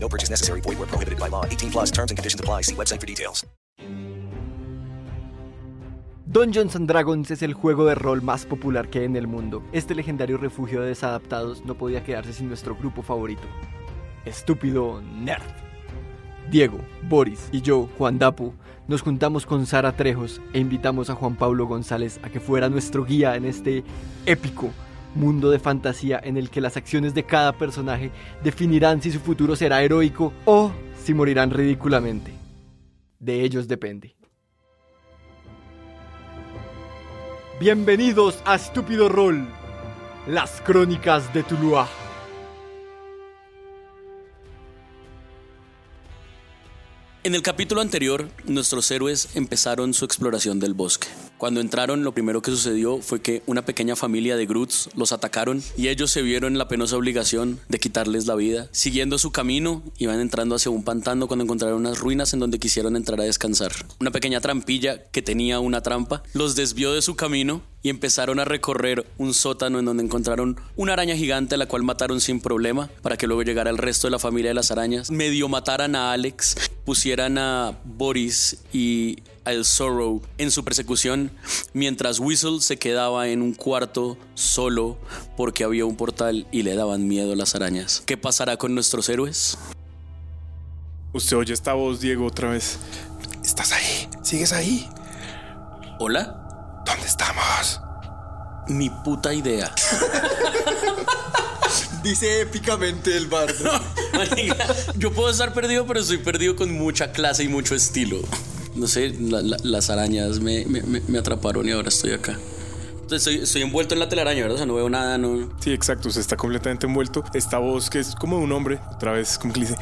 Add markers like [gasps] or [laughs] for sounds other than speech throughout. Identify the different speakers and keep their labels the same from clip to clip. Speaker 1: No purchase necessary. Void where prohibited by law. 18 plus terms and conditions apply. See website for details.
Speaker 2: Dungeons and Dragons es el juego de rol más popular que hay en el mundo. Este legendario refugio de desadaptados no podía quedarse sin nuestro grupo favorito. Estúpido Nerd. Diego, Boris y yo, Juan Dapu, nos juntamos con Sara Trejos e invitamos a Juan Pablo González a que fuera nuestro guía en este épico mundo de fantasía en el que las acciones de cada personaje definirán si su futuro será heroico o si morirán ridículamente. De ellos depende. Bienvenidos a Estúpido Roll, las crónicas de Tuluá.
Speaker 3: En el capítulo anterior, nuestros héroes empezaron su exploración del bosque. Cuando entraron, lo primero que sucedió fue que una pequeña familia de Groots los atacaron y ellos se vieron en la penosa obligación de quitarles la vida. Siguiendo su camino, iban entrando hacia un pantano cuando encontraron unas ruinas en donde quisieron entrar a descansar. Una pequeña trampilla que tenía una trampa los desvió de su camino y empezaron a recorrer un sótano en donde encontraron una araña gigante a la cual mataron sin problema para que luego llegara el resto de la familia de las arañas, medio mataran a Alex, pusieran a Boris y a El Sorrow en su persecución, mientras Whistle se quedaba en un cuarto solo porque había un portal y le daban miedo las arañas. ¿Qué pasará con nuestros héroes?
Speaker 4: Usted oye esta voz, Diego, otra vez. ¿Estás ahí? ¿Sigues ahí?
Speaker 3: ¿Hola?
Speaker 4: ¿Dónde estamos?
Speaker 3: Mi puta idea.
Speaker 5: [laughs] Dice épicamente
Speaker 3: [laughs]
Speaker 5: el bardo.
Speaker 3: Marica, Yo puedo estar perdido, pero estoy perdido con mucha clase y mucho estilo. No sé, la- la- las arañas me, me- me- me atraparon y ahora estoy acá. Entonces, estoy, estoy envuelto en la telaraña, ¿verdad? O sea, no veo nada, no.
Speaker 4: Sí, exacto, usted está completamente envuelto. Esta voz que es como de un hombre, otra vez, como que le dice,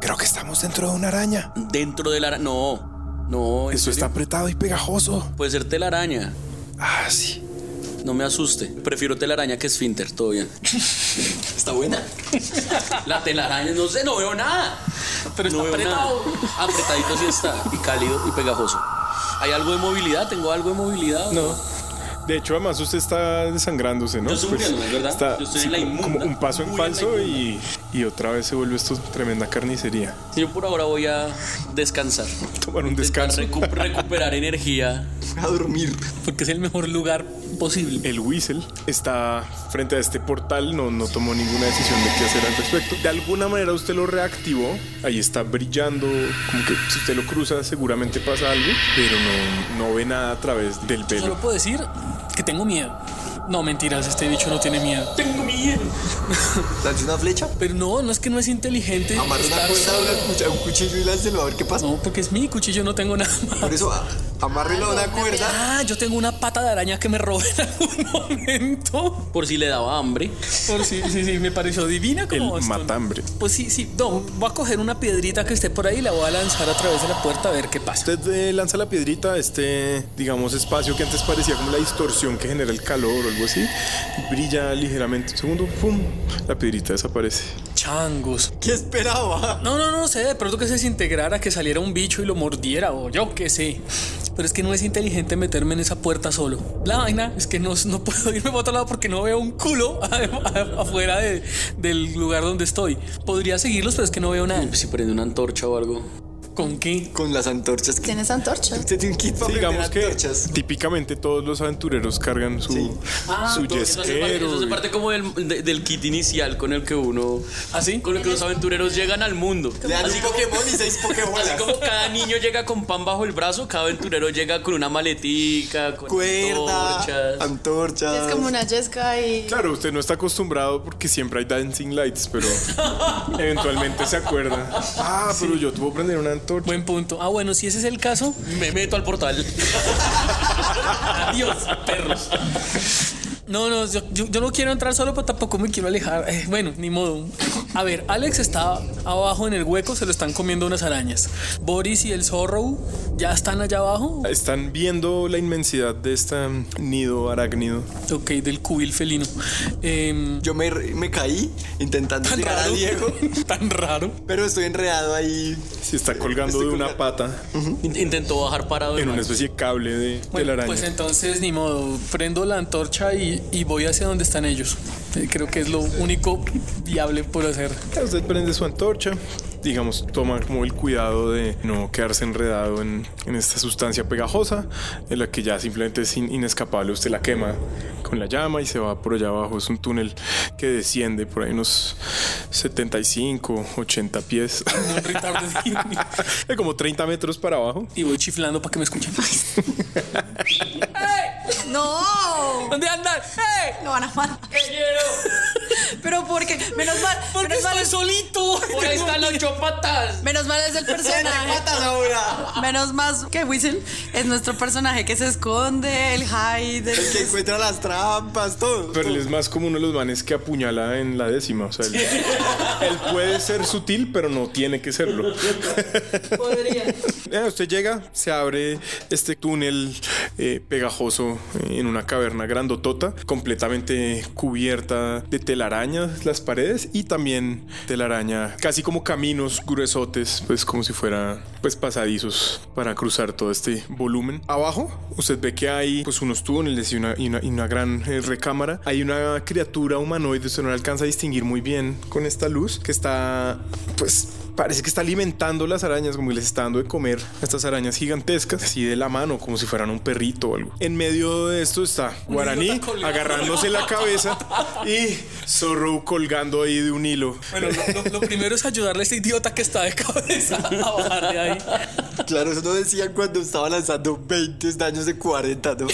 Speaker 4: creo que estamos dentro de una araña.
Speaker 3: Dentro de la araña. No, no. ¿en
Speaker 4: Eso está
Speaker 3: serio?
Speaker 4: apretado y pegajoso.
Speaker 3: Puede ser telaraña.
Speaker 4: Ah, sí.
Speaker 3: No me asuste. Prefiero telaraña que esfínter, todo
Speaker 5: [laughs]
Speaker 3: bien.
Speaker 5: Está buena.
Speaker 3: La telaraña, no sé, no veo nada. Pero no veo
Speaker 5: apretado.
Speaker 3: nada. Apretadito sí está. Y cálido y pegajoso. ¿Hay algo de movilidad? ¿Tengo algo de movilidad? o
Speaker 4: No. De hecho, además usted está desangrándose, ¿no? Pues,
Speaker 3: Yo estoy muriendo, ¿verdad? Yo estoy en la
Speaker 4: como-
Speaker 3: inmunda,
Speaker 4: Como un paso en
Speaker 3: muy en la
Speaker 4: falso y, y otra vez se vuelve esto tremenda carnicería. [laughs]
Speaker 3: Yo por ahora voy a descansar.
Speaker 4: Tomar un
Speaker 3: Intentar
Speaker 4: descanso.
Speaker 3: recu-
Speaker 5: [laughs]
Speaker 3: recuperar energía.
Speaker 5: A dormir.
Speaker 3: Porque es el mejor lugar posible.
Speaker 4: El Whistle está frente a este portal, no, no tomó ninguna decisión de qué hacer al respecto. De alguna manera usted lo reactivó, ahí está brillando, como que si usted lo cruza seguramente pasa algo, pero no, no ve nada a través del
Speaker 5: Eh.
Speaker 6: Yo Solo
Speaker 4: velo.
Speaker 6: puedo decir que tengo miedo. No, mentiras, este bicho no tiene miedo.
Speaker 3: Tengo miedo.
Speaker 5: Lance una flecha.
Speaker 6: Pero no, no es que no es inteligente.
Speaker 5: Amarra una
Speaker 6: estar
Speaker 5: cuerda,
Speaker 6: solo.
Speaker 5: una cuch- un cuchillo y láncelo a ver qué pasa.
Speaker 6: No, porque es mi cuchillo, no tengo nada más.
Speaker 5: Por eso, a- amárrelo a una cuerda.
Speaker 6: Ah, yo tengo una pata de araña que me robé en algún [laughs] momento.
Speaker 3: Por si le daba hambre.
Speaker 6: Por si, sí, sí, me pareció divina
Speaker 4: El
Speaker 6: como Boston.
Speaker 4: matambre.
Speaker 6: Pues sí, sí, no, voy a coger una piedrita que esté por ahí y la voy a lanzar a través de la puerta a ver qué pasa.
Speaker 4: Usted eh, lanza la piedrita, este, digamos, espacio que antes parecía como la distorsión que genera el calor o algo así, brilla ligeramente. Un segundo, ¡pum! La piedrita desaparece.
Speaker 6: Changos.
Speaker 5: ¿Qué esperaba?
Speaker 6: No, no, no sé, de pronto que se desintegrara, que saliera un bicho y lo mordiera o yo qué sé. Pero es que no es inteligente meterme en esa puerta solo. La vaina es que no, no puedo irme para otro lado porque no veo un culo [laughs] afuera de- del lugar donde estoy. Podría seguirlos, pero es que no veo nada.
Speaker 3: Si prende una antorcha o algo.
Speaker 6: ¿Con qué?
Speaker 5: Con las antorchas. que-
Speaker 7: ¿Tienes antorcha?
Speaker 5: Usted tiene un kit para
Speaker 4: Sí, digamos
Speaker 5: prender
Speaker 4: que
Speaker 5: antorchas.
Speaker 4: típicamente todos los aventureros cargan su,
Speaker 3: Ah,
Speaker 4: su
Speaker 3: Eso hace parte,
Speaker 4: yesquero.
Speaker 3: eso hace
Speaker 4: y-
Speaker 3: parte como del, de- del kit inicial con el que uno.
Speaker 6: ¿Así?
Speaker 3: Con el que los aventureros llegan al mundo.
Speaker 5: Le dan un Pokémon y
Speaker 3: [laughs]
Speaker 5: seis
Speaker 3: Así
Speaker 5: Pokébolas.
Speaker 3: como cada niño llega con pan bajo el brazo, cada aventurero llega con una maletica, con
Speaker 5: Cuerda,
Speaker 3: antorchas.
Speaker 5: antorchas.
Speaker 7: Es como una yesca y.
Speaker 4: Claro, usted no está acostumbrado porque siempre hay dancing lights,
Speaker 3: [laughs]
Speaker 4: pero eventualmente se acuerda. Ah, pero yo tuve que prender una antorcha.
Speaker 6: Buen punto. Ah, bueno, si ese es el caso,
Speaker 3: [laughs] Me meto al portal.
Speaker 6: adiós, perros.
Speaker 3: No, no, yo, yo- yo no quiero entrar solo, pero tampoco me quiero alejar. Eh, bueno, ni modo. A ver, Alex está abajo en el hueco, se lo están comiendo unas arañas. Boris y el zorro ya están allá abajo.
Speaker 4: Están viendo la inmensidad de este mm, nido arácnido.
Speaker 3: Ok, del cubil felino. Em,
Speaker 5: Yo me, re- me caí intentando
Speaker 3: tan
Speaker 5: llegar a
Speaker 3: raro.
Speaker 5: Diego,
Speaker 3: [laughs] Tan raro.
Speaker 5: pero estoy enredado ahí.
Speaker 4: Se está colgando
Speaker 5: Estoy
Speaker 4: de una pata
Speaker 8: In- Intentó bajar parado.
Speaker 4: en
Speaker 8: hermano.
Speaker 4: una especie de cable de
Speaker 3: Bueno,
Speaker 4: telaraña.
Speaker 3: pues entonces ni modo, prendo la antorcha y, y voy hacia donde están ellos. Eh, Creo que es lo único viable por hacer.
Speaker 4: Ya, Usted prende su antorcha, digamos, toma como el cuidado de no quedarse enredado en, en esta sustancia pegajosa, en la que ya simplemente es in- inescapable. Usted la quema con la llama y se va por allá abajo. Es un túnel que desciende por ahí unos 75, 80 pies, [laughs]
Speaker 3: No retarded.
Speaker 4: de como 30 metros para abajo.
Speaker 3: [laughs] Y voy chiflando para que me escuchen.
Speaker 7: ¡No!
Speaker 3: ¿Dónde andan? ¡Eh!
Speaker 7: Lo van a matar. Pero porque, menos mal,
Speaker 3: Porque
Speaker 7: menos mal,
Speaker 3: estoy solito. Por ahí están las chopatas.
Speaker 7: menos mal [laughs] es el
Speaker 5: ¿Qué
Speaker 7: personaje.
Speaker 5: patas ahora?
Speaker 7: Menos más que Whistle es nuestro personaje que se esconde, el hide.
Speaker 5: El que encuentra las trampas,
Speaker 4: [laughs]
Speaker 5: todo.
Speaker 4: Pero él es más como uno de los manes que apuñala en la décima. O sea, él, él puede ser sutil, pero no tiene que serlo. [laughs] Podría. Usted llega, se abre este túnel eh, pegajoso eh, en una caverna grandotota, completamente cubierta de telarañas las paredes y también telaraña, casi como caminos gruesotes, pues como si fuera pues pasadizos para cruzar todo este volumen. Abajo usted ve que hay pues unos túneles y una, y una, y una gran eh, recámara. Hay una criatura humanoide, usted no la alcanza a distinguir muy bien con esta luz que está pues parece que está alimentando las arañas, como que les está dando de comer a estas arañas gigantescas, así de la mano, como si fueran un perrito o algo. En medio de esto está Guaraní
Speaker 3: está colgado.
Speaker 4: agarrándose la cabeza y Zorro colgando ahí de un hilo.
Speaker 3: Bueno, lo, lo- lo primero es ayudarle a este idiota que está de cabeza a bajar de ahí.
Speaker 5: Claro, eso no decían cuando estaba lanzando 20 daños de 40, ¿no?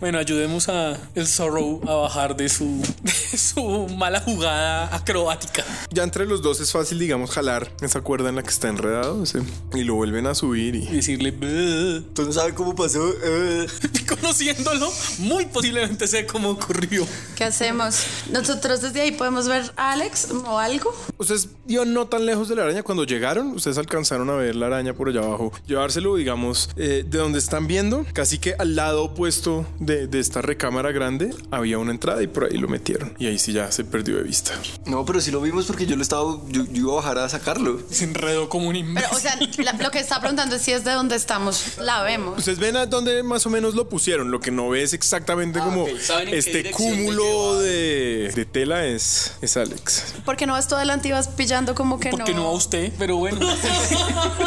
Speaker 3: Bueno, ayudemos a el Sorrow a bajar de su, de su mala jugada acrobática.
Speaker 4: Ya entre los dos es fácil, digamos, jalar esa cuerda en la que está enredado ese, y lo vuelven a subir
Speaker 3: Y
Speaker 4: y
Speaker 3: decirle, "Bleh".
Speaker 5: Tú no sabes cómo pasó. eh.
Speaker 3: conociéndolo, muy posiblemente sé cómo ocurrió.
Speaker 7: ¿Qué hacemos? Nosotros desde ahí podemos ver a Alex o algo.
Speaker 4: ustedes iban no tan lejos de la araña cuando llegaron ustedes alcanzaron a ver la araña por allá abajo llevárselo digamos eh, de donde están viendo casi que al lado opuesto de, de esta recámara grande había una entrada y por ahí lo metieron y ahí sí ya se perdió de vista
Speaker 5: No, pero sí lo vimos porque yo lo estaba. Yo, yo iba a bajar a sacarlo.
Speaker 3: [laughs] Se enredó como un
Speaker 7: Pero,
Speaker 3: imbécil.
Speaker 7: o sea, la- lo que está preguntando es si es de dónde estamos. La vemos.
Speaker 4: Ustedes ven a dónde más o menos lo pusieron. Lo que no ve es exactamente como
Speaker 8: Ah, ok. ¿Saben en qué
Speaker 4: este
Speaker 8: dirección
Speaker 4: cúmulo de, de tela es, es Alex.
Speaker 7: Porque no vas todo adelante y vas pillando como que
Speaker 3: Porque no. a usted, pero
Speaker 7: [laughs]
Speaker 3: bueno.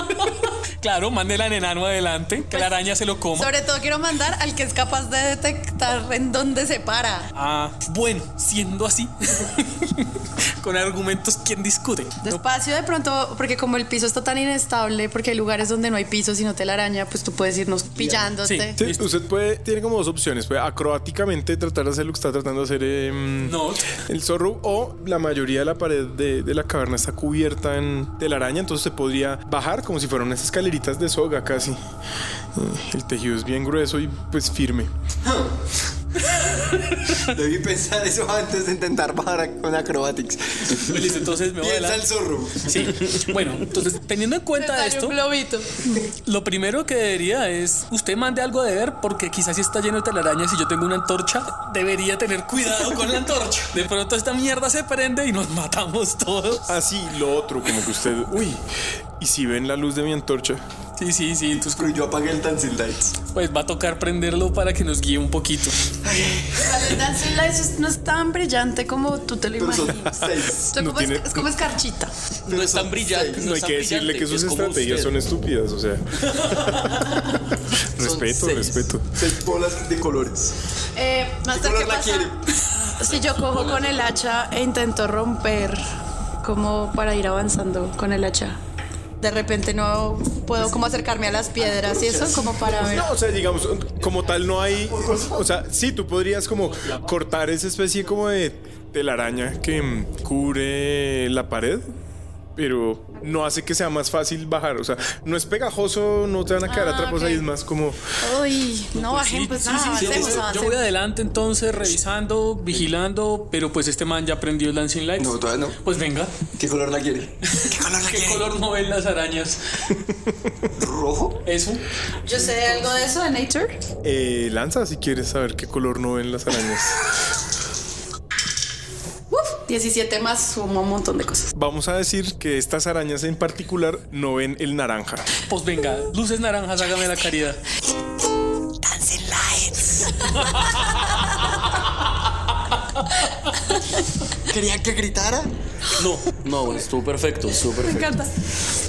Speaker 3: [laughs] claro, mándela al enano adelante, que la
Speaker 7: Pues,
Speaker 3: araña se lo coma.
Speaker 7: Sobre todo quiero mandar al que es capaz de detectar en dónde se para.
Speaker 3: Ah, bueno, siendo así, [laughs] con argumentos, ¿quién discute?
Speaker 7: Despacio de pronto, porque como el piso está tan inestable, porque hay lugares donde no hay pisos y no te la araña, pues tú puedes irnos pillándote.
Speaker 4: Sí, usted puede, tiene como dos opciones. Puede acrobáticamente tratar de hacer lo que está tratando de hacer em,
Speaker 3: No,
Speaker 4: el zorro o la mayoría de la pared de, de la caverna está cubierta en telaraña. Entonces se podría bajar como si fueran unas escaleritas de soga casi. Eh, El tejido es bien grueso y pues firme.
Speaker 5: Debí pensar eso antes de intentar bajar con acrobatics.
Speaker 3: listo, entonces me voy
Speaker 5: Piensa el
Speaker 3: adelante.
Speaker 5: zorro.
Speaker 3: Sí, bueno, entonces teniendo en cuenta
Speaker 7: Detalle,
Speaker 3: esto,
Speaker 7: un globito.
Speaker 3: lo primero que debería es usted mande algo a deber porque quizás si está lleno de telarañas y yo tengo una antorcha, debería tener cuidado con la antorcha. De pronto esta mierda se prende y nos matamos todos.
Speaker 4: Así, Ah, lo otro, como que usted. Uy, y si ven la luz de mi antorcha.
Speaker 3: Sí, sí, sí, entonces
Speaker 5: Pero yo apagué el dancing lights.
Speaker 3: pues va a tocar prenderlo para que nos guíe un poquito.
Speaker 7: El dancing lights no es tan brillante como tú te lo
Speaker 5: Pero son
Speaker 7: imaginas.
Speaker 5: [laughs] seis.
Speaker 7: Son
Speaker 4: No
Speaker 7: como es-
Speaker 4: tiene-
Speaker 7: es como escarchita.
Speaker 8: No es tan brillante. es
Speaker 4: No hay
Speaker 8: tan
Speaker 4: que decirle
Speaker 8: brillante,
Speaker 4: que sus
Speaker 8: es como
Speaker 4: estrategias
Speaker 8: usted.
Speaker 4: son estúpidas,
Speaker 8: [laughs]
Speaker 4: o sea. respeto,
Speaker 5: seis.
Speaker 4: respeto.
Speaker 5: Seis bolas de colores.
Speaker 7: Eh, Master,
Speaker 5: color
Speaker 7: ¿qué
Speaker 5: la
Speaker 7: pasa?
Speaker 5: quiere?
Speaker 7: [laughs] Si yo cojo con el hacha e intento romper, como para ir avanzando con el hacha. De repente no puedo como acercarme a las piedras y eso como para ver.
Speaker 4: No, o sea, digamos, como tal no hay, o sea, sí, tú podrías como cortar esa especie como de telaraña que mm, cubre la pared pero no hace que sea más fácil bajar. O sea, no es pegajoso, no te van a quedar
Speaker 7: Ah,
Speaker 4: atrapados ahí,
Speaker 7: ok.
Speaker 4: es más como
Speaker 7: Uy, no,
Speaker 6: Pues sí,
Speaker 7: bajen, pues
Speaker 6: sí,
Speaker 7: nada,
Speaker 6: sí, sí,
Speaker 7: avancemos,
Speaker 6: yo- Yo voy
Speaker 7: avancemos.
Speaker 6: adelante entonces, revisando, vigilando, pero pues este man ya aprendió el Dancing Lights.
Speaker 5: No, todavía no.
Speaker 6: Pues venga,
Speaker 5: ¿Qué color la quiere? ¿Qué color la
Speaker 6: ¿qué color no ven las arañas?
Speaker 5: [laughs] ¿Rojo?
Speaker 6: Eso.
Speaker 7: Yo sé algo de eso de Nature.
Speaker 4: eh, lanza si quieres saber qué color no ven las
Speaker 7: [laughs]
Speaker 4: arañas.
Speaker 7: Uf, 17 más sumó un montón de cosas.
Speaker 4: Vamos a decir que estas arañas en particular no ven el naranja.
Speaker 6: Pues venga, luces naranjas, hágame la caridad.
Speaker 7: Dancing Lights.
Speaker 5: ¿Querían que gritara?
Speaker 3: No, no, estuvo perfecto, estuvo
Speaker 7: Me
Speaker 3: perfecto.
Speaker 7: encanta.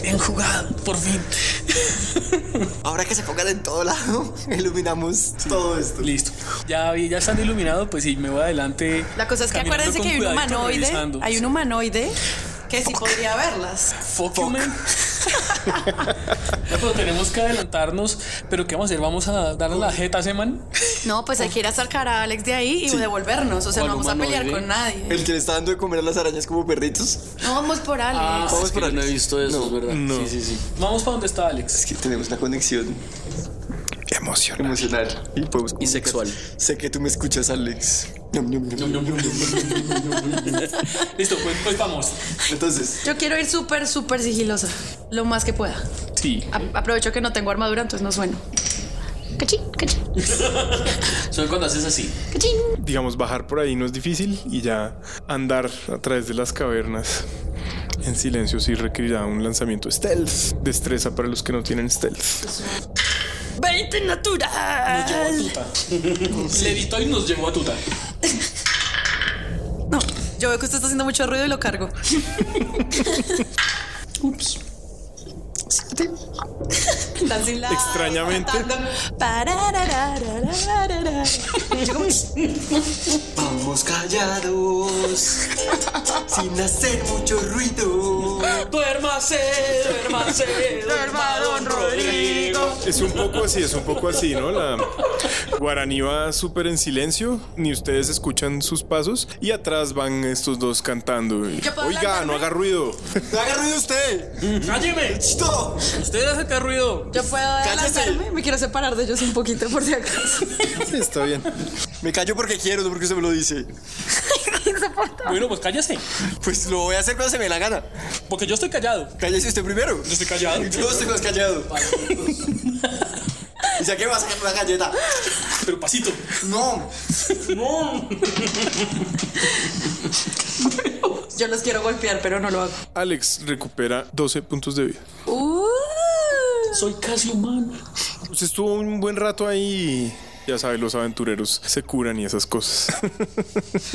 Speaker 6: Bien jugado, por fin. [laughs]
Speaker 5: Ahora que se pongan en todo lado, [laughs] iluminamos todo esto.
Speaker 6: Listo. Ya, vi- ya están iluminados, pues sí, me voy adelante.
Speaker 7: La cosa es que
Speaker 6: caminando
Speaker 7: acuérdense
Speaker 6: con
Speaker 7: que hay un
Speaker 6: cuidadito,
Speaker 7: humanoide.
Speaker 6: revisando.
Speaker 7: Hay un humanoide que sí podría verlas.
Speaker 6: Fuck you, man. Ya, pero tenemos que adelantarnos. Pero ¿qué vamos a hacer? ¿Vamos a darle la jeta a ese man?
Speaker 7: No, pues hay que ir a sacar a Alex de ahí y devolvernos. O sea,
Speaker 3: O
Speaker 7: no
Speaker 3: al
Speaker 7: vamos a pelear
Speaker 3: humanoide.
Speaker 7: con nadie.
Speaker 5: El que le está dando de comer a las arañas como perritos.
Speaker 7: No vamos por Alex.
Speaker 3: Ah,
Speaker 5: Vamos
Speaker 3: es que
Speaker 5: por
Speaker 3: yo no he
Speaker 5: Alex.
Speaker 3: visto eso,
Speaker 5: No,
Speaker 3: es verdad.
Speaker 4: no.
Speaker 3: Sí, sí, sí.
Speaker 6: Vamos para donde está Alex.
Speaker 5: Es que tenemos una conexión
Speaker 4: Emocionante.
Speaker 5: emocional y podemos
Speaker 3: Y sexual.
Speaker 5: Sé que tú me escuchas, Alex. Ñam, ñam, ñam, ñam.
Speaker 6: Listo, pues, pues vamos.
Speaker 5: Entonces,
Speaker 7: Yo quiero ir súper, súper sigilosa. Lo más que pueda.
Speaker 6: Sí.
Speaker 7: A- aprovecho que no tengo armadura, entonces no sueno. Cachín, cachín,
Speaker 3: Son cuando haces así.
Speaker 7: cachín.
Speaker 4: Digamos, bajar por ahí no es difícil y ya andar a través de las cavernas en silencio sí requerirá un lanzamiento stealth. Destreza para los que no tienen stealth.
Speaker 7: 20 natural.
Speaker 6: Levitó y nos llevó a tuta.
Speaker 7: No, yo veo que usted está haciendo mucho ruido y lo cargo.
Speaker 6: Ups.
Speaker 7: Dancing Lights,
Speaker 4: Extrañamente.
Speaker 7: cantando. Pararararararara. Y yo como,
Speaker 5: vamos callados, [laughs] sin hacer mucho ruido.
Speaker 6: Duérmase, duérmase, duerma don Rodrigo.
Speaker 4: Es un poco así, es un poco así, ¿no? La guaraní va súper en silencio, ni ustedes escuchan sus pasos y atrás van estos dos cantando. y,
Speaker 7: ¿Yo puedo
Speaker 4: Oiga, no
Speaker 7: lanzarme?
Speaker 4: haga ruido.
Speaker 5: ¡No haga ruido usted!
Speaker 6: ¡Cálleme!
Speaker 5: ¡Chito!
Speaker 6: Usted hace acá ruido.
Speaker 7: Yo puedo adelantarme, me quiero separar de ellos un poquito por si acaso.
Speaker 5: [laughs]
Speaker 4: Está bien.
Speaker 5: Me callo porque quiero, no porque usted me lo dice.
Speaker 6: Bueno, pues cállese.
Speaker 5: Pues lo voy a hacer cuando se me dé la gana.
Speaker 6: Porque yo estoy callado.
Speaker 5: Cállese usted primero. Yo
Speaker 6: estoy
Speaker 3: [laughs]
Speaker 6: callado.
Speaker 5: Yo estoy más callado. [laughs] ¿Y ya que me va a sacar una galleta?
Speaker 6: Pero pasito.
Speaker 5: No.
Speaker 7: Yo los quiero golpear, pero no lo hago.
Speaker 4: Alex recupera 12 puntos de vida.
Speaker 7: Uh,
Speaker 6: Soy casi humano.
Speaker 4: Usted Pues estuvo un buen rato ahí. y Ya sabe, los aventureros se curan y esas cosas.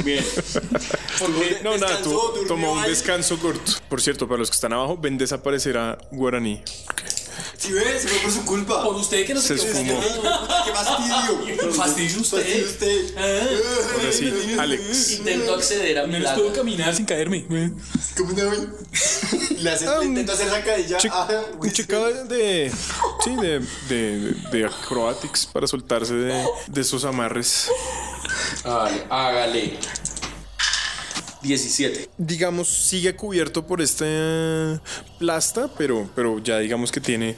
Speaker 6: Bien. Porque
Speaker 4: No, nada,
Speaker 5: Descansó,
Speaker 4: tú
Speaker 5: durmió
Speaker 4: tomó un
Speaker 5: ahí.
Speaker 4: descanso corto. Por cierto, para los que están abajo, ven desaparecer a Guaraní.
Speaker 5: Si ves, se fue por su culpa.
Speaker 6: por usted que no se,
Speaker 4: Se
Speaker 6: quedó
Speaker 4: esfumó.
Speaker 6: callado.
Speaker 5: ¡Qué fastidio!
Speaker 6: Fastidio usted.
Speaker 5: Fastidio usted.
Speaker 4: Ahora sí, Alex.
Speaker 3: Intento acceder a mi
Speaker 6: Menos
Speaker 3: lago.
Speaker 6: puedo caminar sin caerme.
Speaker 5: ¿Cómo no? Le haces,
Speaker 4: Ah,
Speaker 5: le intento hacer la cadilla.
Speaker 4: Che-
Speaker 5: Ah,
Speaker 4: un checado de. Sí, de, de, de acrobatics para soltarse de, de esos amarres.
Speaker 3: Hágale, hágale. 17.
Speaker 4: Digamos, sigue cubierto por esta plasta, pero, pero ya digamos que tiene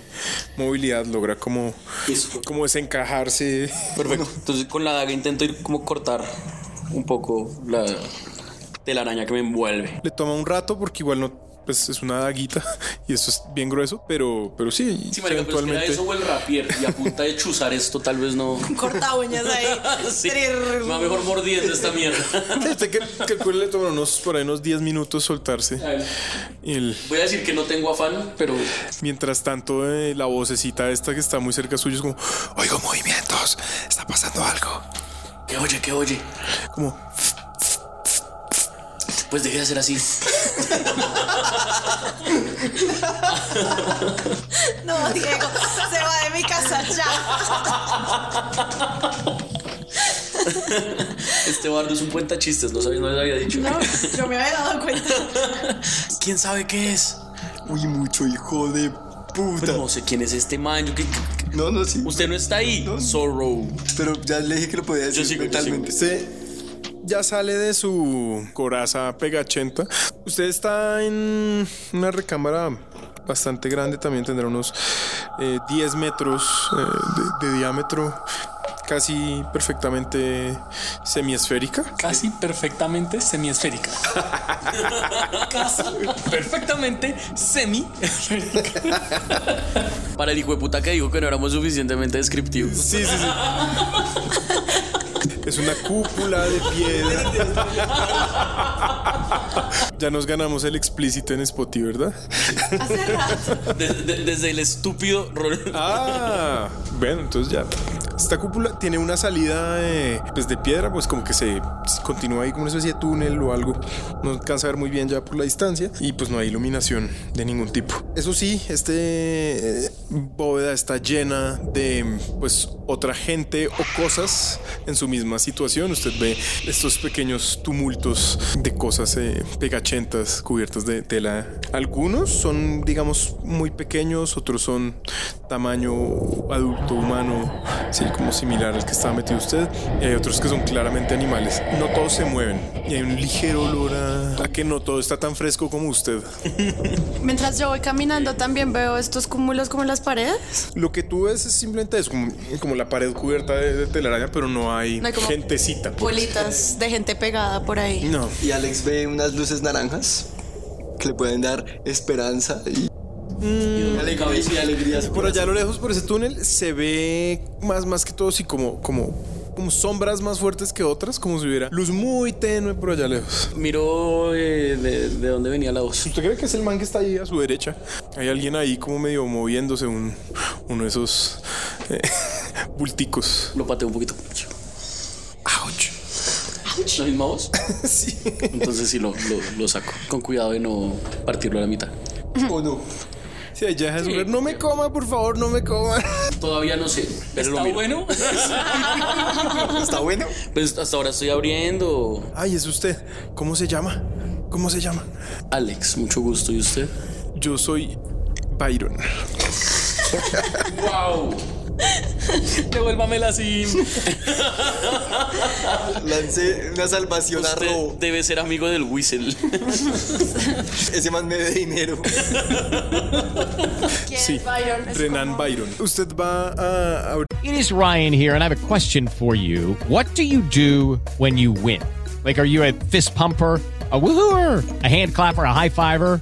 Speaker 4: movilidad, logra como,
Speaker 3: Listo.
Speaker 4: como desencajarse.
Speaker 3: Perfecto. Entonces con la daga intento ir como cortar un poco la telaraña que me envuelve.
Speaker 4: Le toma un rato porque igual no. Pues es una daguita y eso es bien grueso, pero, pero sí,
Speaker 3: Sí, marica, pero es que era eso o el rapier y a punta de chuzar esto tal vez no...
Speaker 7: corta uñas ahí.
Speaker 3: [laughs] Sí,
Speaker 7: Trir.
Speaker 3: me va mejor mordiendo esta [laughs] mierda.
Speaker 4: Este que, que el cuello le tomó unos, por ahí unos 10 minutos soltarse. Y el-
Speaker 3: Voy a decir que no tengo afán, pero
Speaker 4: mientras tanto, eh, la vocecita esta que está muy cerca suyo es como: Oigo movimientos, está pasando algo.
Speaker 3: que oye, que oye.
Speaker 4: Como,
Speaker 3: Pues deje de hacer así.
Speaker 7: No, Diego, se va de mi casa ya.
Speaker 3: Este bardo es un cuenta chistes, no sabía, no les había dicho.
Speaker 7: No, yo me había dado cuenta.
Speaker 3: ¿Quién sabe qué es?
Speaker 5: Uy, mucho hijo de
Speaker 3: Pero
Speaker 5: puta.
Speaker 3: no sé quién es este man. yo qué- qué- qué-
Speaker 5: No, no, sí.
Speaker 3: Usted no está ahí. Sorrow.
Speaker 5: Pero ya le dije que lo podía decir
Speaker 3: sigo, yo
Speaker 5: mentalmente. Sí.
Speaker 4: ya sale de su coraza pegachenta. Usted está en una recámara bastante grande, también tendrá unos eh, 10 metros eh, de, de diámetro, casi perfectamente semiesférica.
Speaker 6: Casi perfectamente
Speaker 3: [laughs]
Speaker 6: semiesférica. Casi perfectamente semi.
Speaker 3: Para el hijo de puta que dijo que no éramos suficientemente descriptivos.
Speaker 4: Sí, sí, sí. Es una cúpula de piedra. Ya nos ganamos el explícito en Spotify, ¿verdad?
Speaker 3: De- de- desde el estúpido rol.
Speaker 4: Ah, bueno, entonces ya. Esta cúpula tiene una salida de, pues de piedra, pues como que se continúa ahí como una especie de túnel o algo. No alcanza a ver muy bien ya por la distancia y pues no hay iluminación de ningún tipo. Eso sí, este eh, bóveda está llena de pues otra gente o cosas en su misma situación. Usted ve estos pequeños tumultos de cosas eh, pegachentas cubiertas de tela. Algunos son, digamos, muy pequeños, otros son tamaño adulto humano, sí, como similar al que estaba metido usted. Y hay otros que son claramente animales. No todos se mueven y hay un ligero olor a, a que no todo está tan fresco como usted. [laughs]
Speaker 7: Mientras yo voy caminando también veo estos cúmulos como en las paredes.
Speaker 4: Lo que tú ves es simplemente es como, como la pared cubierta de, de telaraña, pero no hay,
Speaker 7: No hay como
Speaker 4: gentecita. pues.
Speaker 7: Bolitas de gente pegada por ahí.
Speaker 4: No.
Speaker 5: Y Alex ve unas luces naranjas que le pueden dar esperanza y,
Speaker 3: Mm.
Speaker 5: y alegría, y alegría.
Speaker 4: Por allá a lo lejos, por ese túnel, se ve más, más que todo, sí, como, como, como sombras más fuertes que otras, como si hubiera luz muy tenue por allá lejos.
Speaker 3: Miro eh, de, de dónde venía la voz.
Speaker 4: ¿Usted cree que es el man que está ahí a su derecha? Hay alguien ahí como medio moviéndose, un, uno de esos eh, [laughs] bulticos.
Speaker 3: Lo pateo un poquito.
Speaker 4: ¡Auch!
Speaker 3: ¿La
Speaker 6: [laughs]
Speaker 3: misma voz?
Speaker 4: Sí.
Speaker 3: Entonces sí, lo, lo- lo saco. Con cuidado de no partirlo a la mitad.
Speaker 5: ¿O no?
Speaker 4: Sí, allá es un- No me coma, por favor, no me coma.
Speaker 3: Todavía no sé, pero lo
Speaker 6: Está
Speaker 3: miro.
Speaker 6: bueno.
Speaker 5: ¿Está bueno?
Speaker 3: [laughs] Pues hasta ahora estoy abriendo.
Speaker 4: [laughs] Ay, es usted. ¿Cómo se llama? ¿Cómo se llama?
Speaker 3: Alex, mucho gusto. ¿Y usted?
Speaker 4: Yo soy Byron.
Speaker 3: [laughs] ¡Wow!
Speaker 6: Devuélvamela [laughs] así.
Speaker 5: Lancé una salvación a
Speaker 3: Usted
Speaker 5: robo.
Speaker 3: debe ser amigo del Whistle.
Speaker 5: Ese man me dé dinero.
Speaker 7: ¿Quién
Speaker 4: Sí.
Speaker 7: es Byron? Es
Speaker 4: Renan
Speaker 7: como-
Speaker 4: Byron. Usted va a abrir
Speaker 9: It is Ryan here, and I have a question for you. What do you do when you win? Like, are you a fist pumper? A woohooer, a hand clapper, a high fiver.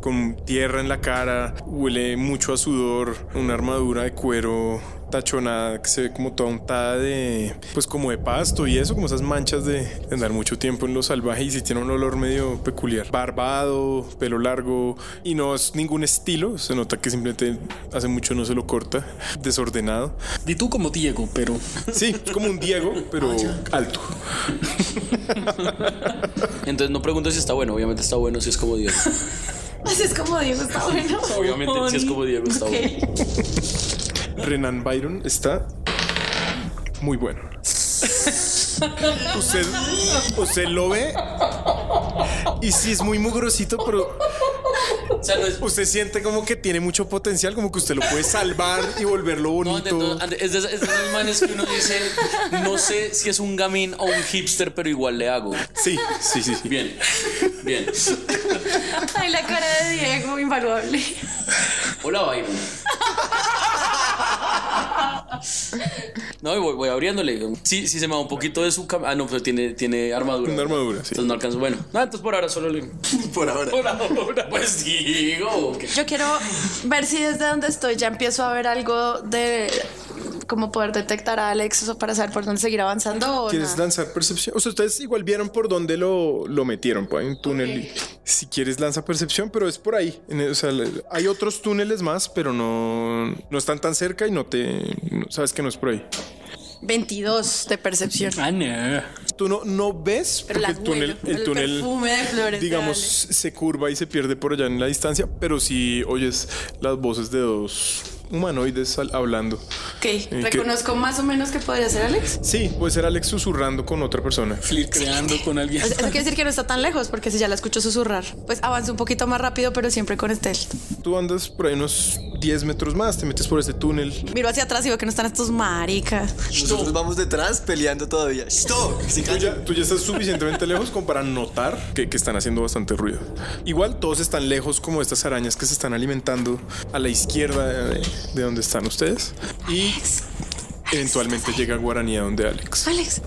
Speaker 4: con tierra en la cara, huele mucho a sudor, una armadura de cuero tachonada que se ve como toda untada de, pues como de pasto y eso, como esas manchas de, de andar mucho tiempo en lo salvaje y si tiene un olor medio peculiar. Barbado, pelo largo y no es ningún estilo, se nota que simplemente hace mucho no se lo corta, desordenado.
Speaker 6: Di tú como Diego, pero
Speaker 4: Sí, es como un Diego, pero alto.
Speaker 3: Entonces no pregunto si está bueno. Obviamente está bueno si es como Diego.
Speaker 7: Así [laughs] es como Diego está bueno.
Speaker 3: Obviamente si es como Diego está
Speaker 7: Ok.
Speaker 3: bueno.
Speaker 4: Renan Byron está muy bueno. Usted, usted lo ve y sí es muy mugrosito, pero
Speaker 3: [laughs] O sea, no es...
Speaker 4: usted siente como que tiene mucho potencial, como que usted lo puede salvar y volverlo
Speaker 3: No,
Speaker 4: bonito.
Speaker 3: ande- no, ande- es de, es de esos manes que uno dice, no sé si es un gamín o un hipster, pero igual le hago.
Speaker 4: Sí, sí, sí. sí.
Speaker 3: Bien, bien.
Speaker 7: Ay, la cara de Diego, invaluable.
Speaker 3: Hola, Byron. No, y voy, voy abriéndole. Sí, sí se me va un poquito de su cam- Ah, no, pero tiene, tiene armadura. Una armadura, sí. Entonces no alcanzo. Bueno, no, entonces por ahora solo le. [laughs] por ahora. Por ahora. Pues digo. ok.
Speaker 7: Yo quiero ver si desde donde estoy ya empiezo a ver algo de cómo poder detectar a Alex o para saber por dónde seguir avanzando o
Speaker 4: ¿Quieres
Speaker 7: nada.
Speaker 4: lanzar percepción? O sea, ustedes igual vieron por dónde lo, lo metieron, pues hay un túnel. y- Si quieres, lanza percepción, pero es por ahí. En el- o sea, le- hay otros túneles más, pero no, no están tan cerca y no te. no- sabes que no es por ahí.
Speaker 7: 22 de percepción.
Speaker 4: Ah,
Speaker 3: Ah,
Speaker 4: Tú no, no ves porque
Speaker 7: Pero las
Speaker 4: el túnel,
Speaker 7: huelo,
Speaker 4: el
Speaker 7: el
Speaker 4: túnel,
Speaker 7: perfume de flores de
Speaker 4: digamos,
Speaker 7: Ale.
Speaker 4: se curva y se pierde por allá en la distancia, pero si oyes las voces de dos humanoides al- hablando. Eh,
Speaker 7: Ok, reconozco más o menos que podría ser Alex.
Speaker 4: Sí, puede ser Alex susurrando con otra persona.
Speaker 3: Flirteando con alguien.
Speaker 7: Eso quiere decir que no está tan lejos, porque si ya la escucho susurrar, pues avanza un poquito más rápido, pero siempre con este stealth.
Speaker 4: Tú andas por ahí unos 10 metros más, te metes por ese túnel.
Speaker 7: Miro hacia atrás y veo que no están estos maricas.
Speaker 5: Nosotros vamos detrás peleando todavía. ¡Stop! Se
Speaker 4: Tú ya, tú ya estás suficientemente lejos como para notar que, que están haciendo bastante ruido. Igual todos están lejos como estas arañas que se están alimentando a la izquierda de, de donde están ustedes. Y eventualmente llega Guaraní a donde Alex.
Speaker 7: Alex,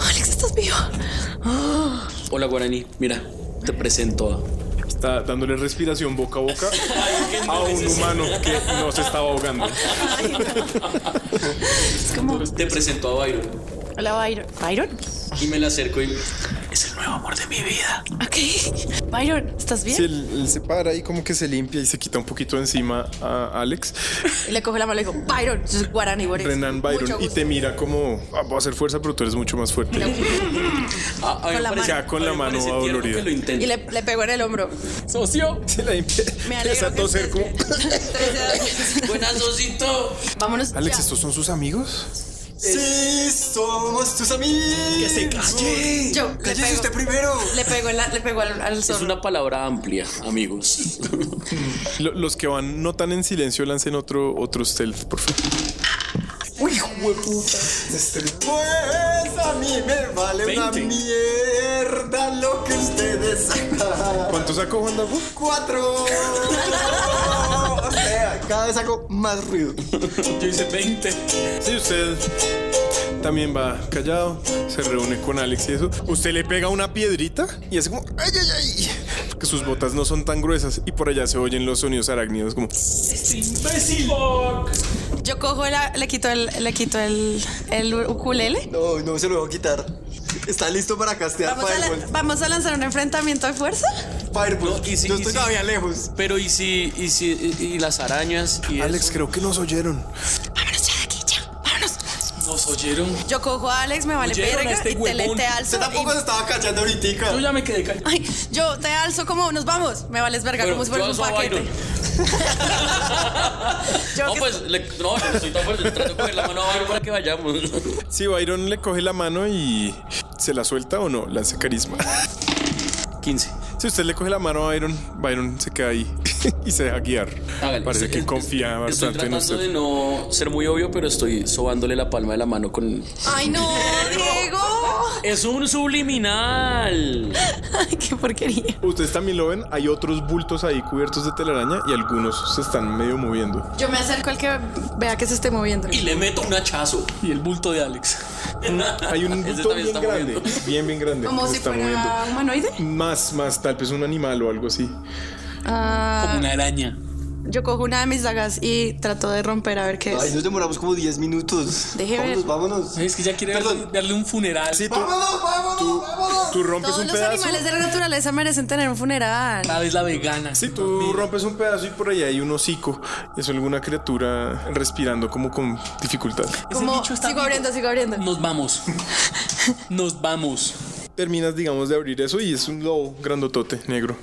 Speaker 7: Alex, estás vivo. Oh.
Speaker 3: Hola, Guaraní. Mira, te presento a.
Speaker 4: Está dándole respiración boca a boca a un humano que no se estaba ahogando.
Speaker 3: Te presento a Byron.
Speaker 7: Hola, Byron. ¿Byron?
Speaker 3: Y me la acerco y. Es el nuevo amor de mi vida.
Speaker 7: Ok. Byron, ¿estás bien?
Speaker 4: Sí, él, él se para y como que se limpia y se quita un poquito encima a Alex.
Speaker 7: Y le coge la mano y le digo, Byron, yo soy guaraní, Boris.
Speaker 4: Renan
Speaker 7: Mucho
Speaker 4: Byron y
Speaker 7: gusto.
Speaker 4: te mira como "Ah, voy a hacer fuerza, pero tú eres mucho más fuerte.
Speaker 3: a mí Ah, me
Speaker 7: Con la
Speaker 3: parece-
Speaker 4: Ya con la mano dolorida.
Speaker 7: Y le, le pegó en el hombro.
Speaker 3: Socio.
Speaker 4: Se la
Speaker 7: Me
Speaker 4: empieza a
Speaker 7: alegro.
Speaker 4: toser como.
Speaker 3: Buenas, Sosito.
Speaker 7: Vámonos.
Speaker 4: Alex, ¿estos son sus amigos?
Speaker 5: Sí, somos tus amigos. Que se calle.
Speaker 7: Yo, le
Speaker 5: Cállese
Speaker 7: pego.
Speaker 5: usted primero.
Speaker 7: Le pegó, en la- le pegó al,
Speaker 3: [laughs]
Speaker 7: al
Speaker 3: Es
Speaker 7: zorro.
Speaker 3: una palabra amplia, [laughs] amigos.
Speaker 4: Lo- Los que van no tan en silencio lancen otro, otro stealth, por favor.
Speaker 5: Uy, hueputa. Pues a mí me vale una
Speaker 4: 20.
Speaker 5: mierda lo que ustedes sacan.
Speaker 4: ¿Cuánto sacó Juan Dago?
Speaker 7: [laughs]
Speaker 5: Cuatro. o sea, cada vez hago más ruido.
Speaker 3: Yo hice 20.
Speaker 4: Sí, usted también va callado, se reúne con Alex y eso. Usted le pega una piedrita y hace como ay, ay, ay, porque sus botas no son tan gruesas y por allá se oyen los sonidos arácnidos como
Speaker 6: imbécil.
Speaker 7: Yo cojo, la, le quito el, le quito el, el ukulele.
Speaker 5: No, no se lo voy a quitar. ¿Está listo para castear
Speaker 7: Vamos a, la-
Speaker 5: Firewall?
Speaker 7: vamos a lanzar un enfrentamiento de fuerza.
Speaker 5: Firewall. Yo estoy todavía lejos.
Speaker 3: Pero y si, y si, y, y las arañas y
Speaker 4: Alex, creo que nos oyeron.
Speaker 7: Vámonos ya de aquí, ya. Vámonos.
Speaker 3: Nos oyeron.
Speaker 7: Yo cojo a Alex, me vale
Speaker 3: Oyeron a
Speaker 7: verga
Speaker 3: este
Speaker 7: y te,
Speaker 3: huevón.
Speaker 7: le- te alzo.
Speaker 5: Usted tampoco
Speaker 7: y-
Speaker 5: se estaba callando ahorita.
Speaker 3: Yo ya me quedé [laughs] callado.
Speaker 7: Ay, yo te alzo como nos vamos. Me vales verga
Speaker 3: Bueno,
Speaker 7: como si
Speaker 3: yo
Speaker 7: fuera un
Speaker 3: alzo a
Speaker 7: paquete.
Speaker 3: No, pues, le- no, yo soy tan fuerte. Trato de coger la mano a Byron para que vayamos. [laughs]
Speaker 4: Si Byron le coge la mano y se la suelta o no, lance carisma.
Speaker 3: 15.
Speaker 4: Si usted le coge la mano a Byron, Byron se queda ahí [laughs] y se deja guiar.
Speaker 3: Hágale.
Speaker 4: Parece que
Speaker 3: Es-
Speaker 4: confía
Speaker 3: Estoy
Speaker 4: bastante en
Speaker 3: tratando de
Speaker 4: usted.
Speaker 3: no ser muy obvio, pero estoy sobándole la palma de la mano con.
Speaker 7: Ay, no, Diego.
Speaker 3: ¡Es un subliminal!
Speaker 7: Ay, qué porquería.
Speaker 4: Ustedes también lo ven, hay otros bultos ahí cubiertos de telaraña y algunos se están medio moviendo.
Speaker 7: Yo me acerco al que vea que se esté moviendo.
Speaker 3: Y le meto un hachazo.
Speaker 6: Y el bulto de
Speaker 3: [laughs]
Speaker 6: Alex.
Speaker 4: Hay un
Speaker 3: Ese
Speaker 4: bulto
Speaker 3: también
Speaker 4: bien
Speaker 3: está
Speaker 4: grande, bien, bien grande.
Speaker 7: Como
Speaker 4: se
Speaker 7: si
Speaker 4: está
Speaker 7: fuera
Speaker 4: moviendo.
Speaker 7: humanoide.
Speaker 4: Más, más, tal vez un animal o algo así.
Speaker 7: Ah,
Speaker 6: Como una araña.
Speaker 7: yo cojo una de mis dagas y trato de romper a ver qué
Speaker 5: Ay,
Speaker 7: es.
Speaker 5: nos demoramos como 10 minutos.
Speaker 7: Deje ver.
Speaker 5: vámonos, vámonos.
Speaker 6: Es que ya quiere darle, darle un funeral.
Speaker 4: Sí, tú,
Speaker 5: Vámonos, vámonos, vámonos.
Speaker 4: tú rompes
Speaker 7: Todos
Speaker 4: un
Speaker 7: los
Speaker 4: pedazo.
Speaker 7: animales de la naturaleza merecen tener un funeral.
Speaker 6: Cada vez la vegana.
Speaker 4: Si tú rompes un pedazo y por ahí hay un hocico, es alguna criatura respirando como con dificultad.
Speaker 6: Ese
Speaker 7: Como
Speaker 6: bicho
Speaker 7: sigo
Speaker 6: está vivo.
Speaker 7: abriendo, sigo abriendo.
Speaker 6: Nos vamos. Nos vamos.
Speaker 4: Terminas, digamos, de abrir eso y es un lobo grandotote, negro.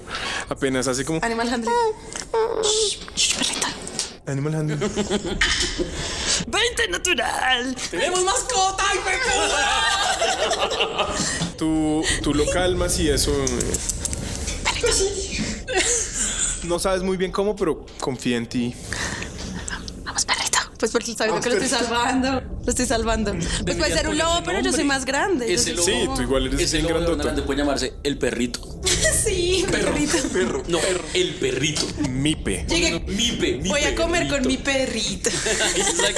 Speaker 4: Apenas hace como
Speaker 7: Animal handling.
Speaker 4: animal handling.
Speaker 7: 20 natural.
Speaker 6: ¡Tenemos mascota! ¡Ay,
Speaker 4: Tú, tú lo calmas y eso. eh, No sabes muy bien cómo, pero confía en ti.
Speaker 7: Vamos, perrito. Pues porque sabiendo que lo estoy salvando. Lo estoy salvando. Pues puede ser
Speaker 6: ponerle
Speaker 7: un lobo, pero yo soy
Speaker 6: nombre.
Speaker 7: más grande. Yo
Speaker 3: Ese
Speaker 7: soy
Speaker 3: lobo.
Speaker 4: Sí, tú igual eres
Speaker 3: Ese
Speaker 4: bien
Speaker 3: lobo de
Speaker 4: grandote.
Speaker 3: Hernán puede llamarse el perrito.
Speaker 7: Sí. [laughs] Sí, mi perrito.
Speaker 3: Perro. No, el perrito.
Speaker 4: Mipe.
Speaker 7: Llegué.
Speaker 3: Mipe. mipe.
Speaker 7: Voy a comer con mi perrito.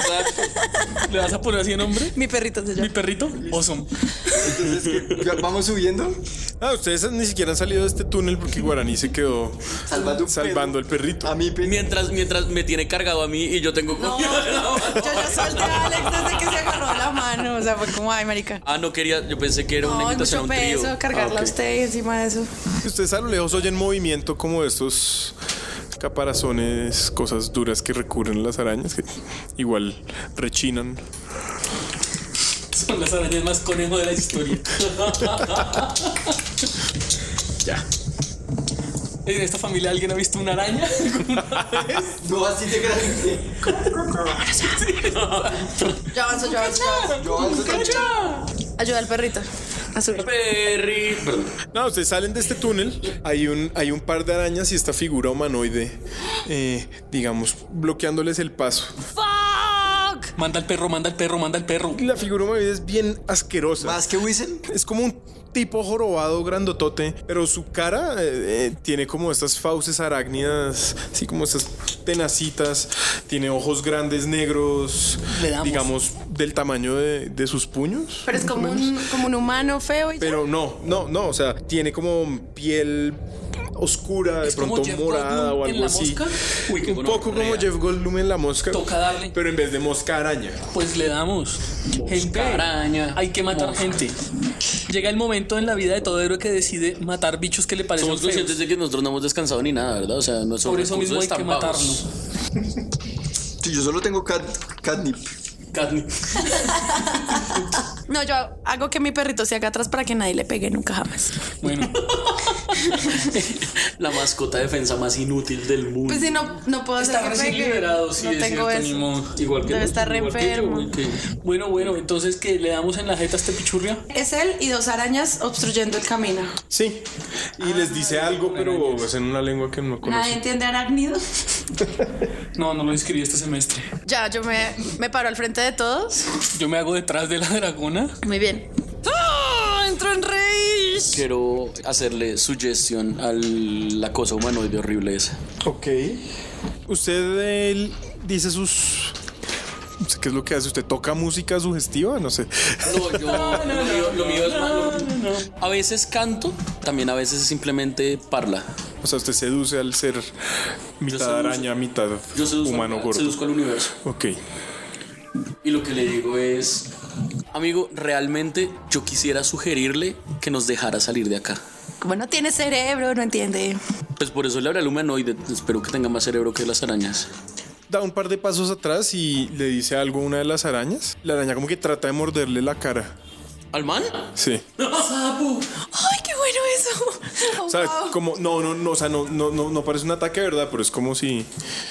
Speaker 3: [laughs]
Speaker 6: ¿Le vas a poner así el nombre?
Speaker 7: Mi perrito se llama.
Speaker 6: Mi perrito, awesome.
Speaker 5: Entonces, ¿qué? ¿Ya ¿vamos subiendo?
Speaker 4: Ah, ustedes ni siquiera han salido de este túnel porque Guaraní se quedó
Speaker 5: Salvando un
Speaker 4: salvando el perrito.
Speaker 5: A mí,
Speaker 3: Mientras, mientras me tiene cargado a mí y yo tengo.
Speaker 7: No, no, yo ya solté a Alex desde que se agarró la mano. O sea, fue como, ay, marica.
Speaker 3: Ah, no quería. Yo pensé que era una
Speaker 7: No, es
Speaker 3: invitación a
Speaker 7: mucho
Speaker 3: un trío.
Speaker 7: peso cargarla
Speaker 3: Ah,
Speaker 7: a
Speaker 3: ok.
Speaker 7: usted y encima de eso.
Speaker 4: Ustedes a lo lejos oyen movimiento como de estos caparazones, cosas duras que recurren las arañas, que igual rechinan.
Speaker 6: [laughs] Son las arañas más conejo de la
Speaker 3: [laughs]
Speaker 6: historia.
Speaker 4: Ya.
Speaker 6: ¿En esta familia alguien ha visto una araña? [laughs]
Speaker 5: No, así de grande.
Speaker 7: Yo avanzo, yo avanzo. yo avanzo. Ayuda al perrito a subir.
Speaker 3: Perri. Perdón.
Speaker 4: No, ustedes salen de este túnel, hay un, hay un par de arañas y esta figura humanoide, eh, digamos, bloqueándoles el paso.
Speaker 10: Fuck!
Speaker 6: Manda al perro, manda al perro, manda al perro.
Speaker 4: La figura humanoide es bien asquerosa.
Speaker 5: ¿Más que Whistle?
Speaker 4: Es como un tipo jorobado grandotote, pero su cara eh, eh, tiene como estas fauces arácnidas, así como estas tenacitas, tiene ojos grandes negros,
Speaker 6: Le damos.
Speaker 4: digamos del tamaño de, de sus puños.
Speaker 7: Pero es como un, como un humano feo y ya.
Speaker 4: Pero no, no, no, o sea, tiene como piel oscura, de
Speaker 6: Es como
Speaker 4: pronto
Speaker 6: Jeff
Speaker 4: morada
Speaker 6: Goldblum
Speaker 4: o
Speaker 6: en
Speaker 4: algo
Speaker 6: La
Speaker 4: así.
Speaker 6: Mosca. Uy, qué
Speaker 4: Un poco como
Speaker 6: gonorrea.
Speaker 4: Jeff Goldblum en la mosca,
Speaker 6: Toca darle.
Speaker 4: pero en vez de mosca araña.
Speaker 6: Pues le damos. Gente,
Speaker 3: araña.
Speaker 6: hay que matar gente. Llega el momento en la vida de todo héroe que decide matar bichos que le parecen
Speaker 3: Somos
Speaker 6: feos.
Speaker 3: conscientes de que nosotros no hemos descansado ni nada, ¿verdad? O sea, nuestro
Speaker 6: Por eso mismo hay que matarnos.
Speaker 5: Sí, yo solo tengo cat, catnip.
Speaker 7: No, yo hago que mi perrito se haga atrás para que nadie le pegue nunca jamás.
Speaker 6: Bueno,
Speaker 3: [laughs] La mascota de defensa más inútil del mundo.
Speaker 7: Pues si no, no puedo hacer
Speaker 6: está
Speaker 7: que
Speaker 6: recién
Speaker 7: pegue.
Speaker 6: liberado, sí,
Speaker 7: no
Speaker 6: es
Speaker 7: tengo
Speaker 6: cierto, ni
Speaker 7: eso.
Speaker 6: modo.
Speaker 3: igual que
Speaker 7: Debe
Speaker 3: tú,
Speaker 7: estar re
Speaker 3: igual que yo,
Speaker 7: enfermo.
Speaker 3: ok.
Speaker 6: Bueno, bueno, entonces que le damos en la jeta a este pichurria.
Speaker 7: Es él y dos arañas obstruyendo el camino.
Speaker 4: Sí, y les dice algo, pero es en una lengua que no
Speaker 7: Nadie
Speaker 4: conocen.
Speaker 7: entiende arácnido. [laughs]
Speaker 6: No, no lo inscribí este semestre.
Speaker 7: Ya, yo me, me paro al frente de todos.
Speaker 6: Yo me hago detrás de la dragona.
Speaker 7: Muy bien. ¡Ah! Entro en rage.
Speaker 3: Quiero hacerle sugestión a la cosa humanoide horrible esa.
Speaker 4: Ok. Usted él, dice sus. no sé ¿Qué es lo que hace? ¿Usted toca música sugestiva? No sé.
Speaker 3: No,
Speaker 7: [laughs]
Speaker 3: yo. lo mío, lo mío es malo. A veces canto, también a veces simplemente parla.
Speaker 4: O sea, usted seduce al ser mitad
Speaker 3: seduzo-
Speaker 4: araña, mitad
Speaker 3: Yo seduzco,
Speaker 4: humano
Speaker 3: al,
Speaker 4: gordo.
Speaker 3: seduzco al universo.
Speaker 4: Ok.
Speaker 3: Y lo que le digo es. Amigo, realmente yo quisiera sugerirle que nos dejara salir de acá.
Speaker 7: Como no tiene cerebro, no entiende.
Speaker 3: Pues por eso le hablé al humanoide. Espero que tenga más cerebro que las arañas.
Speaker 4: Da un par de pasos atrás y le dice algo a una de las arañas. La araña como que trata de morderle la cara.
Speaker 3: ¿Al man?
Speaker 4: Sí.
Speaker 7: ¡Ay, qué bueno eso!
Speaker 6: [laughs]
Speaker 4: O sea,
Speaker 7: Wow.
Speaker 4: como no, no, no, o sea, no, no, no, no parece un ataque, ¿verdad? Pero es como si,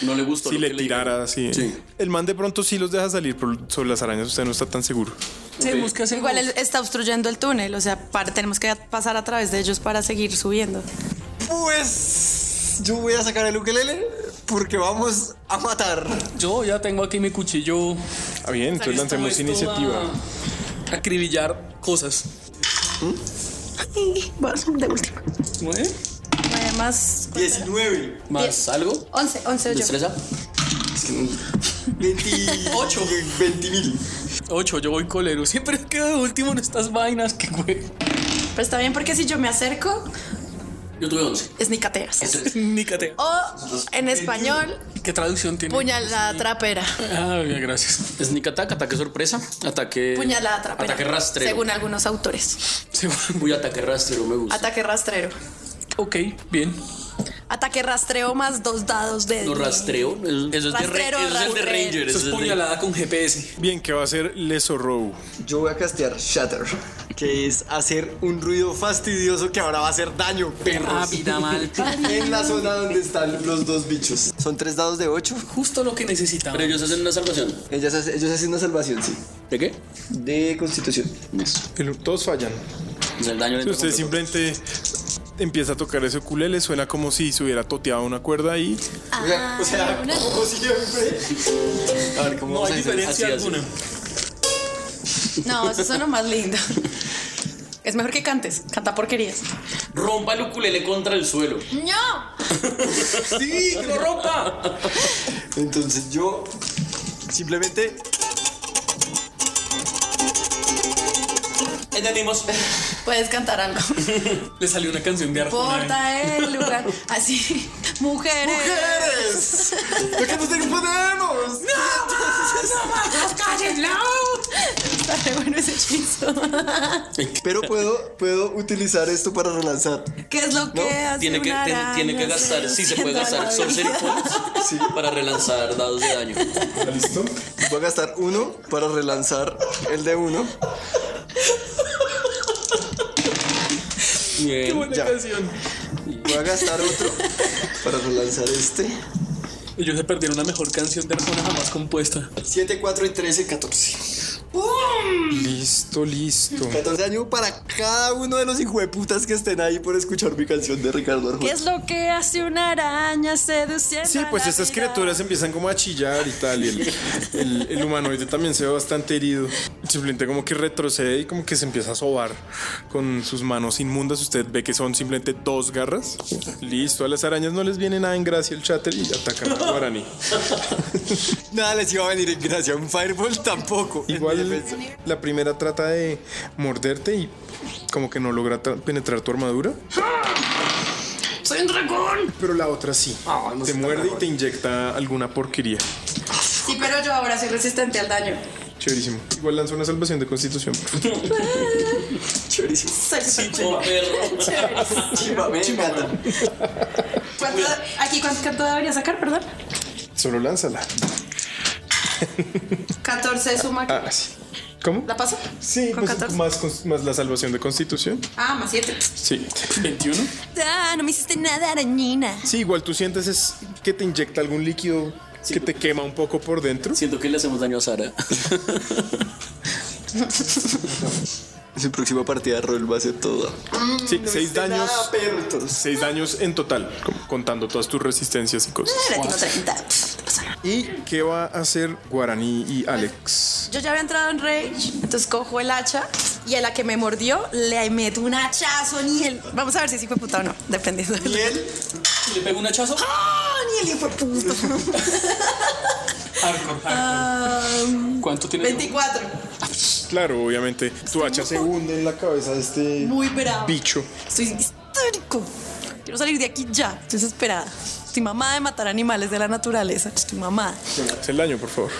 Speaker 3: No le gustó.
Speaker 4: si
Speaker 3: lo
Speaker 4: le
Speaker 3: que
Speaker 4: tirara así.
Speaker 3: Sí.
Speaker 4: El man de pronto sí los deja salir, pero sobre las arañas usted no está tan seguro.
Speaker 6: Sí, busca ese
Speaker 7: Igual él está obstruyendo el túnel, o sea, para- tenemos que pasar a través de ellos para seguir subiendo.
Speaker 5: Pues yo voy a sacar el ukelele porque vamos a matar.
Speaker 6: Yo ya tengo aquí mi cuchillo.
Speaker 4: Ah, bien, entonces lancemos
Speaker 6: Esto va
Speaker 4: iniciativa.
Speaker 6: a Acribillar cosas.
Speaker 7: Y Vamos de última.
Speaker 6: ¿Nueve?
Speaker 7: Además,
Speaker 5: 19.
Speaker 3: ¿Más algo?
Speaker 7: 11, 11 yo.
Speaker 3: ¿Destreza?
Speaker 5: 28. 20 mil.
Speaker 6: Ocho, yo voy colero. Siempre quedo de último en estas vainas, que güey.
Speaker 7: Pero está bien porque si yo me acerco,
Speaker 3: Yo tuve
Speaker 7: [laughs]
Speaker 3: 11.
Speaker 7: es nicateas.
Speaker 6: Nícate.
Speaker 7: O en español,
Speaker 6: ¿Qué traducción tiene?
Speaker 7: puñalada trapera.
Speaker 3: Eh,
Speaker 6: Ah, bien, gracias.
Speaker 3: Sneak attack, ataque sorpresa, ataque.
Speaker 7: Puñalada trapera.
Speaker 3: Ataque rastrero.
Speaker 7: Según algunos autores.
Speaker 6: Sí, bueno.
Speaker 3: Uy, ataque rastrero, me gusta.
Speaker 7: Ataque rastrero.
Speaker 6: ok, bien.
Speaker 7: Ataque rastreo más dos dados de.
Speaker 3: No rastreo. Eso es de, ra-
Speaker 7: Rastrero,
Speaker 3: eso es de
Speaker 7: rastreo.
Speaker 3: Ranger.
Speaker 6: Eso es
Speaker 3: de-
Speaker 6: puñalada con GPS.
Speaker 4: Bien, ¿qué va a hacer Lesorrow?
Speaker 5: Yo voy a castear Shatter, que es hacer un ruido fastidioso que ahora va a hacer daño,
Speaker 3: Ah,
Speaker 5: perros.
Speaker 6: vida mal.
Speaker 5: En la zona donde están los dos bichos. Son tres dados de ocho.
Speaker 6: [laughs] Justo lo que necesitaba.
Speaker 3: Pero ellos hacen una salvación.
Speaker 5: Ellas, hace- ellos hacen una salvación, sí.
Speaker 3: ¿De qué?
Speaker 5: De constitución.
Speaker 4: El- todos fallan.
Speaker 3: Es el daño dentro
Speaker 4: Usted
Speaker 3: completo.
Speaker 4: simplemente empieza a tocar ese ukulele, suena como si se hubiera toteado una cuerda y
Speaker 5: O sea, o sea, como siempre.
Speaker 3: A ver, ¿cómo
Speaker 6: No
Speaker 3: vamos a
Speaker 6: hay
Speaker 3: hacer?
Speaker 6: diferencia
Speaker 3: Así, así.
Speaker 6: alguna.
Speaker 7: No, eso es lo más lindo. Es mejor que cantes. Canta porquerías.
Speaker 3: Rompa el ukulele contra el suelo.
Speaker 7: ¡No!
Speaker 3: ¡Sí! ¡Que lo rompa!
Speaker 5: Entonces yo simplemente
Speaker 3: Entendimos.
Speaker 7: Puedes cantar algo.
Speaker 6: [laughs] Le salió una canción de Arjona.
Speaker 7: Porta el
Speaker 3: [laughs]
Speaker 7: lugar. Así. Mujeres.
Speaker 5: ¡Mujeres! ¡Lo que nos imponemos!
Speaker 7: ¡No! ¡No! Dale, bueno
Speaker 3: [laughs]
Speaker 7: ese hechizo.
Speaker 5: Pero puedo, puedo utilizar esto para relanzar.
Speaker 7: ¿Qué es lo que hace
Speaker 3: Tiene que,
Speaker 7: una
Speaker 3: tiene-
Speaker 7: araña?
Speaker 3: tiene que gastar, sí se puede gastar sorcery points para relanzar dados de daño.
Speaker 5: ¿Listo? Voy a gastar uno para relanzar el de uno.
Speaker 3: Bien.
Speaker 5: ya. Voy a gastar otro para relanzar este.
Speaker 6: Ellos se perdieron la mejor canción de Arjona jamás compuesta.
Speaker 5: 7, 4 y 13, 14.
Speaker 4: Listo, listo.
Speaker 5: 14 años para cada uno de los hijueputas que estén ahí por escuchar mi canción de Ricardo Arjona.
Speaker 7: ¿Qué es lo que hace una araña seduciendo?
Speaker 4: Sí,
Speaker 7: a
Speaker 4: pues
Speaker 7: la
Speaker 4: estas
Speaker 7: vida?
Speaker 4: criaturas empiezan como a chillar y tal. Y el, el- el humanoide también se ve bastante herido. Simplemente como que retrocede y como que se empieza a sobar con sus manos inmundas. Usted ve que son simplemente dos garras. Listo, a las arañas no les viene nada en gracia el chatter y atacan a Guarani.
Speaker 5: Nada les iba a venir en gracia. Un fireball tampoco.
Speaker 4: Igual la primera trata de morderte y como que no logra tra- penetrar tu armadura.
Speaker 7: ¡Soy un dragón!
Speaker 4: Pero la otra sí. te muerde y te inyecta alguna porquería.
Speaker 7: Sí, pero yo ahora soy resistente al daño.
Speaker 4: Chéverísimo. Igual lanza una salvación de constitución.
Speaker 5: Chéverísimo.
Speaker 7: Soy Chéverísimo.
Speaker 5: Chimba, me encanta.
Speaker 7: ¿Cuánto- ¿Aquí cuánto, cuánto debería sacar, perdón?
Speaker 4: Solo lánzala.
Speaker 7: 14 suma.
Speaker 4: Ah, sí. ¿Cómo?
Speaker 7: ¿La paso?
Speaker 4: Sí,
Speaker 7: con
Speaker 4: pues,
Speaker 7: 14.
Speaker 4: más, cons- más la salvación de constitución.
Speaker 7: Ah, más 7.
Speaker 4: Sí. 21.
Speaker 10: Ah, no me hiciste nada, arañina.
Speaker 4: Sí, igual tú sientes es que te inyecta algún líquido que te quema un poco por dentro.
Speaker 3: Siento que le hacemos daño a Sara.
Speaker 5: Su próxima partida de rol va a ser todo.
Speaker 4: Sí, seis
Speaker 5: hice
Speaker 4: daños.
Speaker 5: nada,
Speaker 4: seis daños en total, como contando todas tus resistencias y cosas.
Speaker 7: Ahora tengo 30. No pasa nada.
Speaker 4: ¿Y qué va a hacer Guaraní y Alex?
Speaker 7: Yo ya había entrado en rage, entonces cojo el hacha y a la que me mordió le meto un hachazo, Niel. Vamos a ver si sí fue puta o no, dependiendo.
Speaker 5: Niel.
Speaker 6: ¿Le pegó un hachazo?
Speaker 7: ¡Ah, Niel fue puta!
Speaker 6: Hardcore, ¿Cuánto tiene?
Speaker 7: 24.
Speaker 4: Claro, obviamente. Tu hacha se hunde en la cabeza de este
Speaker 7: Muy bravo.
Speaker 4: bicho.
Speaker 7: Estoy histérico. Quiero salir de aquí ya. Estoy desesperada. Estoy mamada de matar animales de la naturaleza. Estoy mamada.
Speaker 4: Haz el daño, por favor.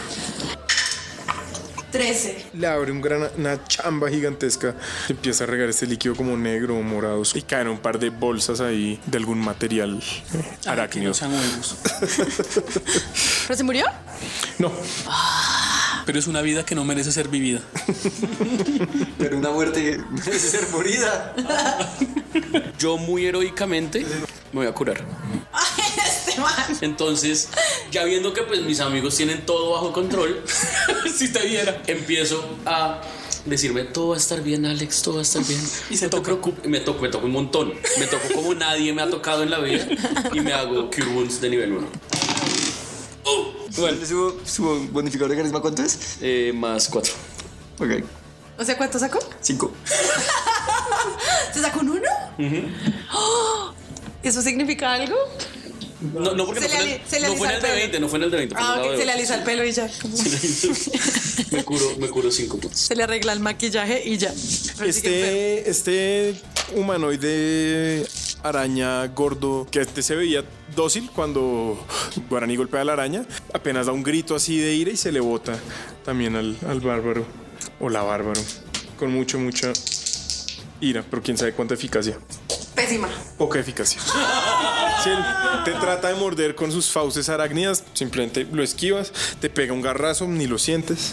Speaker 7: 13.
Speaker 4: Le abre un gran, una chamba gigantesca. Empieza a regar este líquido como negro o morado. Y caen un par de bolsas ahí de algún material eh, arácnido.
Speaker 7: ¿Pero se murió?
Speaker 4: No.
Speaker 6: Pero es una vida que no merece ser vivida.
Speaker 5: Pero una muerte [laughs] merece ser morida.
Speaker 3: Yo muy heroicamente me voy a curar. Entonces, ya viendo que pues mis amigos tienen todo bajo control, [laughs] si te viera, empiezo a decirme todo va a estar bien, Alex, todo va a estar bien. Y se te preocupe- me toco, me toco un montón, me toco como nadie me ha tocado en la vida y me hago cure wounds de nivel 1.
Speaker 5: Bueno. ¿Su, su bonificador de carisma cuánto es?
Speaker 3: eh, más 4.
Speaker 5: Ok.
Speaker 7: O sea, ¿cuánto sacó?
Speaker 5: 5.
Speaker 7: ¿Se sacó un 1? ¡Oh! [gasps] ¿Eso significa algo?
Speaker 3: No, no porque
Speaker 7: Se
Speaker 3: no fue,
Speaker 7: le
Speaker 3: en
Speaker 7: ali-
Speaker 3: el-
Speaker 7: se le
Speaker 3: no fue en el
Speaker 7: alisa el
Speaker 3: de
Speaker 7: pelo.
Speaker 3: 20, no fue en el de 20. fue en
Speaker 7: Ah,
Speaker 3: el
Speaker 7: ok,
Speaker 3: dado de
Speaker 7: se le
Speaker 3: 20.
Speaker 7: alisa el pelo y
Speaker 3: [laughs]
Speaker 7: ya.
Speaker 3: Me curo, me curo 5 puntos.
Speaker 7: Se le arregla el maquillaje y ya.
Speaker 4: Este, este humanoide araña gordo que este se veía dócil cuando Guaraní golpea a la araña, apenas da un grito así de ira y se le bota también al, al bárbaro o la bárbaro con mucho, mucha ira, pero quién sabe cuánta eficacia.
Speaker 7: Pésima.
Speaker 4: Poca eficacia. Si él te trata de morder con sus fauces arácnidas, simplemente lo esquivas, te pega un garrazo, ni lo sientes,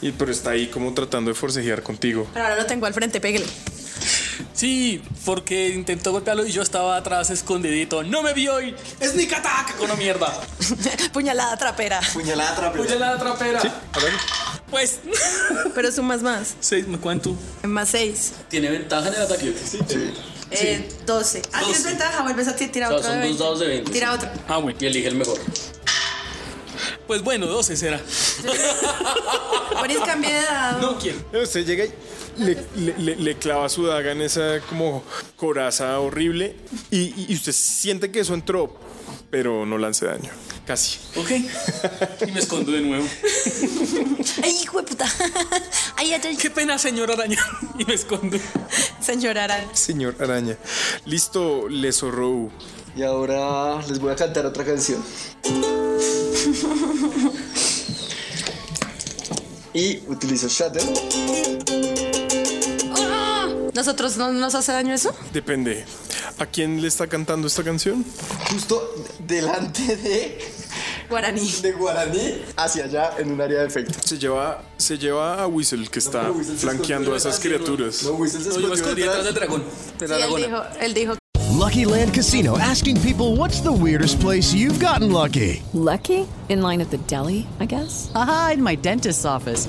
Speaker 4: y, pero está ahí como tratando de forcejear contigo.
Speaker 7: Pero ahora lo tengo al frente, pégale. [laughs]
Speaker 6: Sí, porque intentó golpearlo y yo estaba atrás escondidito. ¡No me vio! Y ¡Sneak attack! ¡Con la mierda!
Speaker 7: Puñalada trapera.
Speaker 5: Puñalada trapera.
Speaker 6: ¡Puñalada trapera! Pues.
Speaker 7: Pero sumas más.
Speaker 6: [laughs] Seis, ¿cuánto?
Speaker 7: Más 6.
Speaker 3: ¿Tiene ventaja en el ataque? Sí,
Speaker 7: Eh, 12. Ah, tienes ventaja. Vuelves a ti- tirar
Speaker 3: O
Speaker 7: otro.
Speaker 3: sea, son
Speaker 7: de
Speaker 3: dos
Speaker 7: 20.
Speaker 3: dados de 20.
Speaker 7: Tira
Speaker 3: sí.
Speaker 7: otro.
Speaker 3: Ah, bueno. Y elige el mejor.
Speaker 6: Pues bueno, 12 será.
Speaker 7: Boris, cambié de dado.
Speaker 6: No quiero.
Speaker 4: eh, Usted llega y le, le- le- le clava su daga en esa como coraza horrible y, y- y usted siente que eso entró, pero no lance daño. Casi.
Speaker 6: Ok. Y me escondo de
Speaker 3: [laughs]
Speaker 6: nuevo.
Speaker 10: Ay, hijo de
Speaker 7: [laughs]
Speaker 10: puta. Ay, ay, ay.
Speaker 6: Qué pena, señor araña. [laughs] Y me escondo.
Speaker 10: Señor Aran.
Speaker 4: Señor araña. Listo, les horror.
Speaker 5: Y ahora les voy a cantar otra canción. Y utilizo Shatter.
Speaker 7: ¡Ah! ¿Nosotros no nos hace daño eso?
Speaker 4: Depende. ¿A quién le está cantando esta canción?
Speaker 5: Justo delante de
Speaker 7: Guaraní.
Speaker 5: De Guaraní hacia allá en un área de efecto.
Speaker 4: Se lleva, se lleva a Whistle que está
Speaker 5: pero Whistle se
Speaker 4: flanqueando a
Speaker 5: escondió
Speaker 4: esas
Speaker 5: detrás de uno.
Speaker 4: criaturas.
Speaker 5: No, Whistle se No,
Speaker 3: pues,
Speaker 5: yo me escondió escondí detrás
Speaker 6: del dragón.
Speaker 7: Sí, él dijo, él dijo
Speaker 11: Lucky Land Casino asking people what's the weirdest place you've gotten lucky?
Speaker 12: Lucky? In line at the deli, I guess? Aha, in my dentist's office.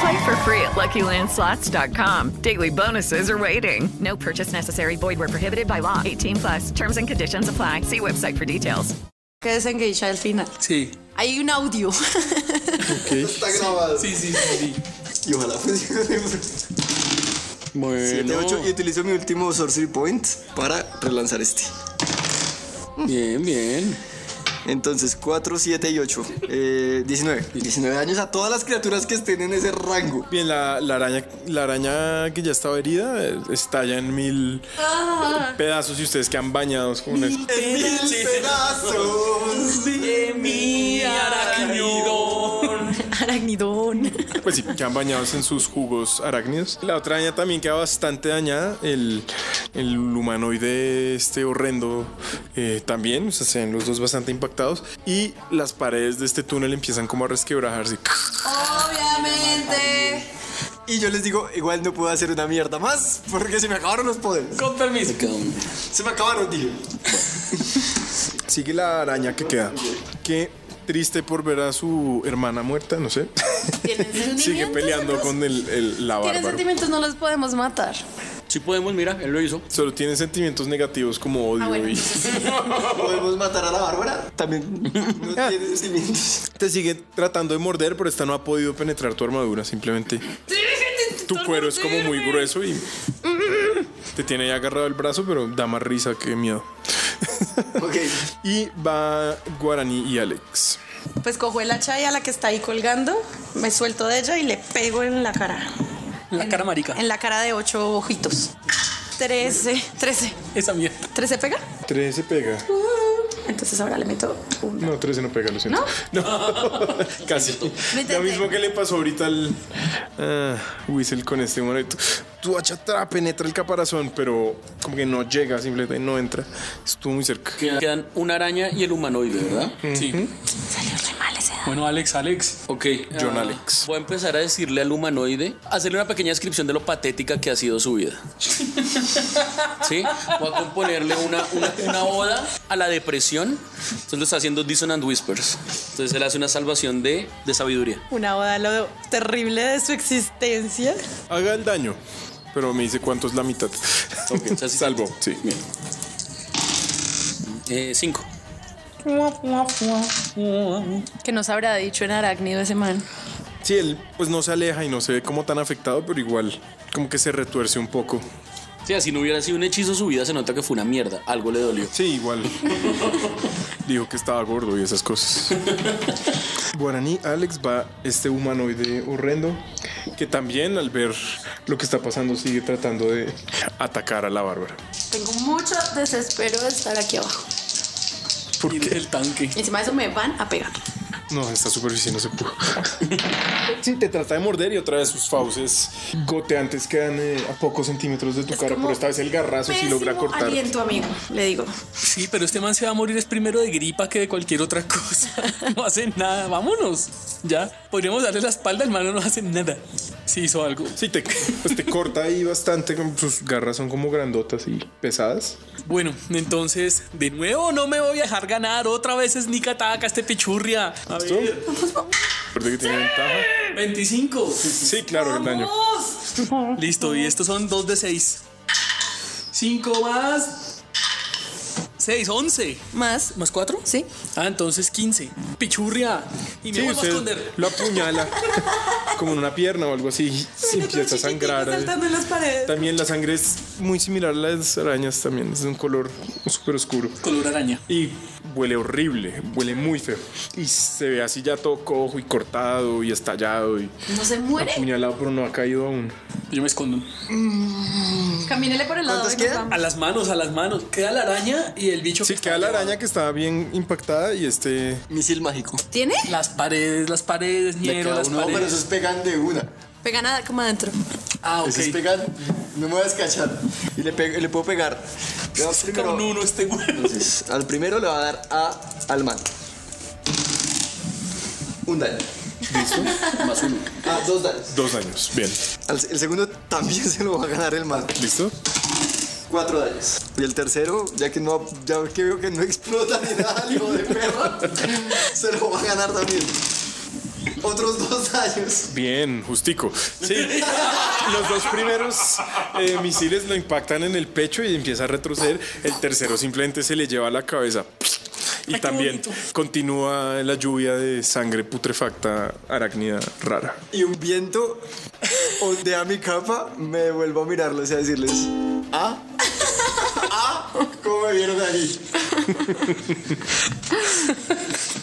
Speaker 13: Play for free at LuckyLandSlots.com. Daily bonuses are waiting. No purchase necessary. Void were prohibited by law. 18 plus. Terms and conditions apply. See website for details.
Speaker 7: que desengeisha al final.
Speaker 6: Sí.
Speaker 7: Hay un audio. [laughs]
Speaker 5: Está grabado.
Speaker 6: Sí, sí, sí.
Speaker 5: Y ojalá funcione.
Speaker 6: Bueno.
Speaker 5: 7, 8. Y utilizo mi último Sorcery Point para relanzar este.
Speaker 6: Bien, bien.
Speaker 5: Entonces, 4, 7 y Eh, 8. 19. 19 daños a todas las criaturas que estén en ese rango.
Speaker 4: Bien, la, la araña, la araña que ya estaba herida eh, estalla en mil pedazos y ustedes quedan bañados con una
Speaker 5: En mil pedazos
Speaker 6: de mi arañidón.
Speaker 7: Arañidón.
Speaker 4: Pues sí, quedan bañados en sus jugos arácnidos. La otra araña también queda bastante dañada. El, el humanoide este horrendo eh, también. O sea, se ven los dos bastante impactados. Y las paredes de este túnel empiezan como a resquebrajarse.
Speaker 7: Obviamente.
Speaker 5: Y yo les digo, igual no puedo hacer una mierda más porque se me acabaron los poderes.
Speaker 6: Con permiso.
Speaker 5: Se me acabaron, dije.
Speaker 4: Sigue la araña que queda. Qué triste por ver a su hermana muerta, no sé. [laughs] Sigue peleando con el, el- la
Speaker 7: Tienen
Speaker 4: bárbaro.
Speaker 7: sentimientos, no los podemos matar.
Speaker 4: Sí podemos, mira, él lo hizo. Solo tiene sentimientos negativos como odio y... [laughs]
Speaker 5: ¿Podemos matar a la Bárbara? También no tiene sentimientos.
Speaker 4: Te sigue tratando de morder, pero esta no ha podido penetrar tu armadura, simplemente. Tu cuero es como muy grueso y te tiene ahí agarrado el brazo, pero da más risa que miedo. [laughs] y va Guaraní y Alex.
Speaker 7: Pues cojo el hacha y a la que está ahí colgando, me suelto de ella y le pego en la cara.
Speaker 6: La cara marica.
Speaker 7: En la cara de ocho ojitos. 13, 13.
Speaker 6: Esa mierda.
Speaker 7: ¿13 pega?
Speaker 4: 13 pega.
Speaker 7: Entonces ahora le meto un.
Speaker 4: No, 13 no pega, lo siento. [laughs] No, casi. Lo mismo que le pasó ahorita al ah, Whistle con este monito. Tu hacha tra- penetra el caparazón, pero como que no llega, simplemente no entra. Estuvo muy cerca.
Speaker 3: Quedan una araña y el humanoide, ¿verdad?
Speaker 4: Sí.
Speaker 6: Bueno, Alex, Alex.
Speaker 3: Ok.
Speaker 4: John
Speaker 3: ah,
Speaker 4: Alex.
Speaker 3: Voy a empezar a decirle al humanoide, hacerle una pequeña descripción de lo patética que ha sido
Speaker 4: [laughs]
Speaker 3: su vida. ¿Sí? Voy a componerle una, una, una oda a la depresión. Entonces lo está haciendo Dissonant Whispers. Entonces él hace una salvación de, de sabiduría.
Speaker 7: Una oda a lo terrible de su existencia.
Speaker 4: Haga el daño, pero me dice cuánto es la mitad. Salvo, sí.
Speaker 3: Eh, cinco.
Speaker 7: Que nos habrá dicho en arácnido ese man.
Speaker 4: Sí, él pues no se aleja y no se ve como tan afectado, pero igual como que se retuerce un poco.
Speaker 3: Sí, así no hubiera sido un hechizo su vida, se nota que fue una mierda. Algo le dolió.
Speaker 4: Sí, igual. Dijo que estaba gordo y esas cosas. Guaraní, Alex va este humanoide horrendo que también al ver lo que está pasando sigue tratando de atacar a la Bárbara.
Speaker 7: Tengo mucho desespero de estar aquí abajo.
Speaker 4: Porque
Speaker 6: el tanque.
Speaker 7: Encima de eso me van a pegar.
Speaker 4: No, esta superficie no se pudo. sí, te trata de morder y otra vez sus fauces goteantes quedan eh, a pocos centímetros de tu cara, pero esta vez el garrazo sí logra cortar.
Speaker 7: aliento, amigo, le digo.
Speaker 6: Sí, pero este man se va a morir es primero de gripa que de cualquier otra cosa. [laughs] No hace nada, vámonos. Ya, podríamos darle la espalda, el man no hace nada. Sí hizo algo.
Speaker 4: Sí, te, pues te corta ahí bastante, como sus garras son como grandotas y pesadas.
Speaker 6: Bueno, entonces, de nuevo no me voy a dejar ganar. Otra vez es Nika Taka, este pichurria. A ver.
Speaker 4: Aparte que tiene ventaja.
Speaker 6: 25.
Speaker 4: Sí, claro, el daño.
Speaker 6: Listo, y estos son 2 de 6. 5 más 6, 11.
Speaker 7: ¿Más?
Speaker 6: ¿Más 4?
Speaker 7: Sí.
Speaker 6: Ah, entonces 15. Pichurria. Y me
Speaker 4: Sí,
Speaker 6: vuelvo a
Speaker 4: usted
Speaker 6: esconder.
Speaker 4: lo apuñala como en una pierna o algo así y empieza a sangrar.
Speaker 7: saltando en las paredes.
Speaker 4: También la sangre es muy similar a las arañas, también es de un color súper oscuro.
Speaker 6: Color araña.
Speaker 4: Y huele horrible, huele muy feo. Y se ve así ya todo cojo y cortado y estallado y
Speaker 7: ¿No se muere?
Speaker 4: apuñalado, pero no ha caído aún.
Speaker 6: Yo me escondo.
Speaker 7: Camínele por el lado. y nos
Speaker 6: A las manos, a las manos. Queda la araña y el bicho.
Speaker 4: Sí, queda la araña que estaba bien impactada y este...
Speaker 5: Misil mágico.
Speaker 7: ¿Tiene?
Speaker 6: Las paredes, las paredes, ñero, las
Speaker 5: No, pero
Speaker 6: paredes.
Speaker 5: esos pegan de una.
Speaker 7: Pega nada como adentro.
Speaker 6: Ah,
Speaker 5: Esos pegan. No me voy a escachar. Y le, pego- le puedo pegar. Le va primero-
Speaker 6: uno este
Speaker 5: Entonces, al primero le va a dar a, al man. Un daño. ¿Listo? Más uno. Ah, dos daños.
Speaker 4: Dos años, bien.
Speaker 5: Al- el segundo también [laughs] se lo va a ganar el man.
Speaker 4: ¿Listo?
Speaker 5: Cuatro daños. Y el tercero, ya que no, ya que veo que no explota ni nada, el hijo de perra, [laughs] se lo va a ganar también. Otros dos [laughs] daños.
Speaker 4: Bien, justico. Sí, los dos primeros eh, misiles lo impactan en el pecho y empieza a retroceder. El tercero simplemente se le lleva a la cabeza. Y también continúa la lluvia de sangre putrefacta arácnida rara.
Speaker 5: Y un viento ondea mi capa, me vuelvo a mirarlos y a decirles: Ah, ah, ¿cómo me vieron ahí?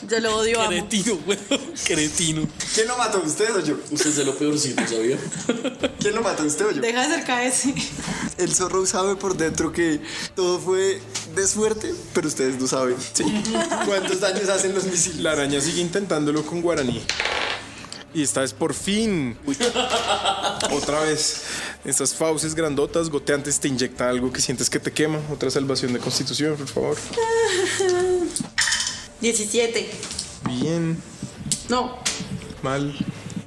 Speaker 7: Yo lo odio a
Speaker 6: Cretino, weón. [laughs] Cretino.
Speaker 5: ¿Quién lo mató? ¿Usted o yo?
Speaker 3: Usted es de lo peorcito, ¿sabía?
Speaker 5: ¿Quién lo mató? ¿Usted o yo?
Speaker 7: Deja de acercar [laughs] ese.
Speaker 5: El zorro sabe por dentro que todo fue de suerte, pero ustedes no saben. Sí. ¿Cuántos daños hacen los misiles?
Speaker 4: La araña sigue intentándolo con guaraní. Y esta vez por fin. Uy. Otra vez. Estas fauces grandotas, goteantes, te inyectan algo que sientes que te quema. Otra salvación de constitución, por favor.
Speaker 7: 17.
Speaker 4: Bien,
Speaker 7: No,
Speaker 4: mal.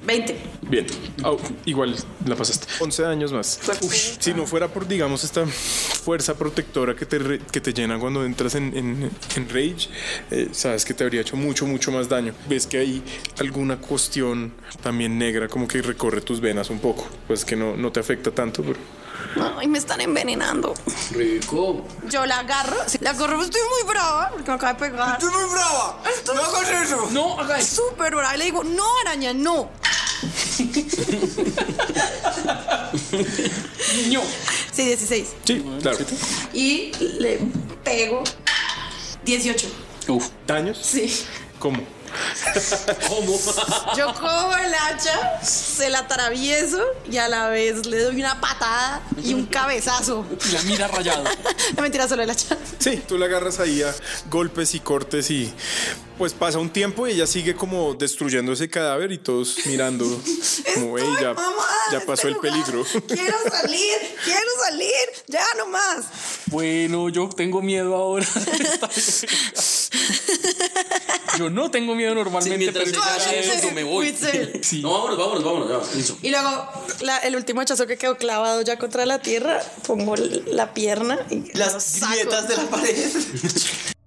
Speaker 7: 20.
Speaker 4: Bien, Au, igual la pasaste. 11 años más. Ush, si no fuera por, digamos, esta fuerza protectora que te, re- que te llena cuando entras en, en- en rage, eh, sabes que te habría hecho mucho, mucho más daño. Ves que hay alguna cuestión también negra como que recorre tus venas un poco. Pues que no, no te afecta tanto, pero...
Speaker 7: Ay, me están envenenando.
Speaker 3: Rico.
Speaker 7: Yo la agarro. sí, La agarro, estoy muy brava porque me acaba de pegar.
Speaker 5: Estoy muy brava.
Speaker 7: No hagas eso.
Speaker 6: No hagas
Speaker 7: eso. Súper brava. Y le digo, no, araña, no.
Speaker 6: Niño.
Speaker 7: Sí, 16.
Speaker 4: Sí, claro.
Speaker 7: Y le pego 18.
Speaker 4: Uf. ¿Daños?
Speaker 7: Sí.
Speaker 4: ¿Cómo?
Speaker 6: ¿Cómo?
Speaker 7: Yo cojo el hacha, se la atravieso y a la vez le doy una patada y un cabezazo. [laughs]
Speaker 6: Y la mira rayado.
Speaker 7: No mentira, solo el hacha.
Speaker 4: Sí, tú la agarras ahí a golpes y cortes y pues pasa un tiempo y ella sigue como destruyendo ese cadáver y todos
Speaker 7: [laughs]
Speaker 4: mirando como "Ey, ya, ya pasó el peligro.
Speaker 7: este Quiero salir, quiero salir, ya no más.
Speaker 6: Bueno, yo tengo miedo ahora. yo no tengo miedo normalmente,
Speaker 3: mientras
Speaker 6: pero
Speaker 3: ella haga
Speaker 6: esta
Speaker 3: eso,
Speaker 6: vez-
Speaker 3: me voy.
Speaker 7: [laughs] Witzel.
Speaker 3: No, vámonos, vámonos, vámonos. Ya, listo.
Speaker 7: Y luego la- el último hachazo que quedó clavado ya contra la tierra, pongo la pierna y las grietas de la
Speaker 3: [laughs]
Speaker 7: pared.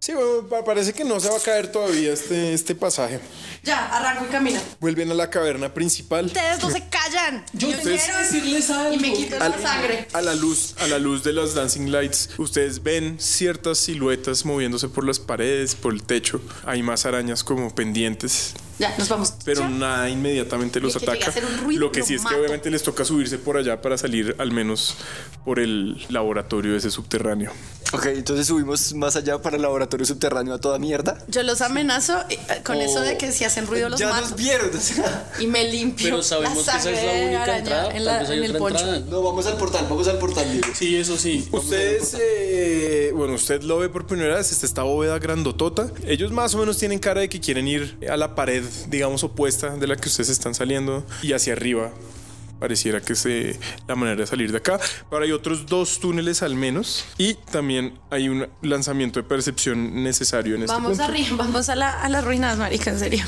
Speaker 4: Sí, bueno, pa- parece que no se va a caer todavía este, este pasaje.
Speaker 7: Ya, arranco y camina.
Speaker 4: Vuelven a la caverna principal.
Speaker 7: Ustedes no se callan.
Speaker 6: Yo
Speaker 7: Me
Speaker 4: tengo que
Speaker 7: vieron
Speaker 6: decirles algo.
Speaker 7: Y me quito la
Speaker 4: Al-
Speaker 7: sangre.
Speaker 4: a la luz, a la luz de las dancing lights, ustedes ven ciertas siluetas moviéndose por las paredes, por el techo. Hay más arañas como pendientes.
Speaker 7: Ya, nos vamos.
Speaker 4: Pero nada inmediatamente los
Speaker 7: El que llegue
Speaker 4: ataca.
Speaker 7: a hacer un ruido,
Speaker 4: lo que
Speaker 7: lo
Speaker 4: sí es
Speaker 7: mato.
Speaker 4: que obviamente les toca subirse por allá para salir al menos por el laboratorio ese subterráneo.
Speaker 5: Ok, entonces subimos más allá para el laboratorio subterránáneo a toda mierda.
Speaker 7: Yo los amenazo eh, con eso de que si hacen ruido los
Speaker 5: ya
Speaker 7: mato.
Speaker 5: nos vieron. o sea,
Speaker 7: Y me limpio.
Speaker 3: Pero sabemos
Speaker 7: la
Speaker 3: que esa
Speaker 7: sangre
Speaker 3: es la
Speaker 7: de
Speaker 3: única
Speaker 7: araña
Speaker 3: entrada.
Speaker 7: en, la-
Speaker 3: tal vez hay
Speaker 7: en el
Speaker 3: otra
Speaker 7: poncho.
Speaker 3: entrada.
Speaker 5: no, vamos al portal, vamos al portal, Diego.
Speaker 6: Sí, eso sí.
Speaker 4: Ustedes, eh, bueno, usted lo ve por primera vez, está esta bóveda grandotota. Ellos más o menos tienen cara de que quieren ir a la pared pared, digamos, opuesta de la que ustedes están saliendo y hacia arriba. Pareciera que es eh, la manera de salir de acá. Ahora hay otros dos túneles al menos y también hay un lanzamiento de percepción necesario en este
Speaker 7: Vamos
Speaker 4: punto.
Speaker 7: arriba, vamos a, la, a las ruinas, marica, en serio.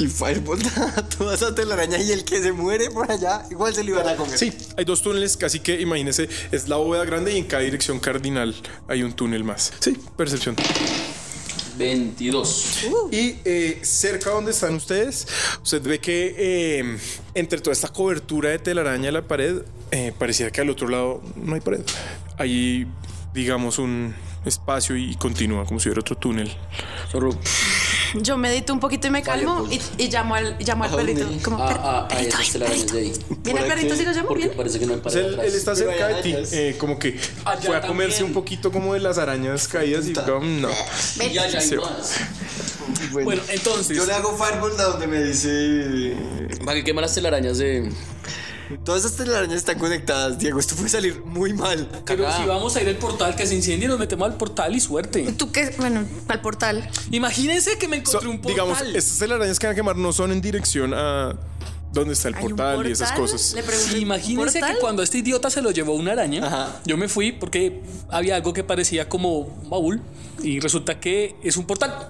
Speaker 5: Y pues, [laughs] Fireball da toda esa telaraña y el que se muere por allá, igual se lo iban a comer.
Speaker 4: Sí, hay dos túneles, casi que imagínese, es la bóveda grande y en cada dirección cardinal hay un túnel más. Sí, percepción.
Speaker 3: 22.
Speaker 4: Y eh, cerca donde están ustedes, usted ve que eh, entre toda esta cobertura de telaraña de la pared, eh, parecía que al otro lado no hay pared. Hay, digamos, un espacio y continúa como si hubiera otro túnel.
Speaker 7: Yo medito un poquito y me calmo y, y llamo al, llamo al perrito. Como,
Speaker 3: Ah,
Speaker 7: "Per- perrito,
Speaker 3: este
Speaker 7: ven, perrito. Viene el perrito, si lo llamo, viene.
Speaker 3: Parece que no hay
Speaker 4: O sea, él, él está
Speaker 7: Pero
Speaker 4: cerca
Speaker 7: hay
Speaker 4: de ti,
Speaker 7: arañas.
Speaker 4: eh, como que fue a comerse un poquito como de las arañas caídas y um, no.
Speaker 7: Y allá hay
Speaker 4: Se va.
Speaker 3: más.
Speaker 5: Bueno,
Speaker 3: entonces.
Speaker 5: Yo le hago Fireball da donde me dice.
Speaker 3: Para que quemar las telarañas de.
Speaker 5: Todas esas telarañas están conectadas, Diego. Esto puede salir muy mal.
Speaker 6: Pero si vamos a ir al portal que se incendie, nos metemos al portal y suerte.
Speaker 7: Tú que, bueno, al portal.
Speaker 6: Imagínense que me encontré un portal.
Speaker 4: Digamos, estas telarañas que van a quemar no son en dirección a donde está el portal, y esas cosas.
Speaker 6: Sí, imagínense que cuando este idiota se lo llevó una araña, yo me fui porque había algo que parecía como un baúl y resulta que es un portal.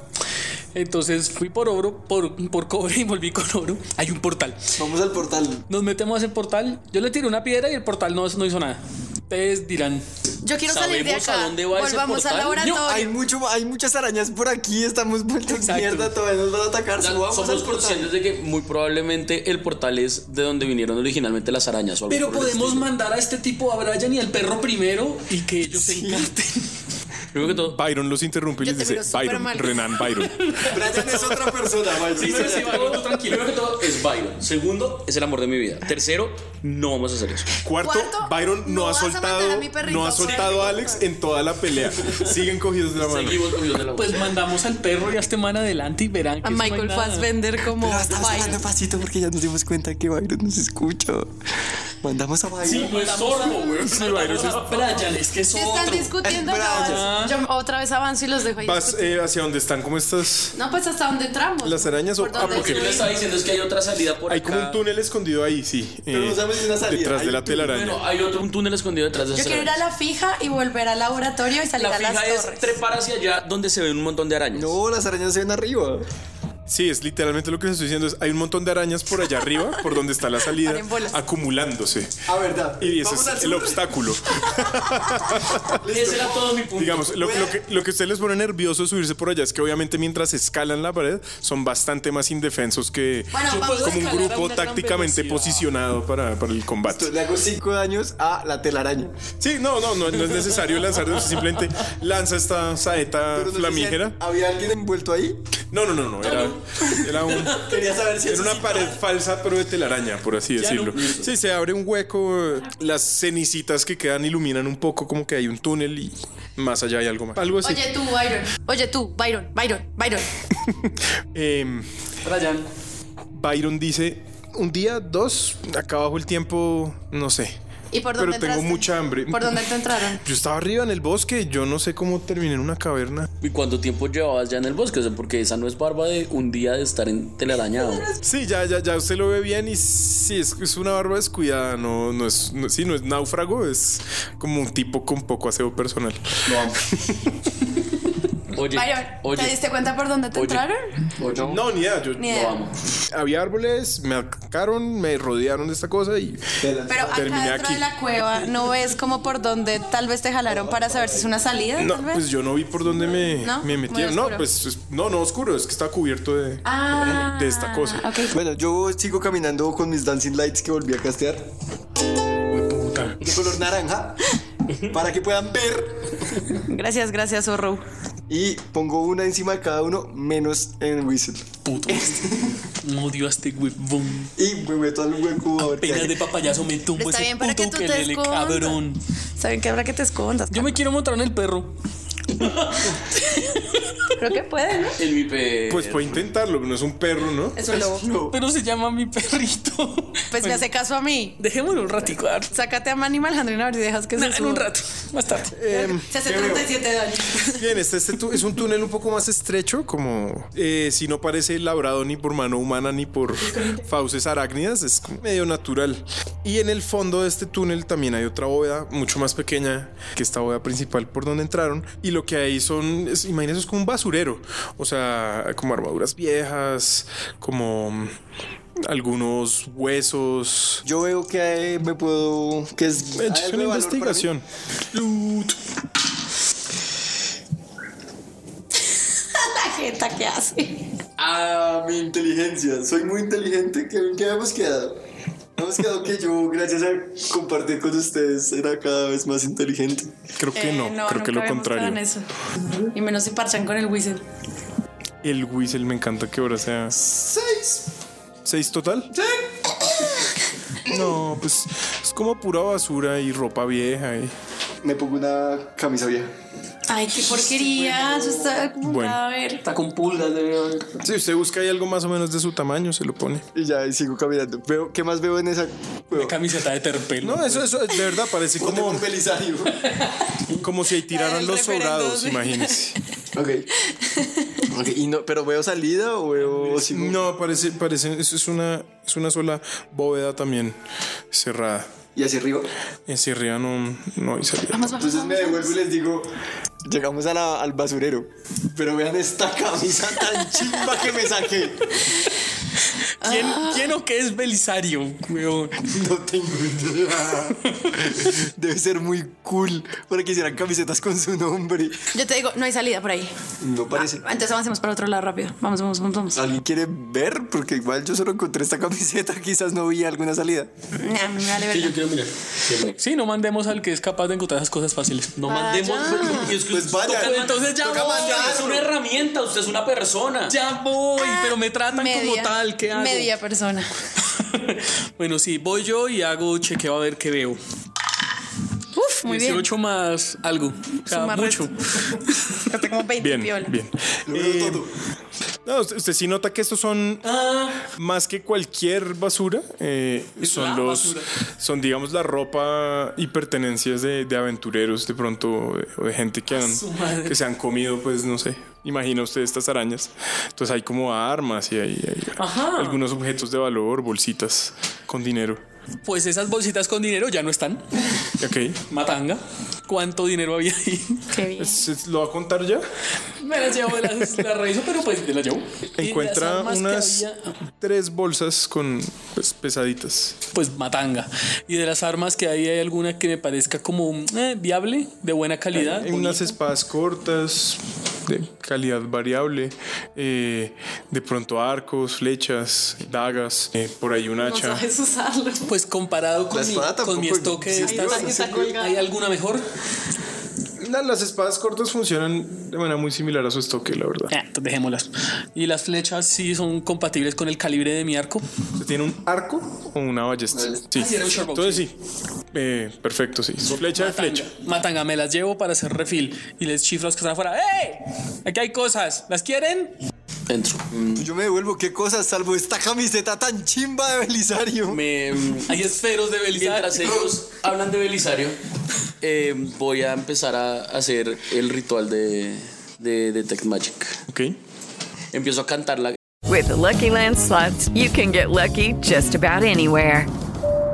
Speaker 6: Entonces fui por oro, por, por cobre y volví con oro. Hay un portal.
Speaker 5: Vamos al portal.
Speaker 6: Nos metemos a ese portal. Yo le tiré una piedra y el portal no, no hizo nada. Ustedes dirán.
Speaker 7: Yo quiero salir de
Speaker 6: ¿Sabemos
Speaker 7: acá.
Speaker 6: a dónde va ese
Speaker 7: Volvamos al
Speaker 6: portal?
Speaker 7: laboratorio.
Speaker 6: No,
Speaker 5: Hay, mucho, hay muchas arañas por aquí, estamos vueltos mierda, todavía nos van a atacar. Subamos al
Speaker 3: Somos
Speaker 5: portal.
Speaker 3: conscientes de que muy probablemente el portal es de donde vinieron originalmente las arañas. o algo
Speaker 6: Pero
Speaker 3: por el
Speaker 6: podemos mandar a este tipo a Brian y al perro primero y que ellos se encanten.
Speaker 4: Byron los interrumpe y
Speaker 6: Yo
Speaker 4: les
Speaker 6: te
Speaker 4: dice
Speaker 6: miro súper
Speaker 4: Byron,
Speaker 6: mal". [laughs]
Speaker 4: Renan, Byron.
Speaker 5: Brian es otra persona, Byron.
Speaker 3: Sí, sí, sí, Byron, tú tranquilo. Primero que todo es Byron. Segundo, es el amor de mi
Speaker 6: Ah.
Speaker 3: vida. Tercero, no vamos a hacer eso.
Speaker 4: Cuarto, Byron no, ha soltado, no ha soltado a Alex en toda la pelea. Siguen cogidos de la mano.
Speaker 6: Pues mandamos al perro y a este man adelante y verán que
Speaker 7: A
Speaker 6: eso no hay
Speaker 7: Michael
Speaker 6: nada.
Speaker 7: Fassbender como
Speaker 5: Pero estamos hablando pasito porque ya nos dimos cuenta que Byron nos escucha. Mandamos a Byron.
Speaker 6: Sí,
Speaker 3: pues.
Speaker 6: no es sorbo, güey.
Speaker 4: Pero Byron es-
Speaker 3: [laughs]
Speaker 6: Brian, es que es
Speaker 7: Si están
Speaker 6: otro.
Speaker 7: discutiendo, no, yo otra vez avanzo y los dejo ahí.
Speaker 4: Vas eh, hacia donde están como estas
Speaker 7: No, pues hasta donde entramos.
Speaker 4: las arañas o
Speaker 7: ¿Por dónde
Speaker 3: Porque yo le estaba diciendo es que hay otra salida por
Speaker 4: hay
Speaker 3: acá.
Speaker 4: como un túnel escondido ahí, sí. eh,
Speaker 3: Pero no sabes si una salida.
Speaker 4: Detrás
Speaker 3: Hay
Speaker 4: de la
Speaker 3: un túnel.
Speaker 4: telaraña.
Speaker 3: Bueno, hay otro un túnel escondido detrás de
Speaker 7: Yo
Speaker 3: esa
Speaker 7: quiero ir a la fija y volver al laboratorio y salir
Speaker 3: La
Speaker 7: a las
Speaker 3: fija
Speaker 7: torres.
Speaker 3: es trepar hacia allá donde se ven un montón de arañas.
Speaker 5: No, las arañas se ven arriba.
Speaker 4: Sí, es literalmente lo que les estoy diciendo. Es, hay un montón de arañas por allá arriba, por donde está la salida,
Speaker 5: Paren bolas.
Speaker 4: acumulándose.
Speaker 3: Ah,
Speaker 5: A verdad.
Speaker 4: Y ese
Speaker 5: Vamos al
Speaker 4: es
Speaker 5: sur.
Speaker 4: el obstáculo.
Speaker 3: Ese era todo mi punto.
Speaker 4: Digamos, lo, lo que, lo que a ustedes les pone nervioso de subirse por allá es que obviamente mientras escalan la pared son bastante más indefensos que
Speaker 5: Bueno,
Speaker 4: como
Speaker 5: vamos a
Speaker 4: un
Speaker 5: escalar a
Speaker 4: grupo
Speaker 5: una gran
Speaker 4: tácticamente
Speaker 5: velocidad.
Speaker 4: posicionado para, para el combate.
Speaker 5: Le hago cinco daños a la telaraña.
Speaker 4: Sí, no, no, no, no es necesario lanzar, no, simplemente lanza esta saeta
Speaker 5: Pero no sé si
Speaker 4: flamígera.
Speaker 5: ¿Había alguien envuelto ahí?
Speaker 4: No, no, no, no, era, era un...
Speaker 5: [laughs] Quería saber si
Speaker 4: Era una pared falsa, pero de telaraña, por así decirlo. Sí, se abre un hueco, eh, las cenicitas que quedan iluminan un poco, como que hay un túnel y más allá hay algo más. Algo así.
Speaker 7: Oye tú, Byron. Oye tú, Byron, Byron, Byron.
Speaker 4: Em, Byron dice, un día, dos, acá abajo el tiempo, no sé.
Speaker 7: ¿Y por
Speaker 4: pero
Speaker 7: dónde
Speaker 4: tengo
Speaker 7: entraste?
Speaker 4: mucha hambre.
Speaker 7: ¿Por dónde te entraron?
Speaker 4: Yo estaba arriba en el bosque, yo no sé cómo terminé en una caverna.
Speaker 3: ¿Y cuánto tiempo llevabas ya en el bosque? O sea, porque esa no es barba de un día de estar en telarañado.
Speaker 4: Sí, ya, ya, ya usted lo ve bien y sí, es, es una barba descuidada, no, no es, no- sí, no es náufrago, es como un tipo con poco aseo personal.
Speaker 3: Oye,
Speaker 7: Byron, ¿te diste cuenta por dónde te entraron?
Speaker 4: No, ni idea, yo
Speaker 7: Ni idea.
Speaker 4: lo amo. Había árboles, me atacaron, me rodearon de esta cosa y
Speaker 7: Pero acá
Speaker 4: terminé
Speaker 7: dentro
Speaker 4: aquí.
Speaker 7: de la cueva, ¿no ves como por dónde tal vez te jalaron para saber si es una salida?
Speaker 4: No,
Speaker 7: tal vez?
Speaker 4: pues yo no vi por dónde me,
Speaker 7: ¿No?
Speaker 4: me
Speaker 7: Muy
Speaker 4: metieron. No,
Speaker 7: oscuro.
Speaker 4: pues es- no, no oscuro, es que está cubierto de,
Speaker 7: Ah.
Speaker 4: de esta cosa.
Speaker 5: Bueno, yo sigo caminando con mis dancing lights que volví a castear. De color naranja. Para que puedan ver.
Speaker 7: Gracias, gracias, Zorro.
Speaker 5: Y pongo una encima de cada uno, menos en Whistle.
Speaker 6: Puto. Odio a este huevón.
Speaker 5: Y me meto al hueco a ver qué
Speaker 6: Penas
Speaker 5: hay.
Speaker 6: de papayazo me tumbo
Speaker 7: Está
Speaker 6: ese
Speaker 7: bien, para que
Speaker 6: puto
Speaker 7: tú te
Speaker 6: ukelele,
Speaker 7: escondas.
Speaker 6: cabrón.
Speaker 7: Saben que habrá que te escondas.
Speaker 6: Yo me quiero montar en el perro.
Speaker 7: Creo que puede, ¿no?
Speaker 3: El mi perro.
Speaker 4: Pues puede intentarlo, pero no es un perro, ¿no?
Speaker 7: Es un lobo.
Speaker 6: Pero se llama mi perrito.
Speaker 7: Pues me hace caso a mí.
Speaker 6: Dejémoslo un ratico. a ver.
Speaker 7: Sácate a Manny Malandrina a ver si dejas que se
Speaker 6: Nah, en un
Speaker 7: suba.
Speaker 6: rato. Más tarde.
Speaker 4: Eh,
Speaker 7: Se hace 37 daños.
Speaker 4: Bien, este, este tu- es un túnel un poco más estrecho, como eh, si no parece labrado ni por mano humana ni por fauces arácnidas, es como medio natural. Y en el fondo de este túnel también hay otra bóveda mucho más pequeña que esta bóveda principal por donde entraron. Y lo que hay son, es, imagínense, es como un basurero, o sea, como armaduras viejas, como mm, algunos huesos.
Speaker 5: Yo veo que hay- me puedo. que es.
Speaker 4: Echa una investigación.
Speaker 7: [laughs] La jeta que hace.
Speaker 5: Ah, mi inteligencia. Soy muy inteligente. ¿Qué, qué hemos quedado? Hemos quedado que yo, gracias a compartir con ustedes, era cada vez más inteligente.
Speaker 4: Creo
Speaker 7: Eh, nunca habíamos quedado en eso. Y menos si parchan con el whistle.
Speaker 4: El whistle me encanta que ahora sea.
Speaker 7: Seis.
Speaker 4: ¿Seis total? [laughs] No, pues es como pura basura y ropa vieja. Y...
Speaker 5: Me pongo una camisa vieja.
Speaker 7: Ay, qué porquería. Eso está como un
Speaker 4: Bueno.
Speaker 7: cadáver.
Speaker 4: Está con pulgas, de Si usted busca ahí algo más o menos de su tamaño, se lo pone.
Speaker 5: Y ya y sigo caminando. Veo, ¿Qué más veo en esa? Una
Speaker 6: camiseta de terpelo.
Speaker 4: No, eso, eso de verdad parece como.
Speaker 6: [laughs]
Speaker 5: un belisario.
Speaker 4: Como si ahí tiraran los sobrados,
Speaker 7: [laughs]
Speaker 4: imagínese.
Speaker 5: Ok. Ok, y no, ¿Pero veo salida o veo.?
Speaker 4: No, parece, parece, es es una, es una sola bóveda también cerrada.
Speaker 5: ¿Y hacia arriba?
Speaker 4: Hacia arriba no, no hay salida.
Speaker 5: Entonces me devuelvo y les digo, llegamos a la- al basurero, pero vean esta camisa
Speaker 6: [laughs]
Speaker 5: tan chimba que me saqué.
Speaker 6: ¿Quién, ¿Quién o qué es Belisario? weón?
Speaker 5: No tengo idea. Debe ser muy cool para que hicieran camisetas con su nombre.
Speaker 7: Yo te digo, no hay salida por ahí.
Speaker 5: No parece.
Speaker 7: Entonces avancemos para otro lado rápido. Vamos, vamos, vamos, vamos.
Speaker 5: ¿Alguien quiere ver? Porque igual yo solo encontré esta camiseta, [laughs] quizás no vi alguna salida.
Speaker 7: Nah, me vale verga.
Speaker 6: quiero mirar. Sí, no mandemos al que es capaz de encontrar esas cosas fáciles. No
Speaker 7: Vaya.
Speaker 6: mandemos. Y es que
Speaker 5: Pues vaya.
Speaker 6: toca- entonces ya
Speaker 5: Toca
Speaker 6: voy.
Speaker 5: mandarlo.
Speaker 6: Es una herramienta, usted es una persona. Ya voy,
Speaker 7: Ah.
Speaker 6: pero me tratan como
Speaker 7: Media-
Speaker 6: tal. ¿Qué hago?
Speaker 7: Media persona.
Speaker 6: Bueno, sí, voy yo y hago chequeo a ver qué veo.
Speaker 7: Uf, muy bien.
Speaker 6: 18 más algo. O sea,
Speaker 7: Suma
Speaker 6: mucho.
Speaker 7: Ya tengo 20
Speaker 4: Bien,
Speaker 7: piola.
Speaker 4: bien. Eh, no, usted, usted sí nota que estos son
Speaker 6: Ah.
Speaker 4: más que cualquier basura. eh, son los, son digamos la ropa y pertenencias de, de aventureros de pronto o de- o de gente que, han-
Speaker 6: su madre.
Speaker 4: que se han comido, pues no sé. Imagina usted estas arañas. Entonces hay como armas y hay, hay
Speaker 6: Ajá.
Speaker 4: algunos objetos de valor, bolsitas con dinero.
Speaker 6: Pues esas bolsitas con dinero ya no están.
Speaker 4: Ok.
Speaker 6: Matanga. ¿Cuánto dinero había ahí?
Speaker 4: Es- es- ¿Lo va a contar ya?
Speaker 6: Me las llevo, las, las reviso, pero pues me las llevo. Y las
Speaker 4: Encuentra
Speaker 6: armas que
Speaker 4: unas
Speaker 6: había-
Speaker 4: tres bolsas con pues, pesaditas.
Speaker 6: pues matanga. Y de las armas que hay, hay alguna que me parezca como eh, viable, de buena calidad.
Speaker 4: Hay unas espadas cortas de calidad variable, eh, de pronto arcos, flechas, dagas, eh, por ahí un hacha.
Speaker 6: usarlo. Pues comparado con
Speaker 4: La
Speaker 6: mi,
Speaker 4: espada
Speaker 6: con mi
Speaker 4: tampoco
Speaker 6: estoque de
Speaker 4: existe,
Speaker 6: estas,
Speaker 4: ¿no? Está
Speaker 6: ¿hay alguna mejor?
Speaker 4: La- las espadas cortas funcionan de manera muy similar a su estoque, la verdad.
Speaker 6: Ah, entonces dejémoslas. Y las flechas sí son compatibles con el calibre de mi arco.
Speaker 4: ¿Usted tiene un arco o una ballesta? Sí.
Speaker 6: Ah, sí, era un shortbow,
Speaker 4: Entonces sí. Eh, perfecto, sí. Flecha de flecha.
Speaker 6: Matanga, me las llevo para hacer refil y les chiflo a los que están afuera. ¡Ey! Aquí hay cosas. ¿Las quieren? Entro.
Speaker 5: Pues Yo me devuelvo, ¿qué cosas? Salvo esta camiseta tan chimba de Belisario.
Speaker 3: Hay esferos de Belisario. Em, Mientras ellos hablan de Belisario, eh, voy a empezar a hacer el ritual de, de Detect Magic.
Speaker 4: Ok.
Speaker 3: Empiezo a cantar la,
Speaker 13: With the Lucky Land slots, you can get lucky just about anywhere.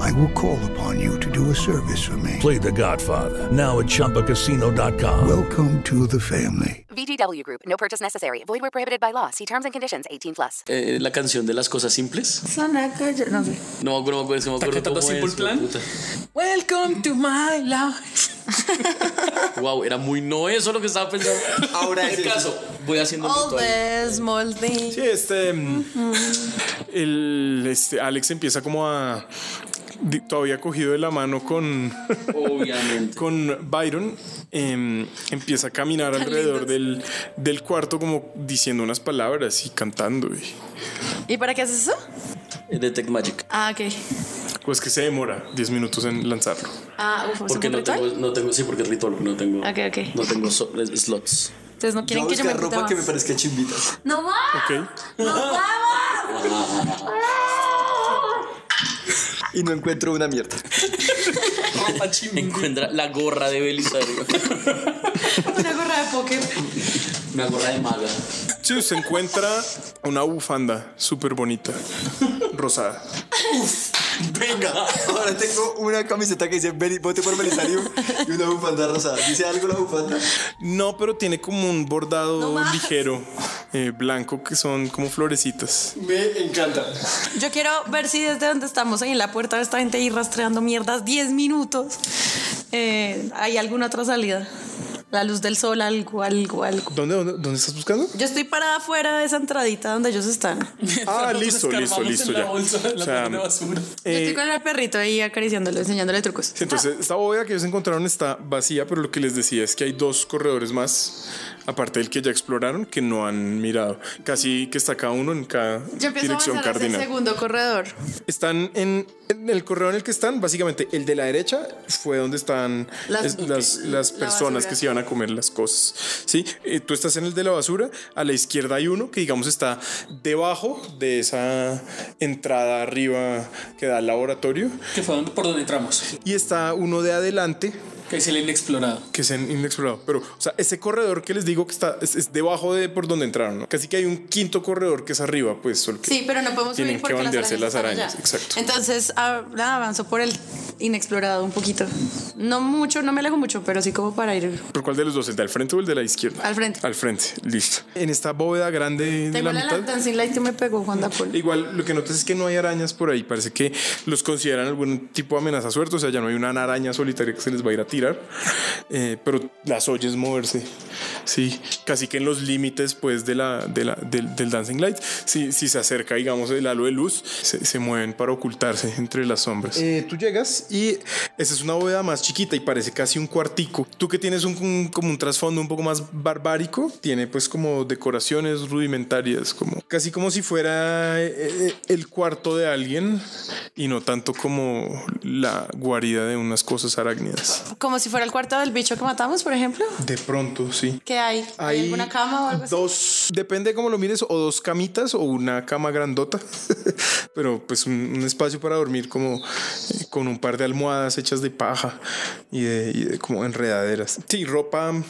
Speaker 14: I will call upon you to do a service for me.
Speaker 15: Play the Godfather now at ChumbaCasino.com.
Speaker 14: Welcome to the family.
Speaker 16: VGW Group. No purchase necessary. Void where prohibited by law. See terms and conditions. 18 plus.
Speaker 3: Eh, la canción de las cosas simples.
Speaker 7: Sanaca, yo no sé.
Speaker 3: No me acuerdo, no me acuerdo, no me acuerdo
Speaker 6: cantando
Speaker 3: cómo
Speaker 6: Simple
Speaker 3: es,
Speaker 6: Plan?
Speaker 3: puta.
Speaker 7: Welcome to my life.
Speaker 3: Wow, era muy no eso lo que estaba pensando. Ahora es caso. Voy haciendo
Speaker 7: All the small things.
Speaker 4: Sí, este. mm, El, este Alex empieza como a. di- Todavía cogido de la mano con. [laughs] Con Byron. em, empieza a caminar
Speaker 7: Tan
Speaker 4: alrededor del, del cuarto, como diciendo unas palabras y cantando. y-
Speaker 7: ¿Y para qué haces eso?
Speaker 3: Eh, de Tech Magic.
Speaker 7: Ah, ok.
Speaker 4: Pues que se demora 10 minutos en lanzarlo.
Speaker 7: Ah, uf, ¿es
Speaker 3: Porque
Speaker 7: un
Speaker 3: no
Speaker 7: ritual?
Speaker 3: tengo, no tengo, sí, porque es ritual, no tengo.
Speaker 7: Ok, ok.
Speaker 3: No tengo so- slots.
Speaker 7: Ustedes no quieren que yo me
Speaker 5: buscar ropa
Speaker 7: meta
Speaker 5: que me
Speaker 7: más.
Speaker 5: parezca chimbita.
Speaker 7: ¡No va!
Speaker 4: Ok.
Speaker 7: ¡No va!
Speaker 5: Y no encuentro una mierda.
Speaker 3: Encuentra la gorra de Belisario.
Speaker 7: [laughs] Una gorra de póker.
Speaker 3: Una gorra de maga.
Speaker 4: Sí, se encuentra una bufanda súper bonita, rosada.
Speaker 5: Venga, ahora tengo una camiseta que dice "Beli- vote por [laughs] Belisario y una bufanda rosada. ¿Dice algo la bufanda?
Speaker 4: No, pero tiene como un bordado ligero, eh, blanco, que son como florecitas.
Speaker 5: Me encanta.
Speaker 7: Yo quiero ver si desde donde estamos, ahí en la puerta de esta gente ahí rastreando mierdas 10 minutos, eh, hay alguna otra salida. La luz del sol, algo, algo, algo.
Speaker 4: ¿Dónde, dónde, dónde estás buscando?
Speaker 7: Yo estoy parada afuera de esa entradita donde ellos están.
Speaker 3: [laughs]
Speaker 4: Ah, listo, listo, listo ya. O sea,
Speaker 7: Yo estoy
Speaker 4: eh,
Speaker 7: con el perrito ahí acariciándolo, enseñándole trucos.
Speaker 4: entonces, esta bóveda que ellos encontraron está vacía, pero lo que les decía es que hay dos corredores más, aparte del que ya exploraron, que no han mirado. Casi que está cada uno en cada
Speaker 7: Ah, Yo empiezo a
Speaker 4: dirección
Speaker 7: avanzar hacia el
Speaker 4: cardinal.
Speaker 7: segundo corredor.
Speaker 4: Están en, en el correo en el que están, básicamente el de la derecha fue donde están
Speaker 7: Las-
Speaker 4: es- las, las
Speaker 7: La
Speaker 4: personas
Speaker 7: basura.
Speaker 4: que se iban a comer las cosas. ¿sí? Eh, tú estás en el de la basura, a la izquierda hay uno que digamos está debajo de esa entrada arriba que da al laboratorio.
Speaker 6: Que fue donde- por donde entramos.
Speaker 4: Y está uno de adelante.
Speaker 6: Que es el inexplorado.
Speaker 4: Que es en- inexplorado. Pero, o sea, ese corredor que les digo que está es, es debajo de por donde entraron. ¿no? Casi que hay un quinto corredor que es arriba, pues. solo que
Speaker 7: Sí, pero no podemos
Speaker 4: tienen
Speaker 7: subir porque
Speaker 4: que
Speaker 7: las
Speaker 4: bandearse
Speaker 7: arañas,
Speaker 4: las
Speaker 7: están
Speaker 4: arañas.
Speaker 7: allá.
Speaker 4: Exacto.
Speaker 7: Entonces, ah, nada, avanzo por el inexplorado un poquito. No mucho, no me alejo mucho, pero sí como para ir.
Speaker 4: ¿Por cuál de los dos? ¿El del frente o el de la izquierda?
Speaker 7: Al frente.
Speaker 4: Al frente, listo. En esta bóveda grande de
Speaker 7: Tengo
Speaker 4: la
Speaker 7: la
Speaker 4: mitad.
Speaker 7: dancing light que me pegó Juan Dapol.
Speaker 4: Igual lo que notas es que no hay arañas por ahí. Parece que los consideran algún tipo de amenaza suerte. O sea, ya no hay una araña solitaria que se les va a ir a tirar. Eh, pero las oyes moverse. Sí, casi que en los límites pues de la, de la- del, del Dancing Light. Si, si se acerca, digamos, el halo de luz, se, se mueven para ocultarse entre las sombras. Eh, tú llegas y esa es una bóveda más chiquita y parece casi un cuartico. Tú que tienes un, un- como un trasfondo un poco más barbárico, tiene pues como decoraciones rudimentarias, como casi como si fuera eh, eh, el cuarto de alguien y no tanto como la guarida de unas cosas arácnidas.
Speaker 7: Como si fuera el cuarto del bicho que matamos, por ejemplo.
Speaker 4: De pronto, sí.
Speaker 7: ¿Qué hay? ¿Hay
Speaker 4: Hay
Speaker 7: alguna cama o algo así?
Speaker 4: Dos, depende cómo lo mires, o dos camitas o una cama grandota, [laughs] pero pues un, un espacio para dormir como eh, con un par de almohadas hechas de paja y de, y de como enredaderas. Sí, ropa mm,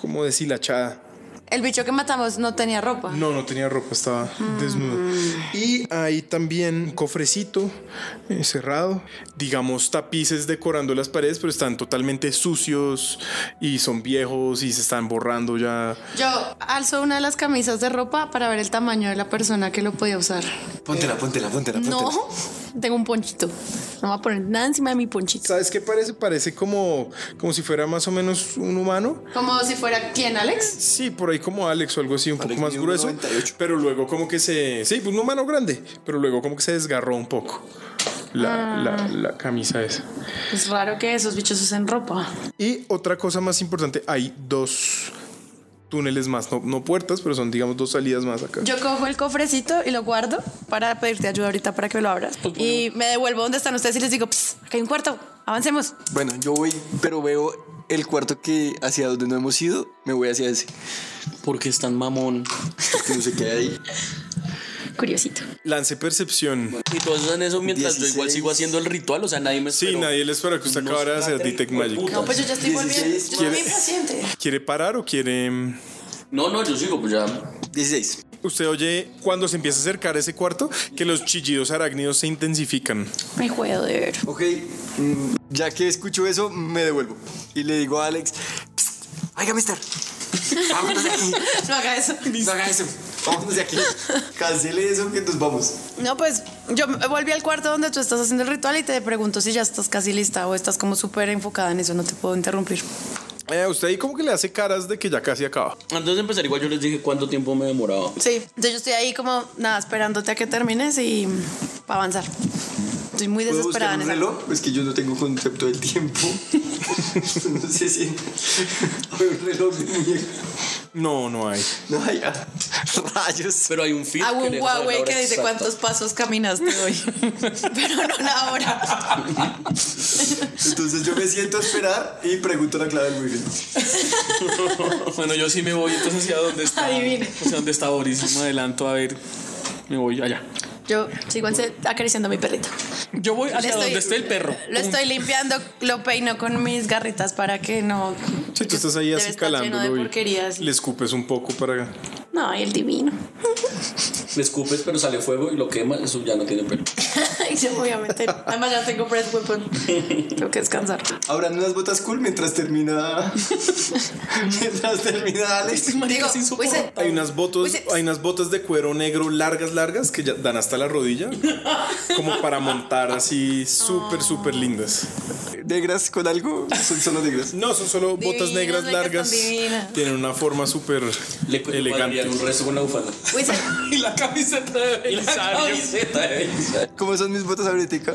Speaker 4: como deshilachada.
Speaker 7: El bicho que matamos no tenía ropa.
Speaker 4: No, no tenía ropa, estaba
Speaker 7: Mm.
Speaker 4: desnudo. Y hay también un cofrecito eh, cerrado, digamos tapices decorando las paredes, pero están totalmente sucios y son viejos y se están borrando ya.
Speaker 7: Yo alzo una de las camisas de ropa para ver el tamaño de la persona que lo podía usar.
Speaker 5: Póntela, póntela, póntela, póntela.
Speaker 7: No, tengo un ponchito. No voy a poner nada encima de mi ponchito.
Speaker 4: ¿Sabes qué parece? Parece como, como si fuera más o menos un humano.
Speaker 7: Como si fuera quién, Alex.
Speaker 4: Sí, por ahí como Alex o algo así, un poco más grueso. Pero luego como que se... Sí, pues un humano grande, pero luego como que se desgarró un poco la,
Speaker 7: Ah.
Speaker 4: la- la camisa esa.
Speaker 7: Es raro que esos bichos usen ropa.
Speaker 4: Y otra cosa más importante, hay dos túneles más, no, no puertas, pero son digamos dos salidas más acá.
Speaker 7: Yo cojo el cofrecito y lo guardo para pedirte ayuda ahorita para que lo abras. Y me devuelvo donde están ustedes y les digo, "Ps, acá hay un cuarto, avancemos.
Speaker 5: Bueno, yo voy, pero veo el cuarto que hacia donde no hemos ido, me voy hacia ese.
Speaker 3: Porque están mamón.
Speaker 5: Porque no sé qué hay ahí.
Speaker 7: Curiosito.
Speaker 4: Lance percepción.
Speaker 3: Y todos hacen eso mientras yo igual sigo haciendo el ritual. O sea, nadie me espera. Sí, nadie
Speaker 4: le espera que usted acabara de hacer Detect Magic.
Speaker 7: No, pues yo ya estoy volviendo. Yo estoy
Speaker 4: ¿Quiere-
Speaker 7: bien paciente.
Speaker 4: mm, ¿Quiere parar o quiere...?
Speaker 3: No, no, yo sigo, pues ya.
Speaker 5: 16.
Speaker 4: Usted oye cuando se empieza a acercar ese cuarto que los chillidos arácnidos se intensifican.
Speaker 7: Me joder.
Speaker 5: Ok, mm, ya que escucho eso, me devuelvo. Y le digo a Alex, "Psst, oiga, mister. Vámonos de aquí.
Speaker 7: [laughs] No haga eso.
Speaker 5: No haga eso. Vámonos de aquí. Cancele eso que nos vamos.
Speaker 7: No, pues yo volví al cuarto donde tú estás haciendo el ritual y te pregunto si ya estás casi lista o estás como súper enfocada en eso, no te puedo interrumpir.
Speaker 4: Eh, usted ahí como que le hace caras de que ya casi acaba.
Speaker 3: Antes de empezar, igual yo les dije cuánto tiempo me demoraba.
Speaker 7: Sí, entonces yo estoy ahí como nada, esperándote a que termines y mm, pa' avanzar. Estoy muy
Speaker 5: ¿Puedo
Speaker 7: desesperada
Speaker 5: buscar
Speaker 7: en
Speaker 5: un
Speaker 7: esa-
Speaker 5: reloj? Es que yo no tengo concepto del tiempo. [laughs] no sé si [laughs] hay un reloj de muñeca.
Speaker 4: No, no hay.
Speaker 5: No hay. ah, [laughs] Rayos.
Speaker 3: Pero hay un feed
Speaker 7: Hago un Huawei que dice cuántos pasos caminaste hoy, [laughs] pero no la hora.
Speaker 5: Entonces yo me siento a esperar y pregunto la clave del wifi.
Speaker 3: Ah.
Speaker 6: bueno, yo sí me voy entonces hacia donde está. Hacia donde está Boris. Me adelanto a ver. Me voy allá.
Speaker 7: Yo sigo ense- acariciando a mi perrito.
Speaker 6: Yo voy
Speaker 7: Le
Speaker 6: hacia
Speaker 7: estoy-
Speaker 6: donde esté el perro.
Speaker 7: Lo estoy limpiando, lo peino con mis garritas para que no.
Speaker 4: Sí, tú estás ahí así
Speaker 7: estar lleno de
Speaker 4: calándolo
Speaker 7: porquerías.
Speaker 4: y le escupes un poco para...
Speaker 7: No, el divino. [laughs]
Speaker 3: Le escupes, pero sale fuego y lo quema. Eso ya no tiene pelo.
Speaker 7: y yo obviamente. Además ya tengo press weapon. Tengo que descansar.
Speaker 5: Habrán unas botas cool mientras [laughs] termina. mientras termina Alex.
Speaker 7: Digo, pues, eh,
Speaker 4: Hay unas, botas, hay unas botas de cuero negro largas, largas que ya dan hasta la
Speaker 7: [laughs]
Speaker 4: rodilla, como para montar así súper,
Speaker 7: Ah.
Speaker 4: súper lindas.
Speaker 5: ¿Negras con algo? ¿Son solo negras?
Speaker 4: No, son solo botas
Speaker 7: Divinas,
Speaker 4: negras
Speaker 7: negras
Speaker 4: largas.
Speaker 7: tan divinas.
Speaker 4: Tienen una forma súper [laughs] elegante.
Speaker 3: un resto con la bufanda.
Speaker 7: pues, eh,
Speaker 6: [laughs] Y la camiseta de Belisario.
Speaker 5: ¿Cómo son mis botas ahorita?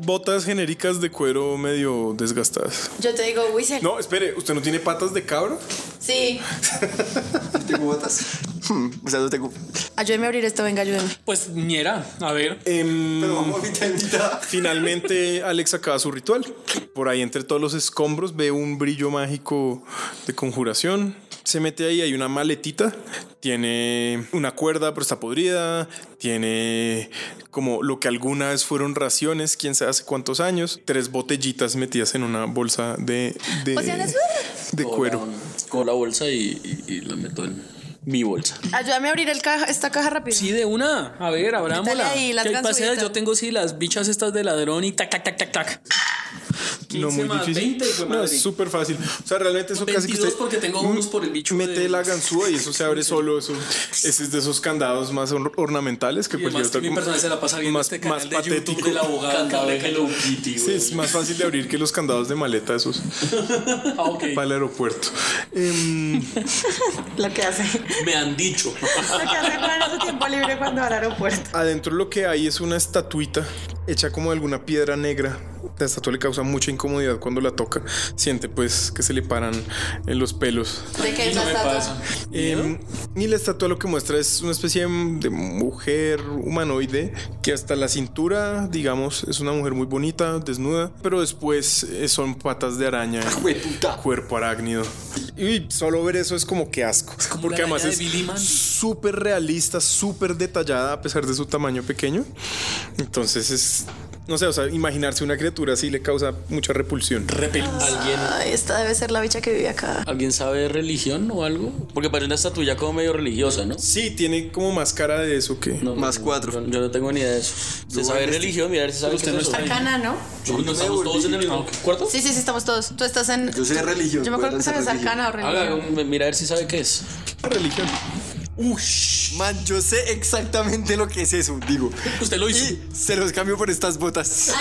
Speaker 4: Botas genéricas de cuero medio desgastadas.
Speaker 7: yo te digo, Whistle.
Speaker 4: No, espere, ¿usted no tiene patas de cabra?
Speaker 7: Sí.
Speaker 5: ¿Tengo botas? Hmm, o sea, no tengo.
Speaker 7: Ayúdeme a abrir esto, venga, ayúdeme.
Speaker 6: Pues niera, a ver.
Speaker 4: Pero vamos Em, Finalmente Alex acaba su ritual. Por ahí entre todos los escombros ve un brillo mágico de conjuración. Se mete ahí, hay una maletita. Tiene una cuerda, pero está podrida. Tiene como lo que alguna vez fueron raciones, quién sabe hace cuántos años. Tres botellitas metidas en una bolsa de, de,
Speaker 7: O sea, ¿les-
Speaker 4: de cuero.
Speaker 3: Con la bolsa y, y- y la meto en mi bolsa.
Speaker 7: Ayúdame a abrir el caja, esta caja rápido.
Speaker 6: Sí, de una. A ver, abrámosla.
Speaker 7: Métale ahí las
Speaker 6: ¿Qué hay
Speaker 7: ganzúas.
Speaker 6: paseadas? Yo tengo sí las bichas estas de ladrón y tac, tac, tac, tac, tac.
Speaker 4: No
Speaker 6: 15
Speaker 4: muy
Speaker 6: más
Speaker 4: difícil.
Speaker 6: 20, hijo de
Speaker 4: no,
Speaker 6: madre.
Speaker 4: es súper fácil. O sea, realmente eso casi que
Speaker 6: 22
Speaker 4: usted mm,
Speaker 6: porque tengo bonus por el bicho
Speaker 4: Mete
Speaker 6: de-
Speaker 4: la ganzúa y eso se abre solo. Eso, ese es de esos candados más or- ornamentales que
Speaker 3: Pues
Speaker 4: pues,
Speaker 6: Y además que mi personaje se la pasa viendo
Speaker 4: más,
Speaker 6: este canal
Speaker 4: más
Speaker 6: de YouTube
Speaker 4: patético.
Speaker 6: del abogado. Candado de Hello
Speaker 3: Kitty,
Speaker 4: Sí,
Speaker 3: [laughs]
Speaker 4: es más fácil de abrir que los candados de maleta esos
Speaker 6: Ah, ok.
Speaker 4: para el aeropuerto. Eh,
Speaker 7: Lo que hace.
Speaker 3: Me han dicho.
Speaker 7: Lo que hace para su tiempo libre cuando va al aeropuerto.
Speaker 4: Adentro lo que hay es una estatuita hecha como de alguna piedra negra. La estatua le causa mucha incomodidad cuando la toca. Siente pues que se le paran en los pelos.
Speaker 7: ¿De qué es la estatua?
Speaker 4: Eh, y la estatua lo que muestra es una especie de de mujer humanoide que hasta la cintura, digamos, es una mujer muy bonita, desnuda, pero después eh, son patas de araña,
Speaker 6: Ah,
Speaker 4: cuerpo arácnido. Y solo ver eso es como que asco. porque
Speaker 6: la
Speaker 4: además
Speaker 6: araña
Speaker 4: es
Speaker 6: de Billy Mandy.
Speaker 4: súper realista, súper detallada a pesar de su tamaño pequeño. Entonces es... No sé, o sea, imaginarse una criatura así le causa mucha repulsión.
Speaker 7: Ah.
Speaker 3: ¿Alguien,
Speaker 7: Ay, esta debe ser la bicha que vive acá.
Speaker 3: ¿Alguien sabe de religión o algo? Porque parece una estatuilla como medio religiosa, ¿no?
Speaker 4: Sí, tiene como más cara de eso que...
Speaker 5: Más cuatro.
Speaker 3: Yo, yo no tengo ni idea de eso. Usted sabe de religión, mira a ver si sabe
Speaker 4: Usted
Speaker 3: qué
Speaker 4: no
Speaker 3: es eso.
Speaker 7: Arcana, ¿no?
Speaker 3: Yo- ¿No estamos todos en el mismo cuarto?
Speaker 7: Sí, sí, sí, estamos todos. Tú estás en.
Speaker 3: Yo sé de religión,
Speaker 7: Yo me acuerdo que
Speaker 3: pueden
Speaker 7: sabes
Speaker 3: hacer
Speaker 7: arcana o
Speaker 3: Haga,
Speaker 7: religión.
Speaker 3: un- mira a ver si sabe qué es.
Speaker 4: Religión.
Speaker 5: Ush, man, yo sé exactamente lo que es eso, digo.
Speaker 6: Usted lo hizo.
Speaker 5: Y se los cambio por estas botas.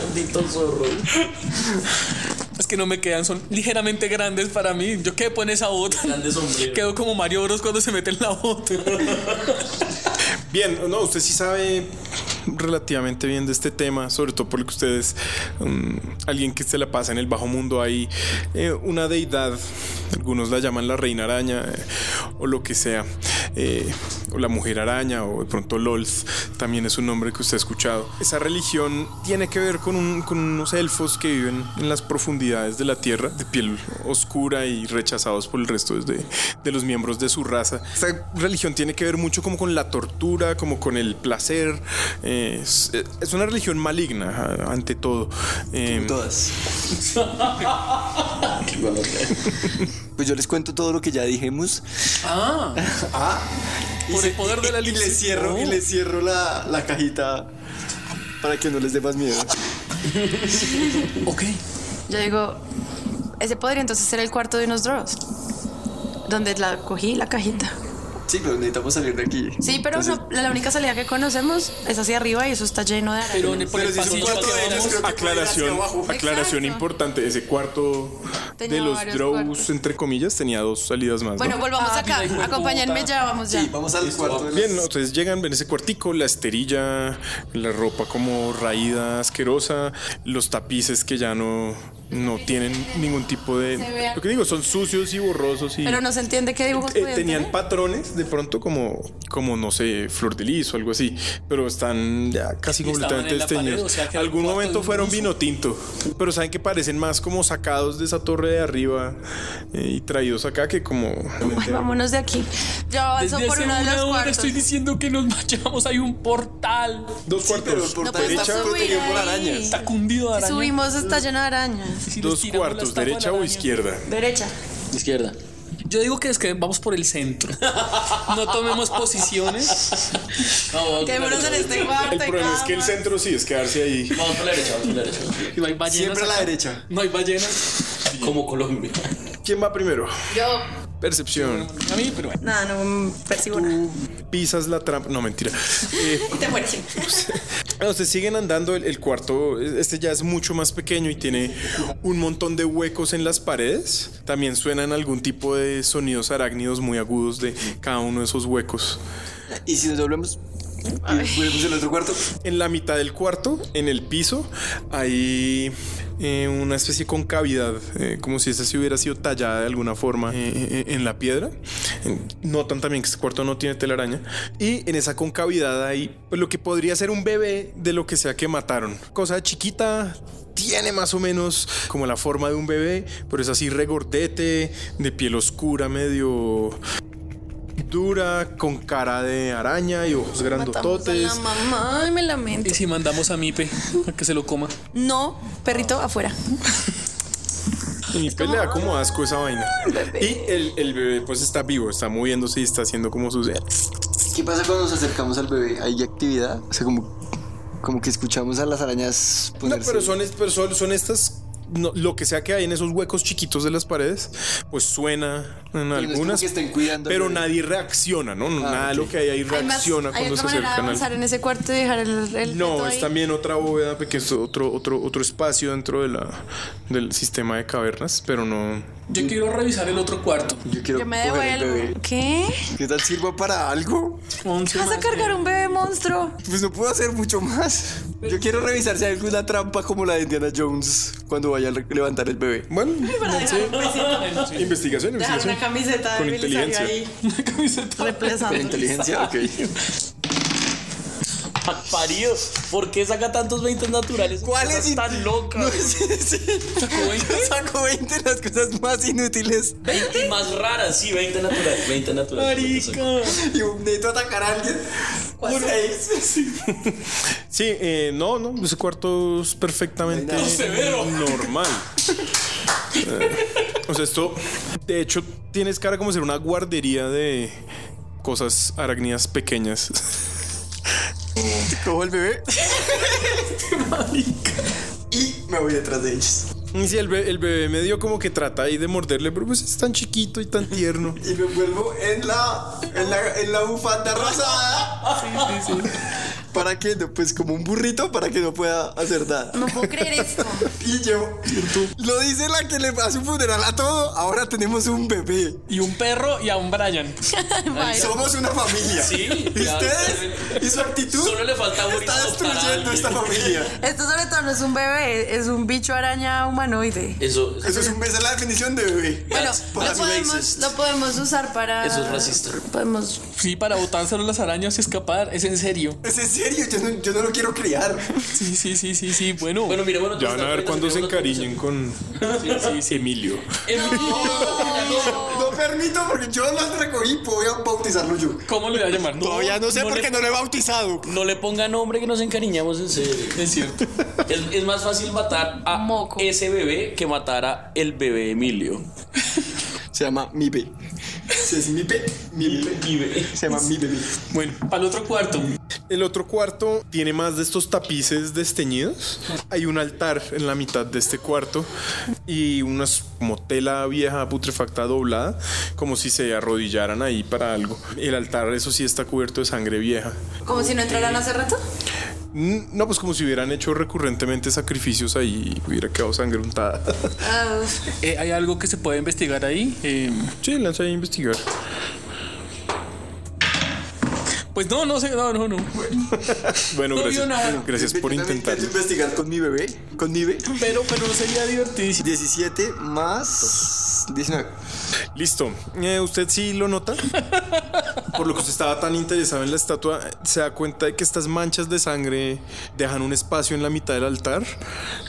Speaker 3: Maldito zorro.
Speaker 6: [laughs] Es que no me quedan, son ligeramente grandes para mí. Yo qué pone esa bota.
Speaker 3: Grandes sombreros.
Speaker 6: Quedo como Mario Bros cuando se mete en la
Speaker 3: [laughs]
Speaker 6: bota.
Speaker 4: Bien, no, usted sí sabe relativamente bien de este tema, sobre todo porque usted es mm, alguien que se la pasa en el bajo mundo. Hay eh, una deidad, algunos la llaman la reina araña eh, o lo que sea, eh, o la Mujer Araña o de pronto LOLs también es un nombre que usted ha escuchado. Esa religión tiene que ver con, un- con unos elfos que viven en las profundidades de la tierra, de piel oscura y rechazados por el resto de, de los miembros de su raza. Esta religión tiene que ver mucho como con la tortura, como con el placer. eh, es, es una religión maligna a- ante todo. Em,
Speaker 5: Pues yo les cuento todo lo que ya dijimos.
Speaker 6: Ah.
Speaker 5: Por el poder de la [laughs] Oh. y, le cierro, y le cierro la, la cajita para que no les dé más miedo.
Speaker 6: ok.
Speaker 7: Yo digo, ese podría entonces ser el cuarto de unos draws. Donde la cogí, la cajita.
Speaker 5: Sí, pero necesitamos salir de aquí.
Speaker 7: Sí, pero no, la única salida que conocemos es hacia arriba y eso está lleno de arañas.
Speaker 6: Pero por el pasillo hacia abajo.
Speaker 4: Aclaración, aclaración importante. Ese cuarto
Speaker 7: Tenía
Speaker 4: de los
Speaker 7: varios
Speaker 4: drows, entre comillas, tenía dos salidas más. ¿no?
Speaker 7: Bueno, volvamos
Speaker 6: Ah,
Speaker 7: acá. Acompáñenme ya, vamos ya.
Speaker 4: Bien, ¿no? ustedes llegan, ven ese cuartico, la esterilla, la ropa como raída, asquerosa, los tapices que ya no, no tienen ningún tipo de...
Speaker 7: Se ve-
Speaker 4: Lo que digo, son sucios y borrosos y...
Speaker 7: Pero no se entiende qué dibujos
Speaker 4: Eh,
Speaker 7: podían
Speaker 4: tenían
Speaker 7: tener.
Speaker 4: patrones de pronto como, como no sé, flor de lis o algo así, pero están ya casi
Speaker 6: Y estaban
Speaker 4: completamente
Speaker 6: en la pared,
Speaker 4: desteñidos.
Speaker 6: o sea que era
Speaker 4: Algún
Speaker 6: un cuarto de
Speaker 4: momento
Speaker 6: un
Speaker 4: fueron
Speaker 6: uso.
Speaker 4: vino tinto, pero saben que parecen más como sacados de esa torre de arriba eh, y traídos acá que como...
Speaker 7: Ay, vámonos de aquí. Yo avanzo
Speaker 6: Desde
Speaker 7: por
Speaker 6: hace
Speaker 7: uno de
Speaker 6: una
Speaker 7: los
Speaker 6: hora
Speaker 7: cuartos.
Speaker 6: estoy diciendo que nos [laughs] marchamos. Hay un portal.
Speaker 4: Dos cuartos.
Speaker 7: No pues puedes subir ahí.
Speaker 6: Está cundido de
Speaker 7: Si
Speaker 6: araña.
Speaker 7: subimos está lleno de arañas.
Speaker 4: Dos cuartos, derecha o izquierda.
Speaker 7: Derecha.
Speaker 3: Izquierda.
Speaker 6: Yo digo que es que vamos por el
Speaker 3: [laughs]
Speaker 6: centro. No tomemos posiciones.
Speaker 7: Quedémonos en este cuarto.
Speaker 4: El problema es que el centro sí es quedarse ahí.
Speaker 3: Vamos por la derecha, vamos por la derecha.
Speaker 6: No hay ballenas
Speaker 4: Siempre a la
Speaker 6: acá.
Speaker 4: derecha.
Speaker 6: No hay ballenas.
Speaker 3: Como Colombia.
Speaker 4: ¿Quién va primero?
Speaker 7: Yo,
Speaker 4: Percepción.
Speaker 6: A mí, pero bueno.
Speaker 7: nada, no percibo nada.
Speaker 4: Pisas la trampa. No, mentira. [laughs] Eh,
Speaker 7: Y te mueres.
Speaker 4: Ah, Ustedes siguen andando, el, el cuarto, este ya es mucho más pequeño y tiene un montón de huecos en las paredes. También suenan algún tipo de sonidos arácnidos muy agudos de cada uno de esos huecos.
Speaker 5: Y si nos doblamos, y volvemos al otro cuarto.
Speaker 4: En la mitad del cuarto, en el piso, hay eh, una especie de concavidad, eh, como si esta se hubiera sido tallada de alguna forma eh, eh, en la piedra. Notan también que este cuarto no tiene telaraña. Y en esa concavidad hay pues, lo que podría ser un bebé de lo que sea que mataron. Cosa chiquita. Tiene más o menos como la forma de un bebé, pero es así regordete, de piel oscura, medio dura, con cara de araña y ojos
Speaker 7: Matamos a
Speaker 4: grandototes.
Speaker 7: la mamá, ay, me lamento.
Speaker 6: Y si mandamos a Mipe a que se lo coma.
Speaker 7: No, perrito afuera.
Speaker 4: Y pues le da como
Speaker 5: "Ah,
Speaker 4: asco esa vaina. Y el, el bebé pues está vivo, está moviéndose y está haciendo como sus...
Speaker 5: ¿Qué pasa cuando nos acercamos al bebé? ¿Hay actividad? O sea, como, como que escuchamos a las arañas Pues
Speaker 4: No,
Speaker 5: ponerse...
Speaker 4: pero son, es- pero son, son estas... no, lo que sea que hay en esos huecos chiquitos de las paredes, pues suena en
Speaker 5: no es como
Speaker 4: algunas.
Speaker 5: que estén cuidando al
Speaker 4: pero
Speaker 5: bebé. Ah,
Speaker 4: nadie reacciona, ¿no? No, Nada de lo que hay ahí
Speaker 7: Hay más-
Speaker 4: reacciona
Speaker 7: hay
Speaker 4: cuando
Speaker 7: otra
Speaker 4: se
Speaker 7: manera de
Speaker 4: acercan al.
Speaker 7: avanzar en ese cuarto y dejar el, el feto
Speaker 4: No,
Speaker 7: ahí.
Speaker 4: es también otra bóveda, porque es otro, otro, otro espacio dentro de la, del sistema de cavernas, pero no.
Speaker 6: Yo quiero revisar el otro cuarto.
Speaker 5: Yo quiero
Speaker 7: Yo me
Speaker 5: coger el
Speaker 7: devuelvo.
Speaker 5: bebé.
Speaker 7: ¿Qué?
Speaker 5: ¿Qué tal sirva para algo?
Speaker 6: Once
Speaker 7: ¿Vas a
Speaker 6: más.
Speaker 7: cargar un bebé monstruo?
Speaker 5: Pues no puedo hacer mucho más. Yo quiero revisar si hay alguna trampa como la de Indiana Jones cuando vaya a re- levantar el bebé.
Speaker 4: Bueno,
Speaker 7: Para dejar un besito.
Speaker 4: investigación,
Speaker 7: Dejar
Speaker 4: investigación.
Speaker 7: una camiseta de
Speaker 4: Con
Speaker 7: Belisario
Speaker 4: inteligencia.
Speaker 7: ahí.
Speaker 6: Una camiseta.
Speaker 7: Reemplazando.
Speaker 5: [laughs] Con inteligencia, ok.
Speaker 3: Parido, ¿por qué saca tantos 20 naturales?
Speaker 5: ¿Cuáles?
Speaker 3: Estás tan loca.
Speaker 5: No, sí, sí. Yo saco 20 de las cosas más inútiles.
Speaker 3: 20 más raras, sí, 20 naturales. 20 naturales.
Speaker 5: Y necesito atacar a alguien. Por seis.
Speaker 4: Sí, eh, no, no, ese cuarto es perfectamente
Speaker 3: No, severo.
Speaker 4: normal. Eh, o sea, esto, de hecho, tienes cara como ser una guardería de cosas arácnidas pequeñas.
Speaker 5: Cojo el bebé. Y me voy detrás de ellos.
Speaker 4: Y sí, el, be- el bebé medio como que trata ahí de morderle, pero pues es tan chiquito y tan tierno.
Speaker 5: Y me vuelvo en la, en la, en la bufanda rosada.
Speaker 6: Sí, sí, sí.
Speaker 5: para que no, pues como un burrito para que no pueda hacer nada.
Speaker 7: No puedo creer esto.
Speaker 5: Y yo, lo dice la que le hace un funeral a todo. Ahora tenemos un bebé.
Speaker 6: Y un perro y a un Brian.
Speaker 5: Somos una familia.
Speaker 6: Sí.
Speaker 5: ¿Y ustedes? ¿Y su actitud?
Speaker 6: Solo le falta
Speaker 5: Está destruyendo esta familia.
Speaker 7: [laughs] Esto sobre todo no es un bebé, es un bicho araña humanoide.
Speaker 3: Eso,
Speaker 5: Eso es, un, esa es la definición de pues, bebé.
Speaker 7: Bueno,
Speaker 5: Para
Speaker 7: lo
Speaker 5: su
Speaker 7: podemos,
Speaker 5: exes.
Speaker 7: lo podemos usar para. Podemos.
Speaker 6: Sí, para botárselo a las arañas y escapar. Es en serio.
Speaker 5: Es en serio, yo no, yo no lo quiero criar.
Speaker 6: Sí, sí, sí, sí, sí. Bueno.
Speaker 3: Bueno, mira,
Speaker 4: Ya van a ver cuándo se encariñen con Emilio.
Speaker 5: [laughs] No, no permito porque yo los recogí. pues, Voy a bautizarlo yo.
Speaker 6: [laughs] ¿Cómo le voy a llamar?
Speaker 5: Todavía no sé por qué no lo he bautizado.
Speaker 3: No le ponga nombre que nos encariñamos en serio.
Speaker 6: Es cierto.
Speaker 3: Es, es más fácil matar a ese bebé que matar a el bebé Emilio.
Speaker 5: Se llama mi bebé. Sí, es mi bebé. Mi bebé. Se llama mi bebé.
Speaker 6: Bueno, al otro cuarto.
Speaker 4: El otro cuarto tiene más de estos tapices desteñidos. Hay un altar en la mitad de este cuarto y una como tela vieja putrefacta doblada, como si se arrodillaran ahí para algo. El altar, eso sí, está cubierto de sangre vieja.
Speaker 7: Como si no entraran hace rato.
Speaker 4: Mm, No, pues como si hubieran hecho recurrentemente sacrificios ahí y hubiera quedado sangre untada. [laughs]
Speaker 6: Eh, ¿Hay algo que se puede investigar ahí? Eh,
Speaker 4: sí, lanza ahí a investigar.
Speaker 6: Pues no, no sé. No, no, no.
Speaker 4: Bueno,
Speaker 6: No vio
Speaker 4: gracias.
Speaker 6: nada.
Speaker 4: Gracias por intentar.
Speaker 5: investigar con mi bebé. Con mi bebé.
Speaker 6: Pero, pero sería divertidísimo.
Speaker 5: 17 más 19.
Speaker 4: Listo. Eh, ¿Usted sí lo nota? Por lo que usted estaba tan interesado en la estatua, se da cuenta de que estas manchas de sangre dejan un espacio en la mitad del altar,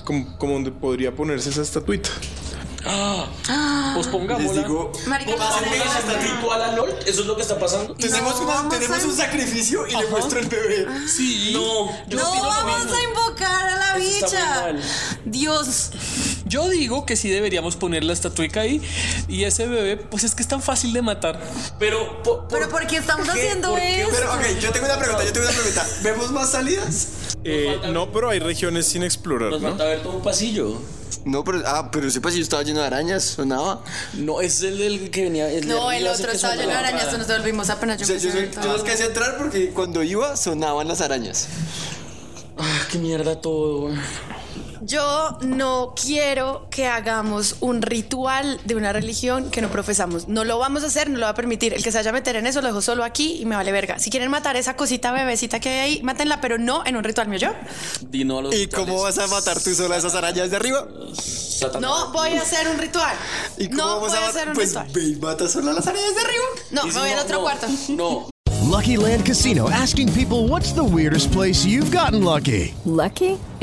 Speaker 4: como, como donde podría ponerse esa estatuita.
Speaker 6: Pues Pospongámosla.
Speaker 4: Les digo-
Speaker 7: Marica,
Speaker 3: Pongamos esta ritual a LOL, eso es lo que está pasando.
Speaker 5: Tenemos, como- tenemos un sacrificio y le muestro el bebé.
Speaker 6: Sí.
Speaker 3: No, yo
Speaker 7: No
Speaker 3: opino lo
Speaker 7: vamos
Speaker 3: mismo.
Speaker 7: a invocar a la
Speaker 6: Eso está
Speaker 7: bicha.
Speaker 6: muy mal.
Speaker 7: Dios.
Speaker 6: Yo digo que sí deberíamos poner la estatuica ahí y ese bebé, pues es que es tan fácil de matar.
Speaker 3: Pero,
Speaker 7: Pero ¿por qué estamos haciendo eso?
Speaker 5: Pero, ok, yo tengo una pregunta, yo tengo una pregunta. ¿Vemos más salidas?
Speaker 4: Eh, no, pero hay regiones sin explorar,
Speaker 3: Nos
Speaker 4: ¿no?
Speaker 3: falta ver todo un pasillo.
Speaker 5: No, pero, ah, pero sepa si yo estaba lleno de arañas, sonaba.
Speaker 3: No, es el, el que venía. el de
Speaker 7: No, el
Speaker 3: arriba, ese
Speaker 7: otro
Speaker 3: que
Speaker 7: estaba
Speaker 3: sonaba.
Speaker 7: lleno de arañas, eso nos devolvimos apenas yo
Speaker 5: O sea, yo,
Speaker 7: empecé a
Speaker 5: soy-
Speaker 7: ver
Speaker 5: yo los
Speaker 7: todo.
Speaker 5: quise entrar porque cuando iba sonaban las arañas.
Speaker 3: Ah, qué mierda todo.
Speaker 7: Yo no quiero que hagamos un ritual de una religión que no profesamos. No lo vamos a hacer, no lo va a permitir. El que se vaya a meter en eso lo dejo solo aquí y me vale verga. Si quieren matar esa cosita bebecita que hay ahí, mátenla, pero no en un ritual mío yo.
Speaker 3: Dino a los
Speaker 5: ¿Y cómo vas a matar tú sola esas arañas de arriba?
Speaker 7: No voy a hacer un ritual.
Speaker 5: ¿Y cómo
Speaker 7: No
Speaker 5: vamos a
Speaker 7: voy a
Speaker 5: matar?
Speaker 7: hacer un
Speaker 5: Pues
Speaker 7: ritual.
Speaker 5: ve y mata sola las arañas de arriba.
Speaker 7: No, me voy al otro cuarto.
Speaker 3: No.
Speaker 11: Lucky Land Casino asking people what's the weirdest place you've gotten lucky?
Speaker 13: Lucky?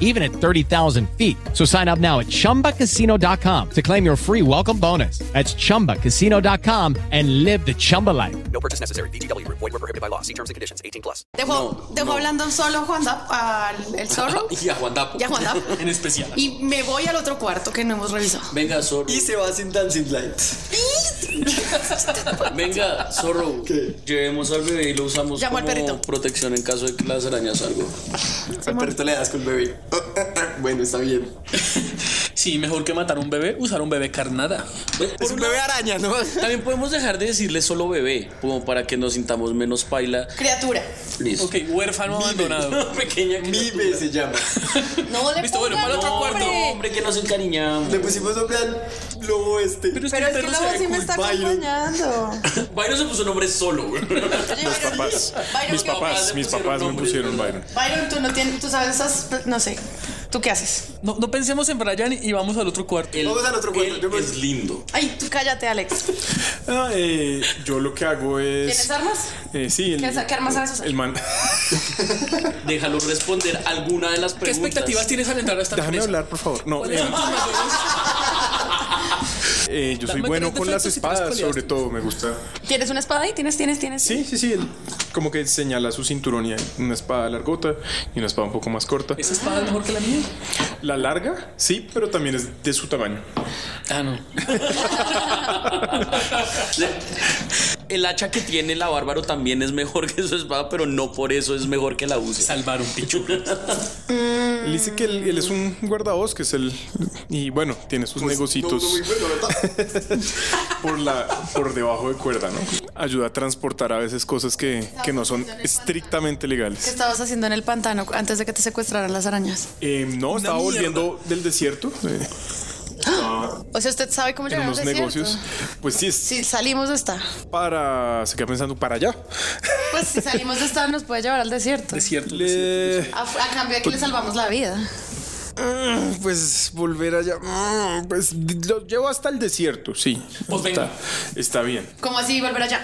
Speaker 9: even at 30,000 feet. So sign up now at chumbacasino.com to claim your free welcome bonus. That's chumbacasino.com and live the Chumba life.
Speaker 17: No purchase necessary. VGW Group. Void were prohibited by law. See terms and conditions. 18 plus.
Speaker 7: Dejo, dejo hablando solo Juan Dap, al el zorro
Speaker 3: Y a Juan Dapo.
Speaker 7: y a Juan Dap.
Speaker 3: [laughs] en especial.
Speaker 7: Y me voy al otro cuarto que no hemos revisado.
Speaker 3: [laughs]
Speaker 7: [laughs]
Speaker 3: Venga, zorro.
Speaker 5: Y se va sin Dancing Light.
Speaker 3: Venga, zorro. Llevemos al bebé y lo usamos
Speaker 7: Llamo al
Speaker 3: como
Speaker 7: perrito.
Speaker 3: protección en caso de que las arañas salgan.
Speaker 5: Al perrito le das con el bebé. [laughs] Bueno, está bien.
Speaker 6: Sí, mejor que matar un bebé, usar un bebé carnada.
Speaker 5: Es un bebé araña,
Speaker 7: [laughs]
Speaker 5: ¿no?
Speaker 3: También podemos dejar de decirle solo bebé, como para que nos sintamos menos paila.
Speaker 7: Criatura.
Speaker 3: Listo.
Speaker 6: Ok, huérfano
Speaker 3: [laughs]
Speaker 6: abandonado.
Speaker 3: Pequeña
Speaker 5: Vive se llama.
Speaker 7: No le
Speaker 6: Listo, bueno,
Speaker 7: pongan
Speaker 6: para el otro
Speaker 7: nombre.
Speaker 6: cuarto.
Speaker 3: Hombre, que nos encariñamos.
Speaker 5: Le pusimos nombre al lobo este.
Speaker 6: Pero es
Speaker 7: Pero
Speaker 6: que
Speaker 7: es que
Speaker 6: el
Speaker 7: la
Speaker 6: perro
Speaker 7: voz
Speaker 6: se
Speaker 7: sí
Speaker 6: ve
Speaker 7: me
Speaker 6: cool.
Speaker 7: está
Speaker 5: Byron.
Speaker 7: acompañando.
Speaker 3: Byron se puso nombre solo, güey.
Speaker 4: Mis papás. Mis papás, mis papás me pusieron Byron.
Speaker 7: Byron, tú no tienes, tú sabes esas, no sé. ¿Tú qué haces?
Speaker 6: [laughs] No, no pensemos en Brian y vamos al otro cuarto.
Speaker 5: Vamos al otro cuarto. Yo me-
Speaker 3: Es lindo.
Speaker 7: Ay, tú cállate, Alex.
Speaker 4: Ah, eh, yo lo que hago es.
Speaker 7: ¿Tienes armas?
Speaker 4: Eh, sí, el,
Speaker 7: ¿Qué, sa- qué armas sabes usar?
Speaker 4: el man.
Speaker 3: Déjalo responder alguna de las preguntas.
Speaker 6: ¿Qué expectativas tienes al entrar a esta
Speaker 4: Déjame
Speaker 6: empresa?
Speaker 4: hablar, por favor. No,
Speaker 6: ¿Cuáles
Speaker 4: eh,
Speaker 6: son tus
Speaker 3: [laughs]
Speaker 4: eh, yo soy
Speaker 6: Dame
Speaker 4: bueno
Speaker 6: tres
Speaker 4: con las
Speaker 6: defectos y tres
Speaker 4: espadas, sobre
Speaker 6: cualidades.
Speaker 4: todo, me gusta.
Speaker 7: ¿Tienes una espada ahí? ¿Tienes, tienes, tienes?
Speaker 4: Sí, sí, sí. él como que señala su cinturón y hay una espada largota y una espada un poco más corta.
Speaker 6: ¿Esa espada es mejor que la mía?
Speaker 4: La larga, sí, pero también es de su tamaño.
Speaker 6: Ah, [laughs] no.
Speaker 3: El hacha que tiene la bárbaro también es mejor que su espada, pero no por eso es mejor que la use.
Speaker 6: Salvar un picho.
Speaker 3: [laughs]
Speaker 4: Él dice que él, él es un guardabosques, él. Y bueno, tiene sus negocitos.
Speaker 5: no, muy bueno,
Speaker 4: [laughs] por, la, por debajo de cuerda, ¿no? Ayuda a transportar a veces cosas que, que no son estrictamente
Speaker 7: ¿Qué
Speaker 4: legales.
Speaker 7: estabas haciendo en el pantano antes de que te secuestraran las arañas?
Speaker 4: Eh, no, estaba
Speaker 7: mierda. Ah.
Speaker 4: volviendo del desierto. eh, estaba
Speaker 7: O sea, ¿usted sabe cómo
Speaker 4: en
Speaker 7: llegar al
Speaker 4: unos
Speaker 7: desierto?
Speaker 4: negocios. Pues sí, es
Speaker 7: Si salimos de esta.
Speaker 4: para. Se queda pensando para allá.
Speaker 7: Pues si salimos de esta nos puede llevar al desierto.
Speaker 4: Desierto.
Speaker 7: A, a cambio
Speaker 4: Pues-
Speaker 7: de que le salvamos la vida.
Speaker 4: Mm, Pues volver allá. Mm, Pues lo llevo hasta el desierto, sí. está, está bien.
Speaker 7: ¿Cómo así volver allá?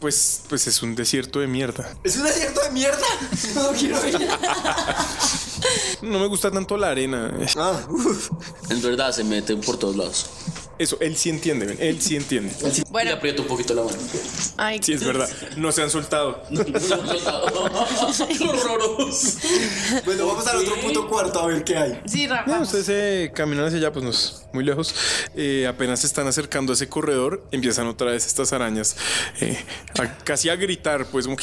Speaker 4: Pues, pues es un desierto de mierda.
Speaker 5: Es un desierto de mierda. Yo no quiero ir.
Speaker 4: No me gusta tanto la arena.
Speaker 5: Ah,
Speaker 3: Es verdad, se meten por todos lados.
Speaker 4: Eso, él sí entiende, ven, él sí entiende.
Speaker 7: Bueno.
Speaker 3: Le aprieto un poquito la
Speaker 7: [laughs]
Speaker 3: mano.
Speaker 7: [laughs] Ay,
Speaker 4: Sí, es verdad. No se han soltado.
Speaker 5: [laughs] Bueno, vamos al otro punto cuarto a ver qué hay.
Speaker 7: Sí, Rafa.
Speaker 4: No, ustedes eh, caminan hacia allá, pues no es muy lejos. Eh, apenas se están acercando a ese corredor, empiezan otra vez estas arañas eh, a- casi a gritar, pues. como-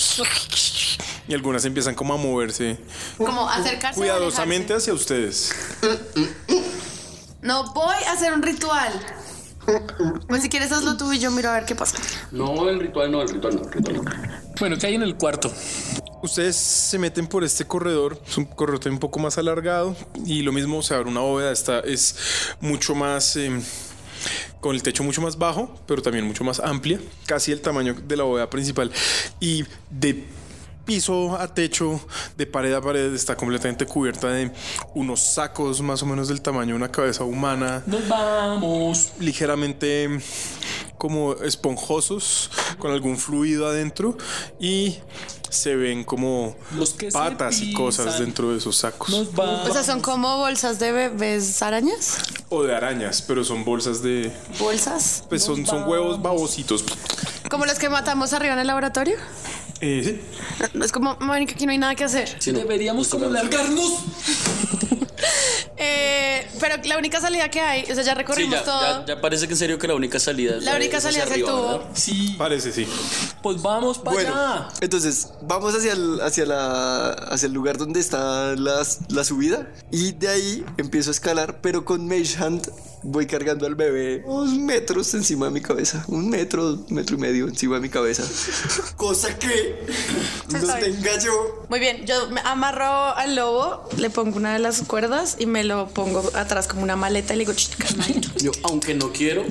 Speaker 4: Y algunas empiezan como a moverse
Speaker 7: Como acercarse. o
Speaker 4: cuidadosamente hacia ustedes.
Speaker 7: alejarse. No, voy a hacer un ritual. Pues si quieres hazlo tú y yo miro a ver qué pasa.
Speaker 3: No, el ritual no, el ritual no, el ritual no.
Speaker 4: Bueno, ¿qué hay en el cuarto? Ustedes se meten por este corredor, es un corredor un poco más alargado y lo mismo, se abre una bóveda, esta es mucho más, eh, con el techo mucho más bajo, pero también mucho más amplia, casi el tamaño de la bóveda principal. Y de piso a techo, de pared a pared, está completamente cubierta de unos sacos más o menos del tamaño de una cabeza humana.
Speaker 6: Nos vamos.
Speaker 4: Ligeramente eh, como esponjosos, con algún fluido adentro y se ven como
Speaker 6: Los que se
Speaker 4: patas y cosas
Speaker 6: pisan.
Speaker 4: dentro de esos sacos.
Speaker 7: O sea, son como bolsas de bebés arañas.
Speaker 4: O de arañas, pero son bolsas de...
Speaker 7: Bolsas.
Speaker 4: Pues son, son huevos babositos.
Speaker 7: Como los que matamos arriba en el laboratorio.
Speaker 4: Eh, sí.
Speaker 7: No, Es como, Mónica, aquí no hay nada que hacer.
Speaker 6: Deberíamos como largarnos.
Speaker 7: Eh, pero la única salida que hay, o sea, ya
Speaker 3: Sí,
Speaker 7: recorrimos
Speaker 3: ya,
Speaker 7: todo.
Speaker 3: ya, ya parece que en serio que la única salida es
Speaker 7: La única
Speaker 3: es hacia
Speaker 7: salida es el
Speaker 3: arriba,
Speaker 7: tubo.
Speaker 3: ¿verdad?
Speaker 6: Sí.
Speaker 4: Parece, sí.
Speaker 6: Pues vamos para
Speaker 5: Bueno,
Speaker 6: allá.
Speaker 5: entonces vamos hacia el, hacia la, hacia el lugar donde está las- la subida y de ahí empiezo a escalar, pero con Mage Hand voy cargando al bebé unos metros encima de mi cabeza, un metro, metro y medio encima de mi cabeza, [laughs] cosa que no tenga yo.
Speaker 7: Muy bien, yo me amarro al lobo, le pongo una de las cuerdas y me lo pongo atrás como una maleta y le digo, "Ch, calmadito".
Speaker 3: Yo, aunque no quiero,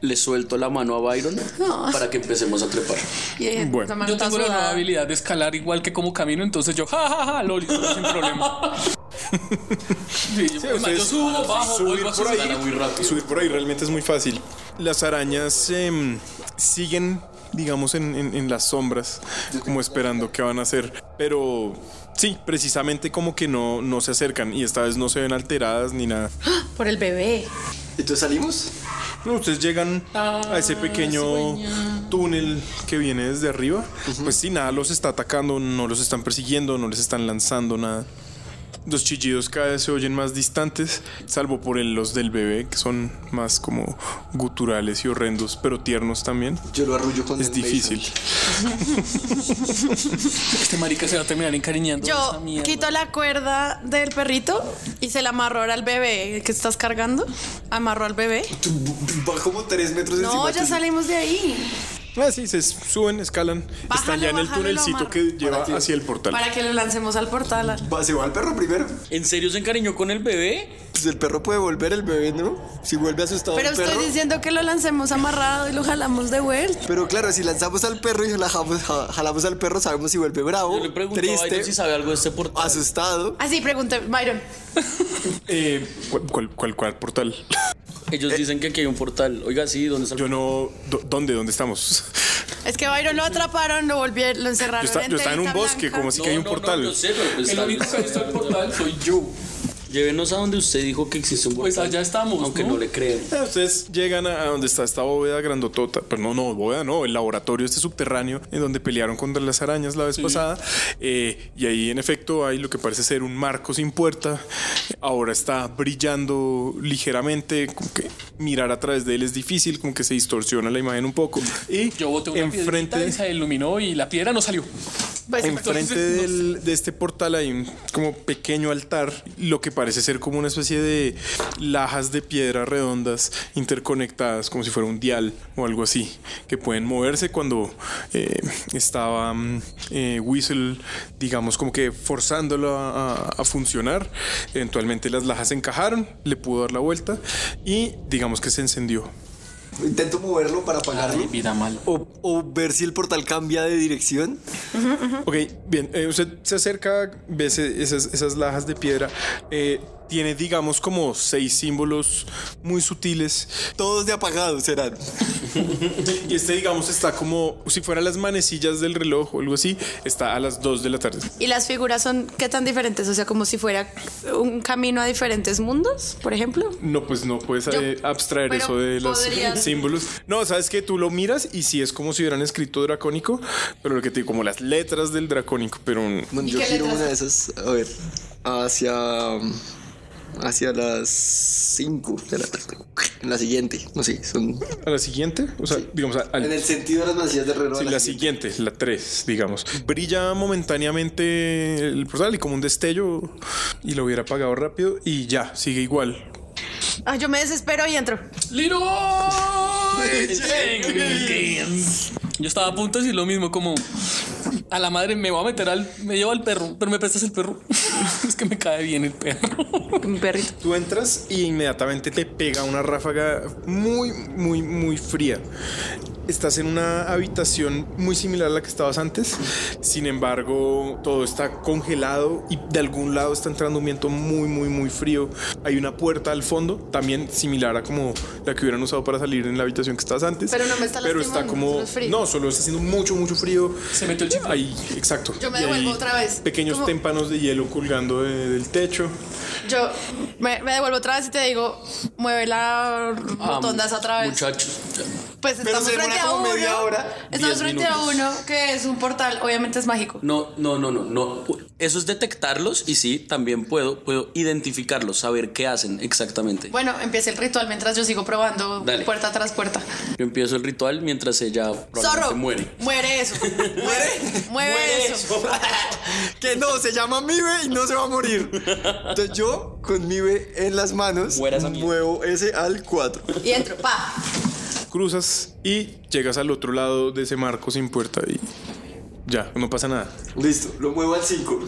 Speaker 3: le suelto la mano a Byron
Speaker 7: No.
Speaker 3: para que empecemos a trepar.
Speaker 4: [laughs]
Speaker 7: Y ella, esa mano
Speaker 6: yo
Speaker 7: está
Speaker 6: tengo la nueva
Speaker 7: sudada.
Speaker 6: habilidad de escalar igual que como camino, entonces yo, ja, ja, ja, loli, [laughs] sin problema. Sí, yo,
Speaker 4: ustedes
Speaker 6: yo subo, bajo,
Speaker 4: subir
Speaker 6: vuelvo a
Speaker 4: por
Speaker 6: subir.
Speaker 4: ahí, subir por ahí realmente es muy fácil. Las arañas em, siguen, digamos, en, en- en las sombras, como esperando qué van a hacer. Pero sí, precisamente como que no, no se acercan y esta vez no se ven alteradas ni nada.
Speaker 7: Por el bebé.
Speaker 5: Entonces salimos.
Speaker 4: No, ustedes llegan a
Speaker 7: Ah,
Speaker 4: ese pequeño túnel que viene desde arriba. Pues sí, nada los está atacando, no los están persiguiendo, no les están lanzando nada. Los chillidos cada vez se oyen más distantes, salvo por el- los del bebé, que son más como guturales y horrendos, pero tiernos también.
Speaker 5: Yo lo arrullo con
Speaker 4: Es
Speaker 5: el
Speaker 4: difícil.
Speaker 6: Este marica se va a terminar encariñando. de esa
Speaker 7: Yo
Speaker 6: mierda.
Speaker 7: quito la cuerda del perrito y se la amarro ahora al bebé que estás cargando. Amarro al bebé.
Speaker 5: Va como tres metros
Speaker 7: No,
Speaker 4: encima
Speaker 7: ya
Speaker 4: tuyo.
Speaker 7: salimos de ahí.
Speaker 4: Ah, sí, se suben, escalan. están ya en el
Speaker 7: bájalo y lo
Speaker 4: túnelcito que
Speaker 7: amarro.
Speaker 4: lleva
Speaker 5: Para
Speaker 4: hacia el portal.
Speaker 7: Para que lo lancemos al portal.
Speaker 5: Va- ¿Se va el perro primero?
Speaker 3: ¿En serio se encariñó con el bebé?
Speaker 5: Pues el perro puede volver, el bebé no. Si vuelve asustado
Speaker 7: Pero
Speaker 5: el
Speaker 7: estoy
Speaker 5: perro.
Speaker 7: diciendo que lo lancemos amarrado y lo jalamos de vuelta.
Speaker 5: Pero claro, si lanzamos al perro y jalamos, ja- jalamos al perro, sabemos si vuelve bravo,
Speaker 3: a Byron
Speaker 5: triste,
Speaker 3: si sabe algo de este portal.
Speaker 5: asustado.
Speaker 7: Así Ah, pregunté, Byron.
Speaker 4: Eh, ¿cuál- cuál, cuál, cuál portal?
Speaker 3: Ellos dicen que aquí hay un portal. Oiga, sí, ¿dónde está el
Speaker 4: Yo no. do- ¿Dónde? ¿Dónde estamos?
Speaker 7: Es que Byron lo atraparon, lo volvieron, lo encerraron.
Speaker 4: Yo, está-
Speaker 7: en
Speaker 4: yo estaba en un
Speaker 7: telita
Speaker 4: bosque,
Speaker 7: blanca.
Speaker 4: como así que hay un portal.
Speaker 3: yo sé, pero pues
Speaker 6: El
Speaker 3: tal
Speaker 6: único
Speaker 3: vez-
Speaker 6: que ha visto el portal soy yo.
Speaker 3: Llévenos a donde usted dijo que existe un portal. Pues allá estamos. Aunque no, le crean.
Speaker 4: Eh, Ustedes llegan a a donde está esta bóveda grandotota, pero no, no, bóveda no, el laboratorio este subterráneo en donde pelearon contra las arañas la vez pasada. Eh, y ahí en efecto hay lo que parece ser un marco sin puerta. Ahora está brillando ligeramente, como que mirar a través de él es difícil, como que se distorsiona la imagen un poco. Y
Speaker 6: yo boté una
Speaker 4: enfrente-
Speaker 6: piedrita y se iluminó y la piedra no salió.
Speaker 4: Enfrente del- de este portal hay un como pequeño altar, lo que parece ser como una especie de lajas de piedra redondas interconectadas, como si fuera un dial o algo así, que pueden moverse cuando eh, estaba mm, eh, Whistle, digamos, como que forzándolo a, a- a funcionar. Eventualmente las lajas se encajaron, le pudo dar la vuelta y digamos que se encendió.
Speaker 5: Intento moverlo para apagarlo.
Speaker 4: O, ver si el portal cambia de dirección. Ok, bien. eh, usted se acerca, ve ese- esas, esas lajas de piedra. eh, tiene, digamos, como seis símbolos muy sutiles. Todos de apagado serán. y este, digamos, está como si fueran las manecillas del reloj o algo así. Está a las 2 de la tarde.
Speaker 7: Y las figuras son qué tan diferentes, o sea, como si fuera un camino a diferentes mundos, por ejemplo.
Speaker 4: No, pues no puedes eh, abstraer
Speaker 7: pero
Speaker 4: eso de los [laughs]
Speaker 7: podría-
Speaker 4: símbolos. No, sabes que tú lo miras y sí es como si hubieran escrito dracónico, pero lo que te digo, como las letras del dracónico, pero un-
Speaker 5: Bueno, yo giro una de esas, a ver, hacia. um, hacia las 5 de la tarde. En la siguiente, no sé, son.
Speaker 4: ¿A la siguiente? O sea, digamos. al-
Speaker 5: En el sentido de las manecillas del reloj.
Speaker 4: Sí,
Speaker 5: a
Speaker 4: la,
Speaker 5: la siguiente.
Speaker 4: siguiente, la 3, digamos. Brilla momentáneamente el portal y como un destello y lo hubiera apagado rápido y ya, sigue igual.
Speaker 7: Ah, yo me desespero y entro.
Speaker 6: Yo estaba a punto de decir lo mismo, como a la madre me voy a meter al. Me llevo al perro, pero me prestas el perro. [laughs] es que me cae bien el perro.
Speaker 7: Un perrito.
Speaker 4: Tú entras y inmediatamente te pega una ráfaga muy, muy, muy fría. Estás en una habitación muy similar a la que estabas antes, sin embargo todo está congelado y de algún lado está entrando un viento muy, muy, muy frío. Hay una puerta al fondo, también similar a como la que hubieran usado para salir en la habitación que estabas antes.
Speaker 7: Pero no me está
Speaker 4: Pero está
Speaker 7: lastimando,
Speaker 4: como...
Speaker 7: solo es frío.
Speaker 4: No, solo está haciendo mucho, mucho frío. Se metió el chip. Ahí, exacto.
Speaker 7: Yo me
Speaker 4: Y hay
Speaker 7: devuelvo otra vez.
Speaker 4: Pequeños
Speaker 7: Como-
Speaker 4: témpanos de hielo colgando de- del techo.
Speaker 7: Yo me, me devuelvo otra vez y te digo, mueve la rotonda esa otra vez.
Speaker 3: Muchachos.
Speaker 7: Pues estamos
Speaker 3: Ah, se demora
Speaker 7: frente a
Speaker 3: como
Speaker 7: uno.
Speaker 3: media hora.
Speaker 7: Estamos
Speaker 3: Diez
Speaker 7: frente a uno que es un portal, obviamente es mágico.
Speaker 3: No, no, no, no, no. Eso es detectarlos y sí, también puedo, puedo identificarlos, saber qué hacen exactamente.
Speaker 7: Bueno, empieza el ritual mientras yo sigo probando
Speaker 3: Dale.
Speaker 7: puerta tras puerta.
Speaker 3: Yo empiezo el ritual mientras ella probablemente [laughs]
Speaker 7: Zorro.
Speaker 3: muere.
Speaker 7: Muere eso. muere. Mueve eso.
Speaker 3: [laughs]
Speaker 5: que no, se llama Mibe y no se va a morir. Entonces yo, con Mibe en las manos, muevo ese al 4.
Speaker 7: Y entro, pa.
Speaker 4: cruzas y llegas al otro lado de ese marco sin puerta y ya, no pasa nada.
Speaker 5: Listo, lo muevo al 5.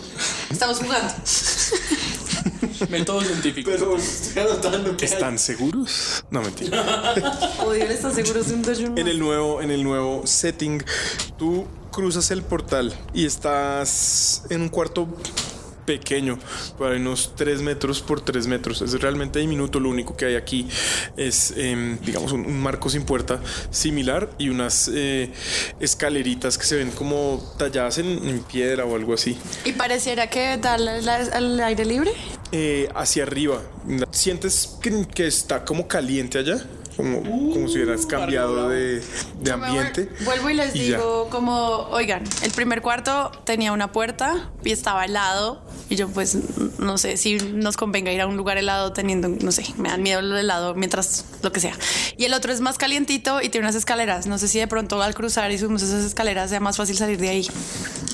Speaker 7: Estamos jugando.
Speaker 6: Método científico.
Speaker 5: Pero estoy anotando que.
Speaker 4: ¿Están seguros? No, mentira.
Speaker 7: [laughs] Odio estar seguro de un desayuno.
Speaker 4: En el nuevo, en el nuevo setting, tú cruzas el portal y estás en un cuarto pequeño, para unos 3 metros por 3 metros. Es realmente diminuto. Lo único que hay aquí es, em, digamos, un, un marco sin puerta similar y unas eh, escaleritas que se ven como talladas en- en piedra o algo así.
Speaker 7: Y pareciera que darle la- al aire libre.
Speaker 4: eh, hacia arriba. ¿Sientes que, que está como caliente allá? Como, como si
Speaker 7: Uh,
Speaker 4: hubieras cambiado de, de este ambiente.
Speaker 7: Vuelvo y les
Speaker 4: Y ya.
Speaker 7: digo como, oigan, el primer cuarto tenía una puerta y estaba helado. Y yo pues no sé si nos convenga ir a un lugar helado teniendo, no sé, me dan miedo el helado mientras lo que sea. Y el otro es más calientito y tiene unas escaleras. No sé si de pronto al cruzar y subimos esas escaleras sea más fácil salir de ahí.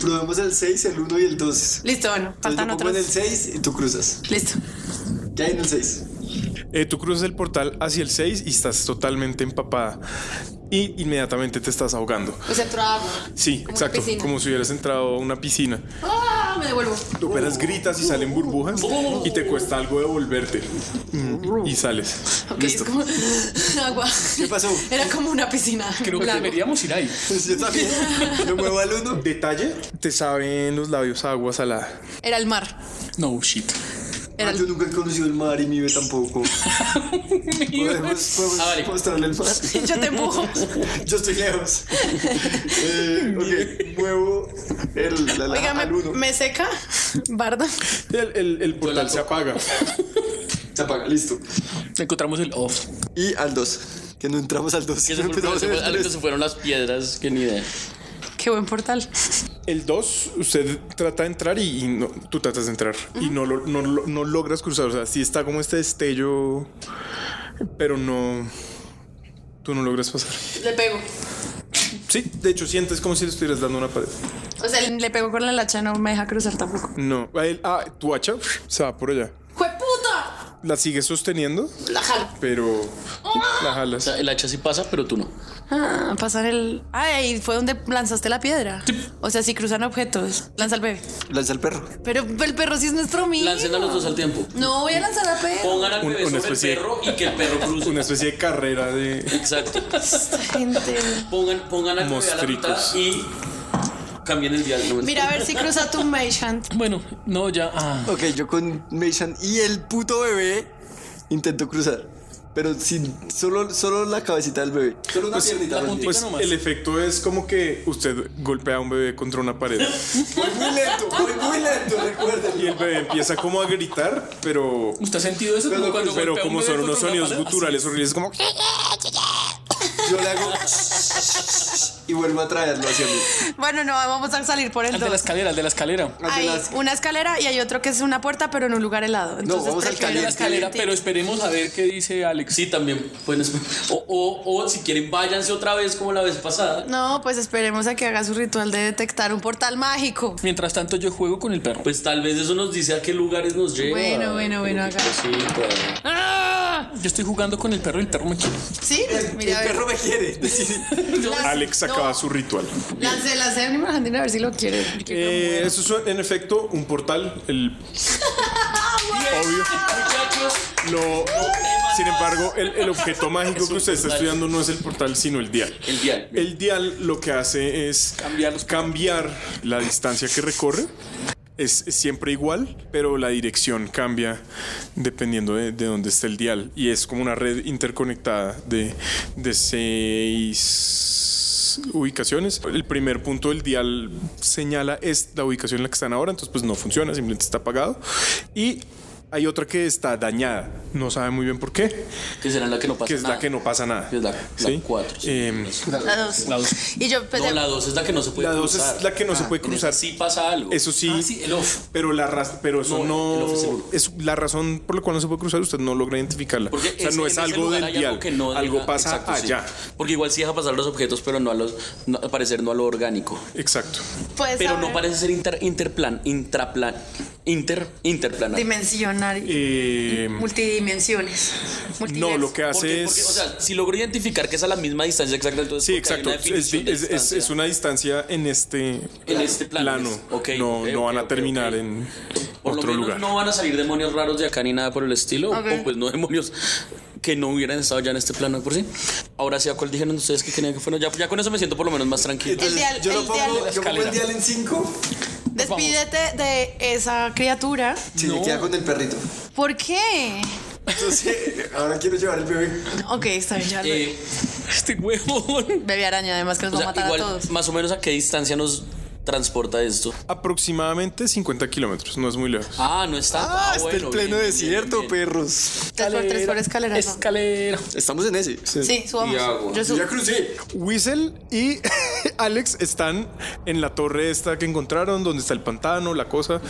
Speaker 5: Probemos el 6, el 1 y el 2.
Speaker 7: Listo, bueno,
Speaker 5: Entonces yo
Speaker 7: faltan
Speaker 5: pongo
Speaker 7: otros.
Speaker 5: en el 6 y tú cruzas.
Speaker 7: [laughs] Listo.
Speaker 5: ¿Qué hay en el 6?
Speaker 4: Eh, tú cruzas el portal hacia el 6 y estás totalmente empapada. Y inmediatamente te estás ahogando.
Speaker 7: Pues entro a agua.
Speaker 4: Sí,
Speaker 7: Como una
Speaker 4: exacto.
Speaker 7: piscina.
Speaker 4: Como si hubieras entrado a una piscina.
Speaker 7: ¡Ah! Me devuelvo.
Speaker 4: Tú apenas
Speaker 7: Uh.
Speaker 4: gritas y salen burbujas y te cuesta algo devolverte. Mm, Y sales.
Speaker 7: Ok, es como [laughs] agua. ¿Qué pasó? Era como una piscina.
Speaker 6: Creo que
Speaker 7: blanca.
Speaker 6: deberíamos ir ahí.
Speaker 5: [laughs] Yo también. Lo muevo al 1.
Speaker 4: Detalle, te saben los labios agua salada.
Speaker 7: Era el mar.
Speaker 4: No shit.
Speaker 5: Ah, yo nunca he conocido el mar y mi Ah, bebé [laughs] tampoco. ¿Podemos, podemos mostrarle el mar?
Speaker 7: Yo te empujo.
Speaker 5: [laughs] yo estoy lejos. [laughs] Eh, ok, muevo el, la, la-
Speaker 7: Oiga, ¿me,
Speaker 5: al uno.
Speaker 7: me seca? Barda.
Speaker 4: El, el, el portal se apaga.
Speaker 5: Se apaga, listo.
Speaker 6: Encontramos el off.
Speaker 5: Y al 2. Que no entramos al 2.
Speaker 3: oh, Que
Speaker 5: [laughs]
Speaker 3: se, fue- se fue- Alex, se fueron las piedras, que ni idea.
Speaker 7: Qué buen portal.
Speaker 4: El 2, usted trata de entrar y, y no, tú tratas de entrar y no, lo- no, lo- no logras cruzar. O sea, sí está como este destello, pero no. Tú no logras pasar.
Speaker 7: Le pego.
Speaker 4: Sí, de hecho, sientes como si le estuvieras dando una pared.
Speaker 7: O sea, le pego con la lacha, no me deja cruzar tampoco.
Speaker 4: No. Ah, el- ah, tu hacha pf, se va por allá.
Speaker 7: ¡Jueputa!
Speaker 4: La sigues sosteniendo,
Speaker 7: La jalo.
Speaker 4: pero la jalas.
Speaker 3: el hacha sí pasa, pero tú no.
Speaker 7: Ah, pasar el. Ah, ahí fue donde lanzaste la piedra. O sea, si cruzan objetos, lanza al bebé.
Speaker 5: Lanza al perro.
Speaker 7: Pero el perro sí es nuestro mío.
Speaker 3: Lancen a los dos Oh. al tiempo.
Speaker 7: No, voy a lanzar al perro.
Speaker 3: Pongan al
Speaker 4: Un-
Speaker 3: bebé
Speaker 4: una
Speaker 3: sobre el
Speaker 4: especie de-
Speaker 3: perro y que el
Speaker 4: [laughs]
Speaker 3: perro cruce.
Speaker 4: Una especie de carrera de.
Speaker 3: Exacto.
Speaker 7: Gente.
Speaker 3: Pongan, pongan al bebé a la
Speaker 4: Mostricos.
Speaker 3: mitad y cambien el diálogo.
Speaker 7: Mira, a ver si cruza tu Mage Hand.
Speaker 6: Bueno, no, ya. Ah.
Speaker 5: Ok, yo con Meishan y el puto bebé intento cruzar. Pero sin solo, solo la cabecita del bebé. Solo una piernita. más bien.
Speaker 4: Pues el efecto es como que usted golpea a un bebé contra una pared.
Speaker 5: Voy muy lento, voy muy lento, recuerden.
Speaker 4: Y el bebé empieza como a gritar, pero.
Speaker 6: ¿Usted ha sentido eso?
Speaker 4: Pero,
Speaker 6: Como
Speaker 4: pues,
Speaker 6: cuando
Speaker 4: pero
Speaker 6: golpea a un
Speaker 4: como
Speaker 6: bebé
Speaker 4: son unos
Speaker 6: contra una
Speaker 4: sonidos
Speaker 6: pared, así.
Speaker 4: guturales horribles, como.
Speaker 5: Yo le hago [laughs] y vuelvo a traerlo hacia mí.
Speaker 7: Bueno, no, vamos a salir por el
Speaker 6: El de la
Speaker 7: dos.
Speaker 6: escalera, el de la escalera.
Speaker 7: Hay una escalera y hay otro que es una puerta, pero en un lugar helado. Entonces, prefiero
Speaker 6: la
Speaker 7: la
Speaker 6: escalera, pero esperemos a ver qué dice Alex.
Speaker 3: Sí, también pueden. esp- O, o, o si quieren, váyanse otra vez como la vez pasada.
Speaker 7: No, pues esperemos a que haga su ritual de detectar un portal mágico.
Speaker 6: Mientras tanto, yo juego con el perro.
Speaker 3: Pues tal vez eso nos dice a qué lugares nos lleva.
Speaker 7: Bueno, bueno, bueno, haga.
Speaker 3: Cosita. pues.
Speaker 6: Yo estoy jugando con el perro y el perro me quiere.
Speaker 7: Sí, mira, a ver.
Speaker 5: me quiere. [laughs]
Speaker 4: Alex acaba su ritual.
Speaker 7: Lance, lance Animal Handling a ver si lo quiere.
Speaker 4: Eh, eso es en efecto un portal. [laughs] El, lo, sin embargo, el, el objeto mágico que usted está estudiando no es el portal, sino el dial.
Speaker 3: El dial.
Speaker 4: El dial lo que hace es cambiar, la distancia que recorre. Es es siempre igual, pero la dirección cambia dependiendo de, de dónde esté el dial. Y es como una red interconectada de, de seis ubicaciones. El primer punto del dial señala es la ubicación en la que están ahora, entonces pues no funciona, simplemente está apagado. Y hay otra que está dañada, no sabe muy bien por qué.
Speaker 3: Que será la que no pasa
Speaker 4: Que es la
Speaker 3: nada.
Speaker 4: que no pasa nada.
Speaker 3: Es la- la
Speaker 4: ¿Sí?
Speaker 3: cuatro, sí.
Speaker 4: Em,
Speaker 7: La dos.
Speaker 3: La dos.
Speaker 7: Y yo pues,
Speaker 3: No, la 2 es la que no se puede
Speaker 4: La dos
Speaker 3: cruzar. Ah,
Speaker 4: es la que no se puede
Speaker 3: en esa
Speaker 4: cruzar.
Speaker 3: Sí pasa algo.
Speaker 4: Eso sí,
Speaker 3: Ah, el off.
Speaker 4: pero la raz- pero eso
Speaker 3: No,
Speaker 4: no,
Speaker 3: el off es seguro.
Speaker 4: es la razón por la cual no se puede cruzar, usted no logra identificarla.
Speaker 3: Porque
Speaker 4: o sea,
Speaker 3: ese-
Speaker 4: no
Speaker 3: en
Speaker 4: es
Speaker 3: ese
Speaker 4: algo
Speaker 3: lugar
Speaker 4: del
Speaker 3: hay
Speaker 4: dial,
Speaker 3: que no
Speaker 4: algo
Speaker 3: deja-
Speaker 4: pasa
Speaker 3: exacto, sí.
Speaker 4: allá.
Speaker 3: Porque igual sí deja pasar los objetos, pero no a los, no- al parecer no a lo orgánico.
Speaker 4: Exacto.
Speaker 7: Pues,
Speaker 3: pero
Speaker 7: a
Speaker 3: no
Speaker 7: ver.
Speaker 3: parece ser inter- interplan, intraplan, inter, interplanar.
Speaker 7: dimensionar
Speaker 4: Eh,
Speaker 7: multidimensiones.
Speaker 4: no, lo que hace
Speaker 3: Porque-
Speaker 4: es
Speaker 3: porque, o sea, si logro identificar que es a la misma distancia exacta, entonces
Speaker 4: Sí,
Speaker 3: porque hay
Speaker 4: exacto.
Speaker 3: una
Speaker 4: Es,
Speaker 3: definición de
Speaker 4: es- es-
Speaker 3: distancia.
Speaker 4: es una distancia en este,
Speaker 3: En este plano, pues. Ok,
Speaker 4: no,
Speaker 3: ok,
Speaker 4: no
Speaker 3: ok,
Speaker 4: van a
Speaker 3: ok,
Speaker 4: terminar en
Speaker 3: Por
Speaker 4: otro
Speaker 3: lo menos
Speaker 4: lugar.
Speaker 3: no van a salir demonios raros de acá ni nada por el estilo.
Speaker 7: Ok.
Speaker 3: O pues no demonios que no hubieran estado ya en este plano de por sí. Ahora sí, ¿a cuál dijeron ustedes que querían que fueron? Ya, ya con eso me siento por lo menos más tranquilo.
Speaker 7: El dial,
Speaker 5: Yo lo
Speaker 7: el dial.
Speaker 5: pongo, yo pongo el dial en 5
Speaker 7: Despídete de esa criatura.
Speaker 5: si le queda con el perrito.
Speaker 7: ¿Por qué?
Speaker 5: Entonces, ahora quiero llevar el bebé.
Speaker 7: Ok, está bien, ya lo
Speaker 3: Eh,
Speaker 6: Este huevón.
Speaker 7: Bebé araña, además que nos
Speaker 3: o
Speaker 7: va a
Speaker 3: sea,
Speaker 7: matar
Speaker 3: igual,
Speaker 7: a todos.
Speaker 3: más o menos a qué distancia nos transporta esto.
Speaker 4: Aproximadamente 50 kilómetros, no es muy lejos.
Speaker 3: Ah, no está.
Speaker 5: Ah, está el pleno desierto, perros.
Speaker 7: Tres por tres por escalera. ¿no?
Speaker 6: Escalera.
Speaker 5: Estamos en ese.
Speaker 7: Sí, subamos. Yo subo.
Speaker 5: Ya crucé.
Speaker 4: Whistle y [laughs] Alex están en la torre esta que encontraron, donde está el pantano, la cosa.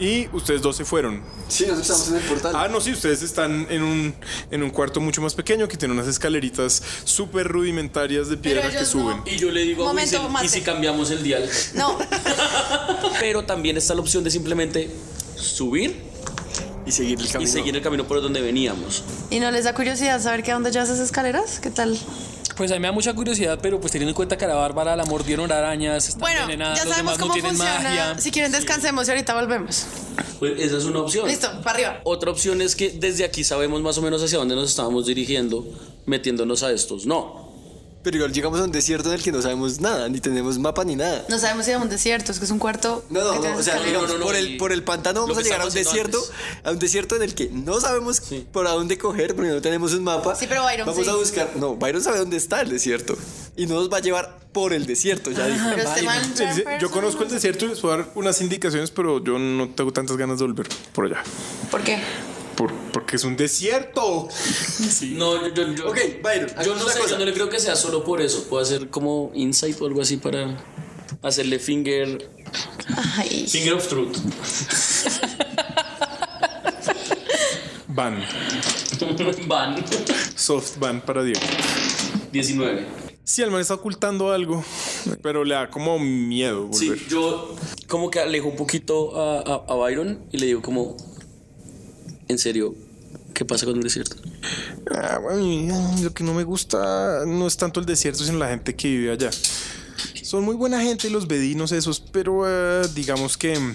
Speaker 4: Y ustedes dos se fueron.
Speaker 5: Sí, nosotros estamos en el portal.
Speaker 4: Ah, no, sí, ustedes están en un, en un cuarto mucho más pequeño que tiene unas escaleritas súper rudimentarias de piedra que
Speaker 7: ellos
Speaker 4: suben.
Speaker 3: Y yo le digo a
Speaker 7: Momento,
Speaker 3: Wiesel,
Speaker 7: mate.
Speaker 3: ¿y si cambiamos el dial? [laughs]
Speaker 7: No,
Speaker 5: [laughs]
Speaker 7: [laughs]
Speaker 3: Pero también está la opción de simplemente subir
Speaker 5: Y seguir el
Speaker 3: y
Speaker 5: camino.
Speaker 3: seguir el camino por donde veníamos.
Speaker 7: ¿y no les da curiosidad saber que a dónde ya esas escaleras? ¿Qué tal?
Speaker 6: Pues a mí me da mucha curiosidad, pero pues teniendo en cuenta que a la Bárbara la mordieron arañas, está
Speaker 7: Bueno,
Speaker 6: envenenada,
Speaker 7: ya
Speaker 6: los
Speaker 7: sabemos
Speaker 6: demás no
Speaker 7: cómo
Speaker 6: tienen
Speaker 7: funciona.
Speaker 6: magia.
Speaker 7: Si quieren, descansemos y ahorita volvemos.
Speaker 3: Pues esa es una opción.
Speaker 7: Listo, para arriba.
Speaker 3: Otra opción es que desde aquí sabemos más o menos hacia dónde nos estábamos dirigiendo, metiéndonos a estos. No.
Speaker 5: Pero igual llegamos a un desierto en el que no sabemos nada, ni tenemos mapa ni nada.
Speaker 7: No sabemos si es un desierto, es que es un cuarto.
Speaker 5: No, no, no,
Speaker 7: Entonces,
Speaker 5: o sea,
Speaker 7: claro.
Speaker 5: digamos, por, el, por el pantano vamos
Speaker 7: que
Speaker 5: a llegar a un
Speaker 7: estábamos haciendo
Speaker 5: desierto, a un desierto en el que no sabemos por a dónde coger porque no tenemos un mapa.
Speaker 7: Sí, pero Byron
Speaker 5: Vamos
Speaker 7: sí.
Speaker 5: a buscar, no, Byron sabe dónde está el desierto y no nos va a llevar por el desierto, ya dijo.
Speaker 7: pero este man, John
Speaker 4: Sí, Yo
Speaker 7: Person,
Speaker 4: conozco el desierto y les puedo dar unas indicaciones, pero yo no tengo tantas ganas de volver por allá.
Speaker 7: ¿Por qué?
Speaker 4: Por- porque es un desierto.
Speaker 3: No, yo, yo, yo- yo no
Speaker 4: una
Speaker 3: sé,
Speaker 4: cosa.
Speaker 3: yo no le creo que sea solo por eso. Puedo hacer como insight o algo así para hacerle finger. Finger of truth.
Speaker 4: Van.
Speaker 3: [laughs] Van.
Speaker 4: Soft van para Diego.
Speaker 3: 19.
Speaker 4: Sí, el man está ocultando algo, pero le da como miedo
Speaker 3: Sí,
Speaker 4: volver.
Speaker 3: yo como que alejo un poquito a, a- a Byron y le digo como, en serio, ¿qué pasa con el desierto?
Speaker 4: Ah, mami, lo que no me gusta no es tanto el desierto, sino la gente que vive allá. Son muy buena gente los vecinos esos, pero eh, digamos que mm,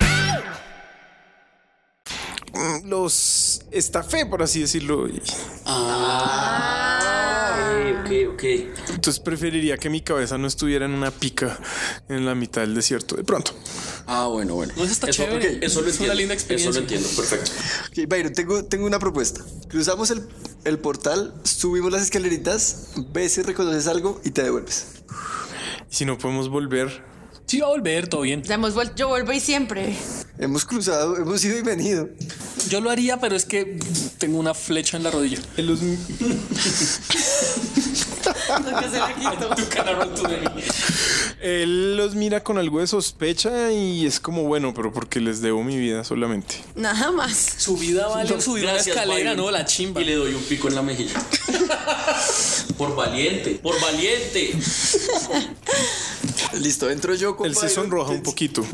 Speaker 4: mm, los estafé, por así decirlo. y-
Speaker 3: Ah, Ok, ok.
Speaker 4: Entonces preferiría que mi cabeza no estuviera en una pica en la mitad del desierto, de pronto.
Speaker 3: Ah, bueno, bueno.
Speaker 6: No, eso está
Speaker 3: Eso-
Speaker 6: chévere.
Speaker 3: ok, eso lo
Speaker 6: es una
Speaker 3: entiendo,
Speaker 6: linda experiencia.
Speaker 3: eso lo entiendo, perfecto.
Speaker 5: Ok, Byron, tengo, tengo una propuesta. Cruzamos el, el portal, subimos las escaleritas, ves si reconoces algo y te devuelves.
Speaker 4: Y si no podemos volver.
Speaker 6: Sí, va a volver, todo bien.
Speaker 7: Ya hemos vuelto, yo vuelvo y siempre.
Speaker 5: Hemos cruzado, hemos ido y venido.
Speaker 6: Yo lo haría, pero es que tengo una flecha en la rodilla.
Speaker 4: En los... Él los mira con algo de sospecha y es como, bueno, pero porque les debo mi vida solamente.
Speaker 7: Nada más. Su
Speaker 6: vida vale subir una escalera, ¿no? La chimba.
Speaker 3: Y le doy un pico en la mejilla.
Speaker 6: [laughs]
Speaker 3: por valiente, por valiente.
Speaker 5: Listo, entro yo con
Speaker 4: Él se sonroja un poquito.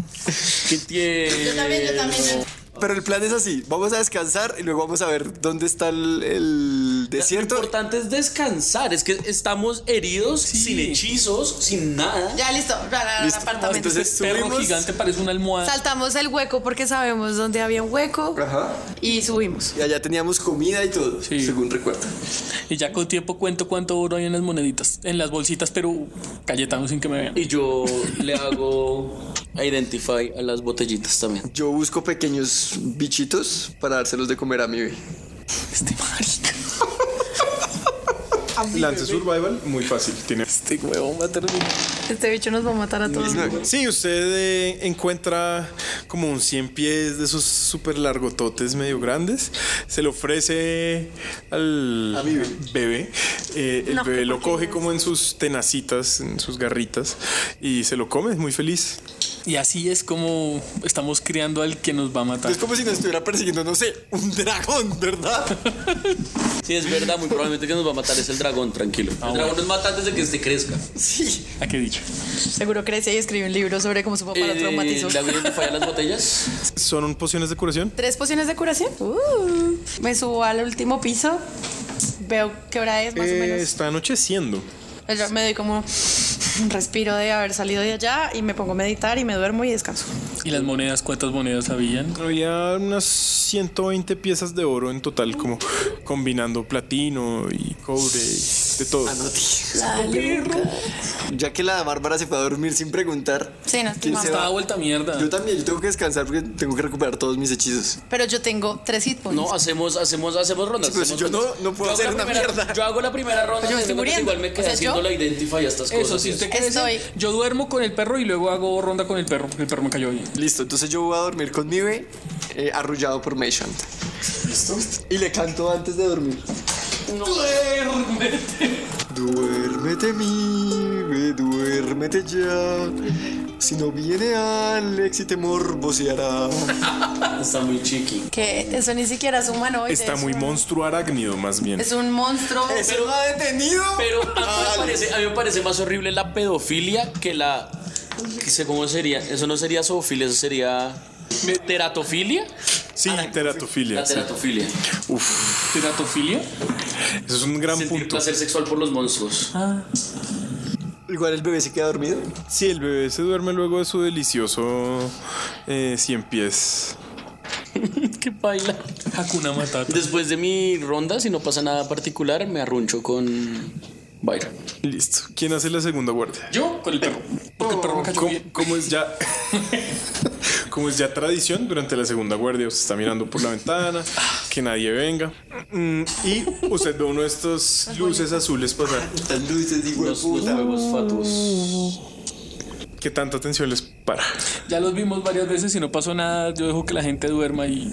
Speaker 3: ¿Qué tiene?
Speaker 7: Yo también, yo también.
Speaker 5: Pero el plan es así, vamos a descansar y luego vamos a ver dónde está el, el desierto.
Speaker 3: Lo importante es descansar, es que estamos heridos, sin hechizos, sin nada.
Speaker 7: Ya listo. ra, ra, ra, apartamento.
Speaker 6: Entonces, perro gigante parece una almohada.
Speaker 7: Saltamos el hueco porque sabemos dónde había un hueco
Speaker 5: Ajá.
Speaker 7: y subimos.
Speaker 5: Y allá teníamos comida y todo, según recuerdo.
Speaker 6: Y ya con tiempo cuento cuánto oro hay en las moneditas, en las bolsitas, pero Cayetano sin que me vean.
Speaker 3: Y yo le hago a identify a las botellitas
Speaker 6: [laughs]
Speaker 3: también.
Speaker 5: Yo busco pequeños bichitos para dárselos de comer a mi bebé.
Speaker 6: Este
Speaker 4: Lance Survival, muy fácil. Tiene
Speaker 6: este huevo va a terminar.
Speaker 7: Este bicho nos va a matar a todos.
Speaker 4: Sí, usted eh, encuentra como un 100 pies de esos súper largototes medio grandes. Se lo ofrece al bebé. Eh, el
Speaker 7: No,
Speaker 4: bebé
Speaker 7: qué
Speaker 4: lo coge
Speaker 7: porquerías.
Speaker 4: como en sus tenacitas, en sus garritas y se lo come, es muy feliz.
Speaker 6: Y así es como estamos criando al que nos va a matar.
Speaker 5: Es como si nos estuviera persiguiendo, no sé, un
Speaker 6: [laughs]
Speaker 5: dragón, ¿verdad?
Speaker 3: Sí, es verdad, muy probablemente que nos va a matar es el dragón, tranquilo. el dragón nos mata antes de que este crezca.
Speaker 5: Sí.
Speaker 6: Ah, ¿A qué dicho?
Speaker 7: Seguro crece y escribe un libro sobre cómo su papá lo traumatizó.
Speaker 3: Eh, ¿Le hago
Speaker 7: [laughs]
Speaker 3: identify a las botellas?
Speaker 4: ¿Son pociones de curación?
Speaker 7: Tres pociones de curación. Uh, me subo al último piso. Veo qué hora es más
Speaker 4: Eh,
Speaker 7: o menos.
Speaker 4: está anocheciendo.
Speaker 7: Yo me doy como un respiro de haber salido de allá y me pongo a meditar y me duermo y descanso.
Speaker 6: ¿Y las monedas? ¿Cuántas monedas habían?
Speaker 4: Había unas 120 piezas de oro en total, como combinando platino y cobre, y de todo.
Speaker 5: Ya que la Bárbara se fue a dormir sin preguntar.
Speaker 7: Sí, no,
Speaker 5: ¿quién se
Speaker 6: Estaba
Speaker 5: va?
Speaker 6: vuelta mierda.
Speaker 5: Yo también, yo tengo que descansar porque tengo que recuperar todos mis hechizos.
Speaker 7: Pero yo tengo tres hit points.
Speaker 3: No, hacemos, hacemos, hacemos rondas.
Speaker 5: Sí, pero si
Speaker 3: hacemos
Speaker 5: yo no-
Speaker 3: rondas.
Speaker 5: no
Speaker 3: Yo
Speaker 5: puedo
Speaker 3: hago
Speaker 5: hacer
Speaker 3: la
Speaker 5: una
Speaker 3: primera-
Speaker 5: mierda.
Speaker 3: Yo hago la primera ronda.
Speaker 7: Pues yo me
Speaker 3: y
Speaker 7: estoy
Speaker 3: luego
Speaker 7: muriendo.
Speaker 3: Igual me quedé
Speaker 7: O sea,
Speaker 3: haciendo
Speaker 7: yo-
Speaker 3: la identify a estas
Speaker 6: Eso,
Speaker 3: cosas.
Speaker 6: si
Speaker 3: y
Speaker 6: usted
Speaker 3: eso.
Speaker 6: quiere decir, yo duermo con el perro y luego hago ronda con el perro, porque el perro me cayó bien.
Speaker 5: Listo, entonces yo voy a dormir con mi bebé eh, arrullado por Mayshant. ¿Listo? Y le canto antes de dormir.
Speaker 6: Duérmete.
Speaker 5: Duérmete, mi bebé, duérmete ya. Si no viene Alex y te morboseará.
Speaker 3: Ah, Está muy chiqui.
Speaker 7: Que eso ni siquiera es humanoide.
Speaker 4: Está
Speaker 7: es
Speaker 4: muy
Speaker 7: un-
Speaker 4: monstruo arácnido, más bien.
Speaker 7: Es un monstruo.
Speaker 4: ¿Eso
Speaker 7: lo
Speaker 5: ha detenido?
Speaker 3: Pero a
Speaker 5: Ah,
Speaker 3: mí, me parece, a mí me parece más horrible la pedofilia que la. que sé ¿Cómo sería? Eso no sería zoofilia, eso sería. ¿Teratofilia?
Speaker 4: Sí, teratofilia.
Speaker 3: La teratofilia.
Speaker 4: Uf.
Speaker 3: ¿Teratofilia?
Speaker 4: Eso es un gran
Speaker 3: punto. placer sexual por los monstruos.
Speaker 5: Igual el bebé se queda dormido.
Speaker 4: Sí, el bebé se duerme luego de su delicioso eh, cien pies.
Speaker 3: Qué baila.
Speaker 6: Hakuna Matata.
Speaker 3: Después de mi ronda, si no pasa nada particular, me arruncho con. Byron.
Speaker 4: Listo. ¿Quién hace la segunda guardia?
Speaker 6: Yo con el perro. Porque el perro me cayó bien.
Speaker 4: Como es ya. [laughs] Como es ya tradición, durante la segunda guardia usted está mirando por la ventana, que nadie venga. Mm, Y usted ve uno de estos luces azules pasar.
Speaker 5: Las luces, digo,
Speaker 3: los, huevos fatuos.
Speaker 4: ¿Qué tanta atención les para?
Speaker 6: Ya los vimos varias veces y no pasó nada. Yo dejo que la gente duerma y.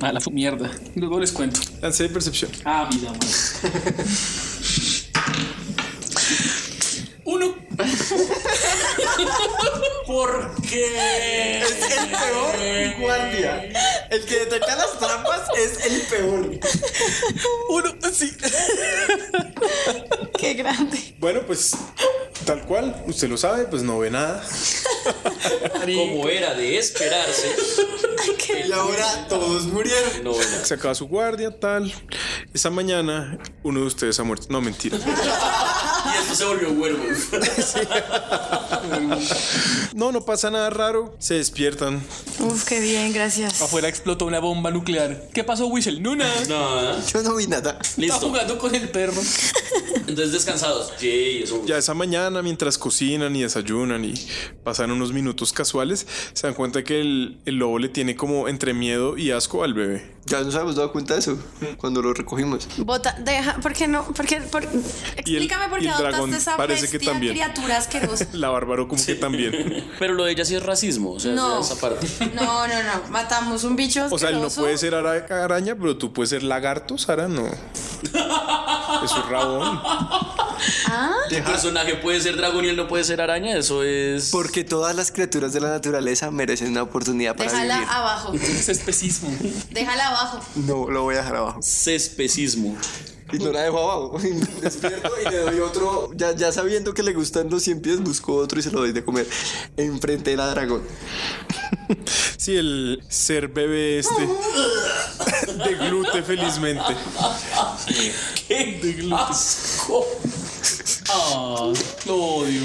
Speaker 6: A la fu- mierda. Luego les cuento.
Speaker 4: Lancé de percepción.
Speaker 6: Ah, vida, madre. Uno. [laughs]
Speaker 3: ¿Por qué?
Speaker 5: Es el peor guardia. El que detecta las trampas es el peor.
Speaker 6: Uno, sí.
Speaker 7: [laughs] Qué grande.
Speaker 4: Bueno, pues tal cual, usted lo sabe, pues no ve nada.
Speaker 3: Como era de esperarse.
Speaker 5: Y ahora todos murieron.
Speaker 4: Se acaba su guardia, tal. Esa mañana uno de ustedes ha muerto. No, mentira.
Speaker 3: Y esto se volvió werewolf.
Speaker 4: No, no pasa nada raro. Se despiertan.
Speaker 7: Uf, qué bien, gracias.
Speaker 4: Oh.
Speaker 6: Afuera explotó una bomba nuclear. ¿Qué pasó, Whistle? No, nada.
Speaker 3: Nada.
Speaker 5: Yo no vi nada.
Speaker 6: Está
Speaker 3: Listo.
Speaker 6: jugando con el perro.
Speaker 3: Entonces descansados. Yay, eso.
Speaker 4: Ya esa mañana, mientras cocinan y desayunan y pasan unos minutos casuales, se dan cuenta que el, el lobo le tiene como entre miedo y asco al bebé.
Speaker 5: Ya nos habíamos dado cuenta de eso cuando lo recogimos.
Speaker 7: Bota, deja, ¿por qué no? ¿Por qué? por- Explícame por
Speaker 4: y
Speaker 7: qué
Speaker 4: el dragón
Speaker 7: adoptaste esa
Speaker 4: parece que
Speaker 7: bestia
Speaker 4: también.
Speaker 7: criatura
Speaker 4: [laughs]
Speaker 7: asquerosa.
Speaker 4: La bárbaro como que también.
Speaker 3: Pero lo de ella sí es racismo. O sea,
Speaker 7: No.
Speaker 3: esa parte.
Speaker 7: No, no, no. Matamos un bicho
Speaker 4: O sea, él no
Speaker 7: asqueroso.
Speaker 4: puede ser ara- araña, pero tú puedes ser lagarto, Sara, no. Es un rabón.
Speaker 3: El personaje puede ser dragón y él no puede ser araña. Eso es.
Speaker 5: Porque todas las criaturas de la naturaleza merecen una oportunidad para
Speaker 7: Déjala
Speaker 5: vivir.
Speaker 7: abajo.
Speaker 6: Es especismo.
Speaker 7: Déjala abajo.
Speaker 5: No, lo voy a dejar abajo.
Speaker 3: Cespecismo.
Speaker 5: Y no la dejo abajo. [laughs] Despierto y le doy otro. Ya, ya sabiendo que le gustan los 100 pies, busco otro y se lo doy de comer. Enfrente de la dragón.
Speaker 4: Sí, el ser bebé este. Deglute felizmente.
Speaker 6: ¡Qué asco! Ah, lo odio.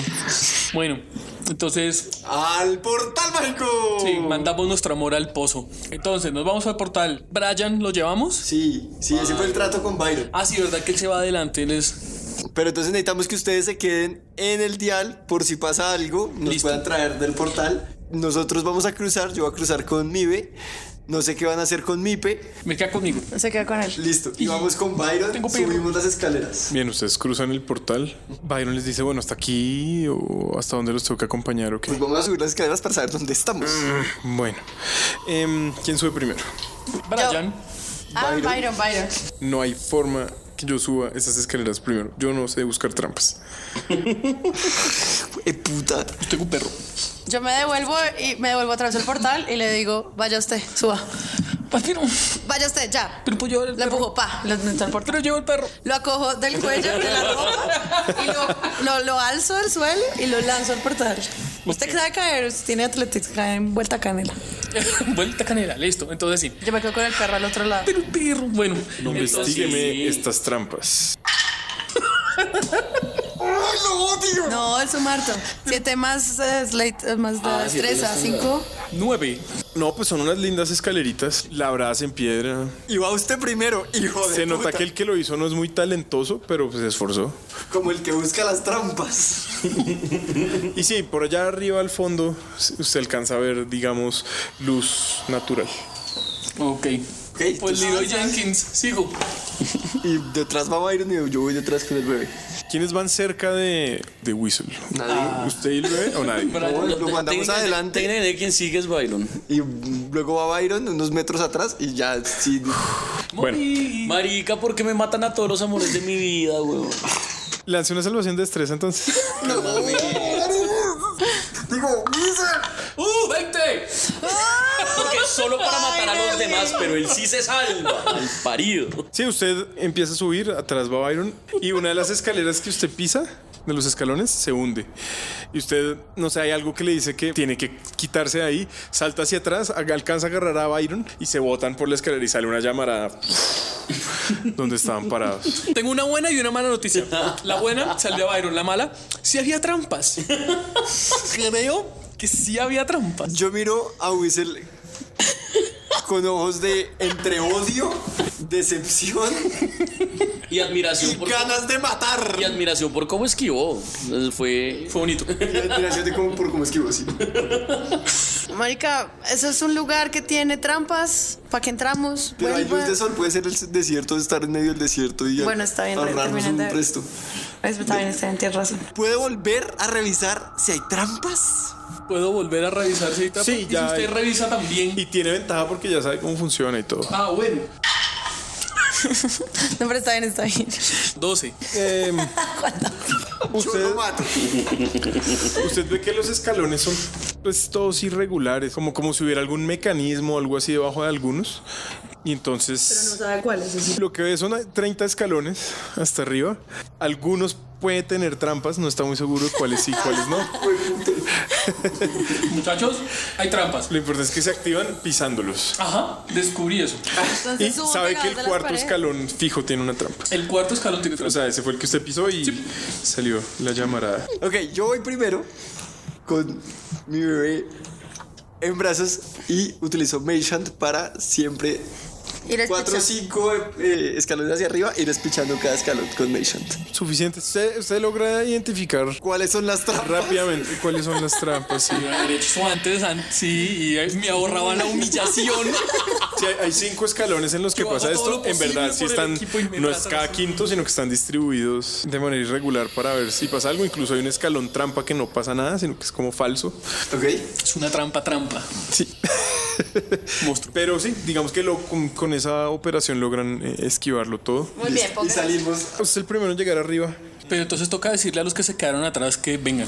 Speaker 6: Bueno, entonces.
Speaker 5: ¡Al portal mágico!
Speaker 6: Sí, mandamos nuestro amor al pozo. Entonces, nos vamos al portal. ¿Brian lo llevamos?
Speaker 5: Sí, sí, ese fue el trato con Byron.
Speaker 6: Ah, sí, ¿verdad que él se va adelante? Él es.
Speaker 5: Pero entonces necesitamos que ustedes se queden en el dial por si pasa algo, nos puedan traer del portal. Nosotros vamos a cruzar, yo voy a cruzar con Mibe. No sé qué van a hacer con Mipe.
Speaker 6: Me queda conmigo.
Speaker 7: Se queda con él.
Speaker 5: Listo. Y vamos con Byron. subimos las escaleras.
Speaker 4: Bien, ustedes cruzan el portal. Byron les dice, bueno, hasta aquí o hasta dónde los tengo que acompañar o qué.
Speaker 5: Vamos a subir las escaleras para saber dónde estamos.
Speaker 4: Bueno, Em, ¿quién sube primero?
Speaker 6: Brian.
Speaker 7: Ah, Byron, Byron.
Speaker 4: No hay forma que yo suba esas escaleras primero. Yo no sé buscar trampas.
Speaker 5: eh, puta.
Speaker 4: Yo tengo un perro.
Speaker 7: Yo me devuelvo y me devuelvo atrás del portal y le digo, vaya usted, suba.
Speaker 6: Ah, Pero, [laughs]
Speaker 7: Vaya usted, ya.
Speaker 6: pero pues yo.
Speaker 7: Le empujo, pa, lo meto al portal.
Speaker 6: Pero llevo el perro.
Speaker 7: Lo acojo del cuello de la ropa y lo, lo, lo alzo del suelo y lo lanzo al portal. Usted sabe caer, usted tiene atletismo en vuelta canela.
Speaker 6: Vuelta canela, listo. Entonces sí.
Speaker 7: Yo me quedo con el perro al otro lado.
Speaker 6: Pero perro, bueno.
Speaker 4: Investígueme estas trampas.
Speaker 7: No, el sumarto. Siete más eh, slate, eh, más de
Speaker 3: Ah,
Speaker 7: destreza, cinco.
Speaker 4: Nueve. No, pues son unas lindas escaleritas labradas en piedra.
Speaker 5: Y va usted primero, hijo de
Speaker 4: Se nota
Speaker 5: puta.
Speaker 4: que el que lo hizo no es muy talentoso, pero pues se esforzó.
Speaker 5: Como el que busca las trampas.
Speaker 4: [laughs] Y sí, por allá arriba al fondo usted alcanza a ver, digamos, luz natural.
Speaker 6: Ok. Pues
Speaker 5: ah,
Speaker 6: Lido Jenkins, sigo.
Speaker 5: Y detrás va Byron y yo voy detrás con el bebé.
Speaker 4: ¿Quiénes van cerca de, de Whistle?
Speaker 5: Nadie.
Speaker 4: ¿Usted y el bebé o nadie?
Speaker 5: No, lo mandamos
Speaker 3: Técnicamente-
Speaker 5: adelante.
Speaker 3: técnicamente quién sigue es Byron.
Speaker 5: Y mm, luego va Byron unos metros atrás y ya sí.
Speaker 3: Marica, ¿por qué me matan a todos los amores de mi vida, weón?
Speaker 4: Lance una salvación de estrés entonces.
Speaker 5: Digo,
Speaker 6: ¡Uh, 20!
Speaker 7: ¡Ah!
Speaker 3: Porque solo para matar a los demás, pero él sí se salva. El parido.
Speaker 4: Sí, usted empieza a subir, atrás va Byron, y una de las escaleras que usted pisa, de los escalones, se hunde. Y usted, no sé, hay algo que le dice que tiene que quitarse de ahí, salta hacia atrás, ag- alcanza a agarrar a Byron y se botan por la escalera y sale una llamarada [laughs] donde estaban parados.
Speaker 6: Tengo una buena y una mala noticia. La buena salió a Byron, la mala sí había trampas. Creo que sí había trampas.
Speaker 5: Yo miro a Whistle con ojos de entre odio, decepción.
Speaker 3: Y admiración por ganas de matar. Y admiración por cómo esquivó. Eh, Fue fue bonito.
Speaker 5: admiración de cómo por cómo esquivó, sí.
Speaker 7: Marica, eso es un lugar que tiene trampas. ¿Para que entramos?
Speaker 5: Pero hay
Speaker 7: Vuelva.
Speaker 5: luz de sol, puede ser el desierto, estar en medio del desierto y
Speaker 7: pues, Bueno, está bien,
Speaker 5: ahorrarnos
Speaker 7: terminen
Speaker 5: un
Speaker 7: de-
Speaker 5: resto.
Speaker 7: Está bien, está bien, tienes razón.
Speaker 5: ¿Puede volver a revisar si hay trampas?
Speaker 6: Puedo volver a revisar si hay trampas.
Speaker 4: Sí, ya.
Speaker 6: Y si usted revisa también.
Speaker 4: Y tiene ventaja porque ya sabe cómo funciona y todo.
Speaker 6: Ah, bueno.
Speaker 7: No, pero está bien,
Speaker 5: [laughs]
Speaker 7: está bien.
Speaker 6: 12.
Speaker 4: Em,
Speaker 5: Eh.
Speaker 4: usted, usted ve que los escalones son pues todos irregulares, como, como si hubiera algún mecanismo o algo así debajo de algunos. Y entonces
Speaker 7: sabe cuál es
Speaker 4: lo que ve son 30 escalones hasta arriba. Algunos puede tener trampas, no está muy seguro de cuáles sí, cuáles no.
Speaker 6: Muchachos, hay trampas.
Speaker 4: Lo importante es que se activan pisándolos.
Speaker 6: Ajá, descubrí eso.
Speaker 4: Y sabe que el cuarto escalón fijo tiene una trampa.
Speaker 6: El cuarto escalón tiene
Speaker 4: trampa. O sea, ese fue el que usted pisó y salió la llamarada.
Speaker 5: Ok, yo voy primero con mi bebé en brazos y utilizo Mage Hand para siempre
Speaker 7: Ir
Speaker 5: 4 o 5 escalones hacia arriba ir espichando cada escalón con Mage Hand.
Speaker 4: Suficiente. Usted, usted logra identificar
Speaker 5: cuáles son las trampas.
Speaker 4: Rápidamente, cuáles son las trampas. [laughs] Sí,
Speaker 6: derecho antes, an- sí, y ahí me ahorraban la
Speaker 3: [laughs]
Speaker 6: humillación.
Speaker 4: Sí, hay- hay cinco escalones en los que
Speaker 6: Yo hago
Speaker 4: pasa
Speaker 6: todo
Speaker 4: esto.
Speaker 6: lo
Speaker 4: En
Speaker 6: posible
Speaker 4: verdad,
Speaker 6: por
Speaker 4: sí
Speaker 6: el
Speaker 4: están,
Speaker 6: equipo y me
Speaker 4: no es
Speaker 6: tratan
Speaker 4: cada
Speaker 6: así.
Speaker 4: quinto, sino que están distribuidos de manera irregular para ver si pasa algo. Incluso hay un escalón trampa que no pasa nada, sino que es como falso.
Speaker 5: Ok.
Speaker 6: Es una trampa trampa.
Speaker 4: Sí. Pero sí, digamos que lo- con, con esa operación logran eh, esquivarlo todo.
Speaker 7: Muy bien,
Speaker 4: Y salimos. Usted es el primero en llegar arriba.
Speaker 6: Pero entonces toca decirle a los que se quedaron atrás que vengan.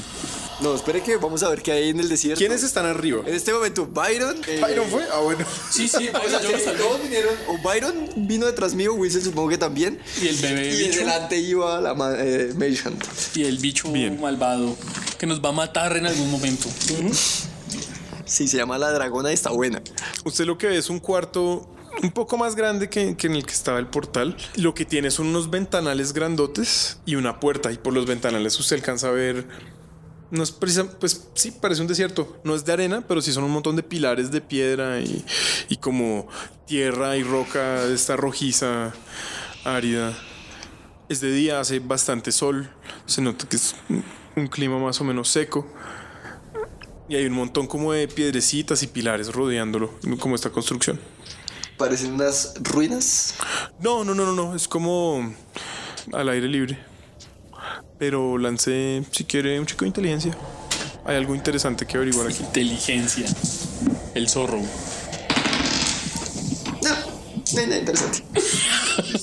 Speaker 5: No, espere que vamos a ver qué hay en el desierto.
Speaker 6: ¿Quiénes
Speaker 4: están arriba?
Speaker 5: En este momento, Byron. eh,
Speaker 4: ¿Byron fue? Ah, bueno.
Speaker 6: Sí, sí,
Speaker 5: o sea,
Speaker 6: yo salvé.
Speaker 5: todos vinieron. O Byron vino detrás mío, Wilson supongo que también.
Speaker 6: Y el bebé
Speaker 5: Y
Speaker 6: bicho.
Speaker 5: delante iba la ma- eh, Mage Hand.
Speaker 6: Y el bicho malvado que nos va a matar en algún momento.
Speaker 5: Sí, se llama la dragona y está buena.
Speaker 4: Usted lo que ve es un cuarto un poco más grande que, que en el que estaba el portal. Lo que tiene son unos ventanales grandotes y una puerta. Y por los ventanales usted alcanza a ver. No es precisa, pues sí, parece un desierto. No es de arena, pero sí son un montón de pilares de piedra y, y como tierra y roca, esta rojiza, árida. Es de día, hace bastante sol. Se nota que es un- un clima más o menos seco. Y hay un montón como de piedrecitas y pilares rodeándolo, como esta construcción.
Speaker 5: ¿Parecen unas ruinas?
Speaker 4: No, no, no, no, no. Es como al aire libre. Pero lancé, si quiere, un chico de inteligencia. Hay algo interesante que averiguar aquí.
Speaker 6: Inteligencia. El zorro.
Speaker 5: No, no, interesante.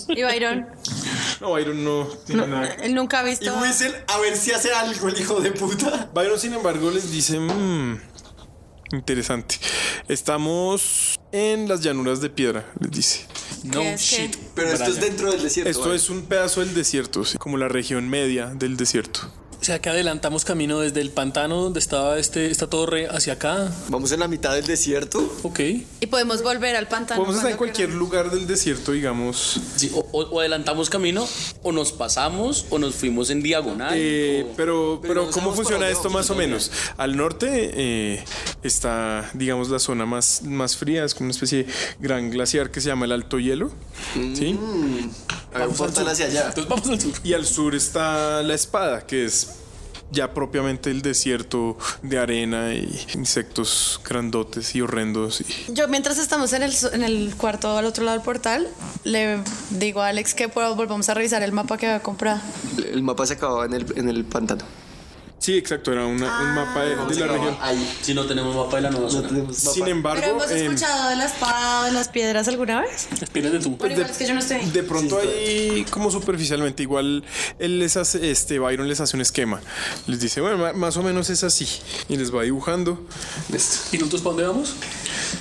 Speaker 7: Y Byron,
Speaker 4: [laughs] No, Byron no tiene nada.
Speaker 7: él nunca ha visto.
Speaker 5: a ver si hace algo el hijo de puta.
Speaker 4: Byron, sin embargo, les dice... "Mm, interesante. Estamos en las llanuras de piedra, les dice.
Speaker 6: No shit.
Speaker 5: Pero esto es dentro del desierto.
Speaker 4: Esto es un pedazo del desierto, sí, como la región media del desierto.
Speaker 6: O sea que adelantamos camino desde el pantano donde estaba este, esta torre hacia acá.
Speaker 5: Vamos en la mitad del desierto.
Speaker 6: Ok.
Speaker 7: Y podemos volver al pantano.
Speaker 4: Podemos estar en
Speaker 7: cuando
Speaker 4: cualquier lugar del desierto, digamos.
Speaker 3: Sí, o, o- o adelantamos camino, o nos pasamos, o nos fuimos en diagonal.
Speaker 4: Eh, pero, pero, ¿cómo
Speaker 3: sabemos
Speaker 4: funciona
Speaker 3: para dónde
Speaker 4: esto
Speaker 3: vamos,
Speaker 4: más o menos? Al norte eh, está, digamos, la zona más, más fría, es como una especie de gran glaciar que se llama el Alto Hielo. ¿sí?
Speaker 3: Mm.
Speaker 5: Hay un portal hacia allá.
Speaker 6: vamos al sur.
Speaker 4: Y al sur está la espada, que es ya propiamente el desierto de arena y insectos grandotes y horrendos. y-
Speaker 7: Yo mientras estamos en el, so- en el cuarto al otro lado del portal, le digo a Alex que por- volvamos a revisar el mapa que había comprado.
Speaker 5: El mapa se acababa en el, en el pantano.
Speaker 4: Sí, exacto, era una- un
Speaker 3: Ah.
Speaker 4: mapa de, de la región.
Speaker 3: Si no tenemos mapa de la nueva zona.
Speaker 4: Sin embargo,
Speaker 2: ¿Pero hemos
Speaker 4: em,
Speaker 2: escuchado de la espada de las piedras alguna vez?
Speaker 3: Espérate tú.
Speaker 2: Pero igual es que yo no estoy.
Speaker 4: De pronto ahí, como superficialmente, igual él les hace, este Byron les hace un esquema. Les dice, bueno, ma- más o menos es así. Y les va dibujando.
Speaker 3: ¿Y nosotros para dónde vamos?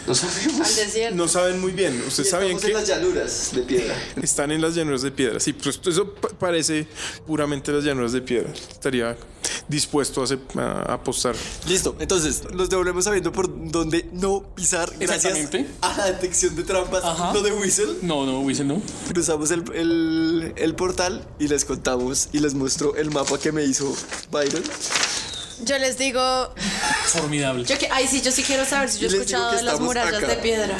Speaker 4: No sabemos. No saben muy bien. Ustedes saben que.
Speaker 5: las llanuras de piedra.
Speaker 4: Están en las llanuras de piedra. Sí, pues eso pa- parece puramente las llanuras de piedra. Estaría dispuesto a, acep- a apostar.
Speaker 5: Listo, entonces nos devolvemos sabiendo por dónde no pisar gracias a la detección de trampas. No de Whistle.
Speaker 3: No, no, Whistle no.
Speaker 5: Cruzamos el, el- el portal y les contamos y les muestro el mapa que me hizo Byron.
Speaker 7: Yo les digo,
Speaker 4: Formidable.
Speaker 2: Yo que, ay, sí, yo sí quiero saber si yo he
Speaker 5: Les digo
Speaker 2: escuchado
Speaker 5: que
Speaker 2: de las
Speaker 5: estamos
Speaker 2: murallas
Speaker 4: acá.
Speaker 2: de piedra.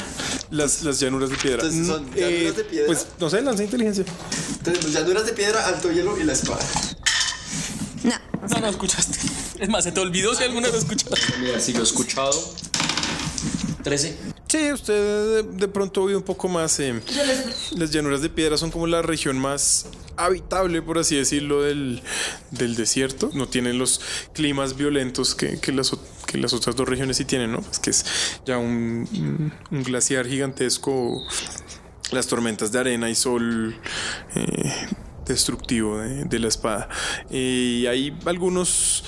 Speaker 4: Las, las llanuras de piedra.
Speaker 5: Entonces, son
Speaker 4: Mm,
Speaker 5: llanuras
Speaker 4: eh,
Speaker 5: de piedra.
Speaker 4: Pues no sé, lanza inteligencia.
Speaker 5: Tenemos llanuras de piedra, alto hielo y la espada.
Speaker 6: No, no escuchaste. Es más, se te olvidó si alguna vez escuchaste.
Speaker 3: Pues Mira, si lo he escuchado. 13.
Speaker 4: Sí, usted de, de pronto oye un poco más. eh,
Speaker 2: Yo les-
Speaker 4: las llanuras de piedra son como la región más habitable, por así decirlo, del, del desierto. No tienen los climas violentos que, que las, ot- que las otras dos regiones sí tienen, ¿no? Es que es ya un, un- un glaciar gigantesco, las tormentas de arena y sol. eh, destructivo de, de la espada Eh, y hay algunos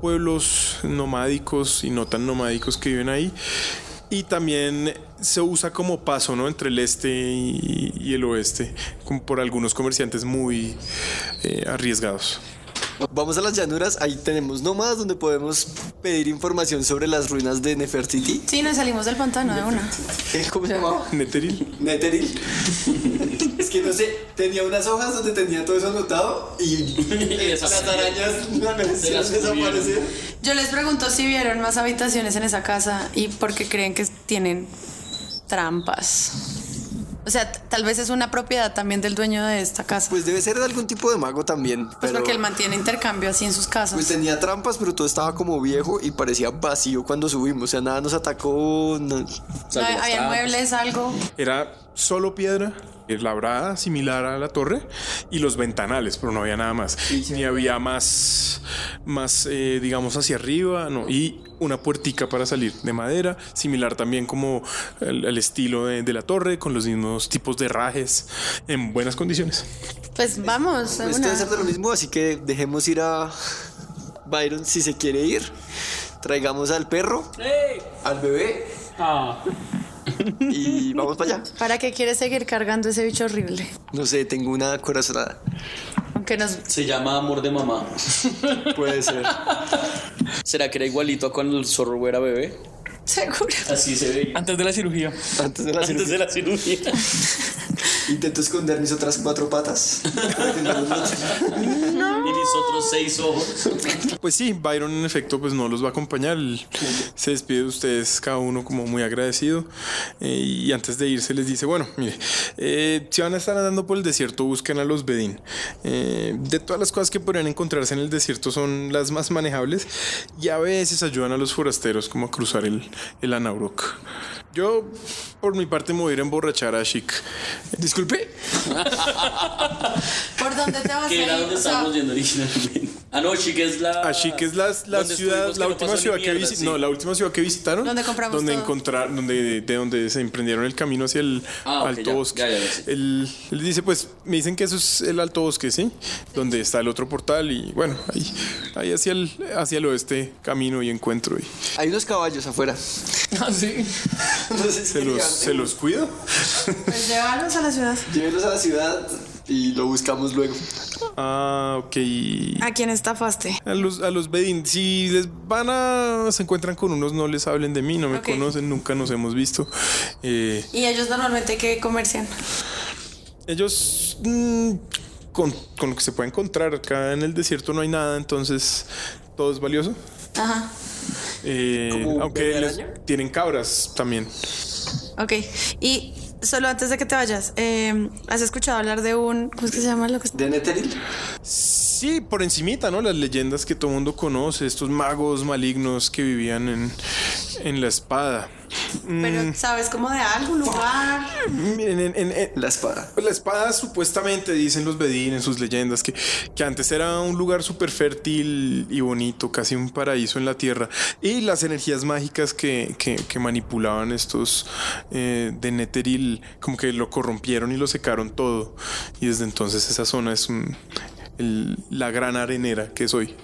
Speaker 4: pueblos nomádicos y no tan nomádicos que viven ahí y también se usa como paso, ¿no? Entre el este y, y el oeste, como por algunos comerciantes muy eh, arriesgados.
Speaker 5: Vamos a las llanuras, ahí tenemos nómadas donde podemos pedir información sobre las ruinas de Nefertiti.
Speaker 2: Sí, nos salimos del pantano de una.
Speaker 5: ¿Eh? ¿Cómo se llamaba?
Speaker 4: Neteril.
Speaker 5: Neteril. es que no sé, tenía unas hojas donde tenía todo eso anotado [laughs] y las [laughs] arañas me merecieron desaparecer.
Speaker 2: Yo les pregunto si vieron más habitaciones en esa casa y por qué creen que tienen trampas. O sea, t- tal vez es una propiedad también del dueño de esta casa.
Speaker 5: Pues debe ser de algún tipo de mago también.
Speaker 2: Pues
Speaker 5: pero-
Speaker 2: porque él mantiene intercambio así en sus casas.
Speaker 5: Pues tenía trampas, pero todo estaba como viejo y parecía vacío cuando subimos. O sea, nada nos atacó. no-
Speaker 2: No, había muebles, algo.
Speaker 4: Era solo piedra eh, labrada similar a la torre y los ventanales, pero no había nada más. Ni había más, más eh, digamos, hacia arriba, no. Y una puertica para salir de madera, similar también como el, el estilo de, de la torre, con los mismos tipos de rajes, en buenas condiciones.
Speaker 7: pues vamos. de
Speaker 5: Pues
Speaker 7: una.
Speaker 5: debe ser de lo mismo, así que dejemos ir a Byron si se quiere ir. Traigamos al perro, al bebé Ah. y vamos para allá.
Speaker 7: ¿Para qué quieres seguir cargando ese bicho horrible?
Speaker 5: No sé, tengo una corazonada.
Speaker 7: Aunque nos...
Speaker 3: Se llama Amor de Mamá.
Speaker 5: Puede ser.
Speaker 3: ¿Será que era igualito a cuando el zorro era bebé?
Speaker 2: [laughs] Seguro.
Speaker 3: Así se ve.
Speaker 6: Antes de la cirugía.
Speaker 5: Antes de la
Speaker 3: Antes de la cirugía.
Speaker 5: Intento esconder mis otras cuatro patas.
Speaker 3: Y mis otros seis ojos.
Speaker 4: Pues sí, Byron en efecto pues no los va a acompañar. Él Se despide de ustedes cada uno como muy agradecido. Eh, y antes de irse les dice, bueno, mire, eh, si van a estar andando por el desierto, busquen a los Bedín. Eh, de todas las cosas que podrían encontrarse en el desierto son las más manejables y a veces ayudan a los forasteros como a cruzar el, el Anaurok. Yo por mi parte me voy a ir a emborrachar a Chic. Disculpe.
Speaker 2: ¿Por dónde te vas a
Speaker 3: Que
Speaker 2: ir?
Speaker 3: era donde
Speaker 2: O sea,
Speaker 3: estábamos yendo originalmente. Ah, no, Chic es la. Ah,
Speaker 4: Chic es la, la ciudad, la última ciudad que visi- no, la última ciudad que visitaron,
Speaker 2: Donde compramos
Speaker 4: donde
Speaker 2: todo.
Speaker 4: encontrar, donde de donde se emprendieron el camino hacia el
Speaker 3: Ah, ok,
Speaker 4: alto
Speaker 3: ya,
Speaker 4: bosque.
Speaker 3: ya, ya, ya, sí.
Speaker 4: Él, él dice, pues, me dicen que eso es el alto bosque, sí, donde está el otro portal y bueno, ahí, ahí hacia el hacia el oeste camino y
Speaker 2: [laughs]
Speaker 4: encuentro y
Speaker 5: Hay unos caballos [laughs] afuera.
Speaker 6: Ah, sí.
Speaker 4: se los se los cuido. [laughs]
Speaker 2: Pues llevarlos a la ciudad.
Speaker 5: Llévelos a la ciudad y lo buscamos luego.
Speaker 4: Ah, ok.
Speaker 2: ¿A quién estafaste?
Speaker 4: A los, a los Bedín, si les van a. se encuentran con unos, no les hablen de mí, no me
Speaker 2: Ok.
Speaker 4: conocen, nunca nos hemos visto. Eh,
Speaker 2: ¿Y ellos normalmente qué comercian?
Speaker 4: Ellos mm, con, con lo que se puede encontrar acá en el desierto no hay nada, entonces todo es valioso.
Speaker 2: Ajá.
Speaker 4: Eh, aunque ellos tienen cabras también.
Speaker 2: Ok. Y solo antes de que te vayas,
Speaker 7: em,
Speaker 2: eh, ¿has escuchado hablar de un. ¿Cómo es que se llama lo que
Speaker 5: ¿De Neteril?
Speaker 4: Sí, por encimita, ¿no? Las leyendas que todo mundo conoce, estos magos malignos que vivían en, en la espada.
Speaker 7: Pero sabes como de algo, un lugar.
Speaker 4: Miren, en- en- en- Pues la espada. supuestamente dicen los Bedín en sus leyendas que, que antes era un lugar súper fértil y bonito, casi un paraíso en la tierra. Y las energías mágicas que, que- que manipulaban estos eh, de Netheril, como que lo corrompieron y lo secaron todo. Y desde entonces esa zona es un- el- la gran arenera que soy.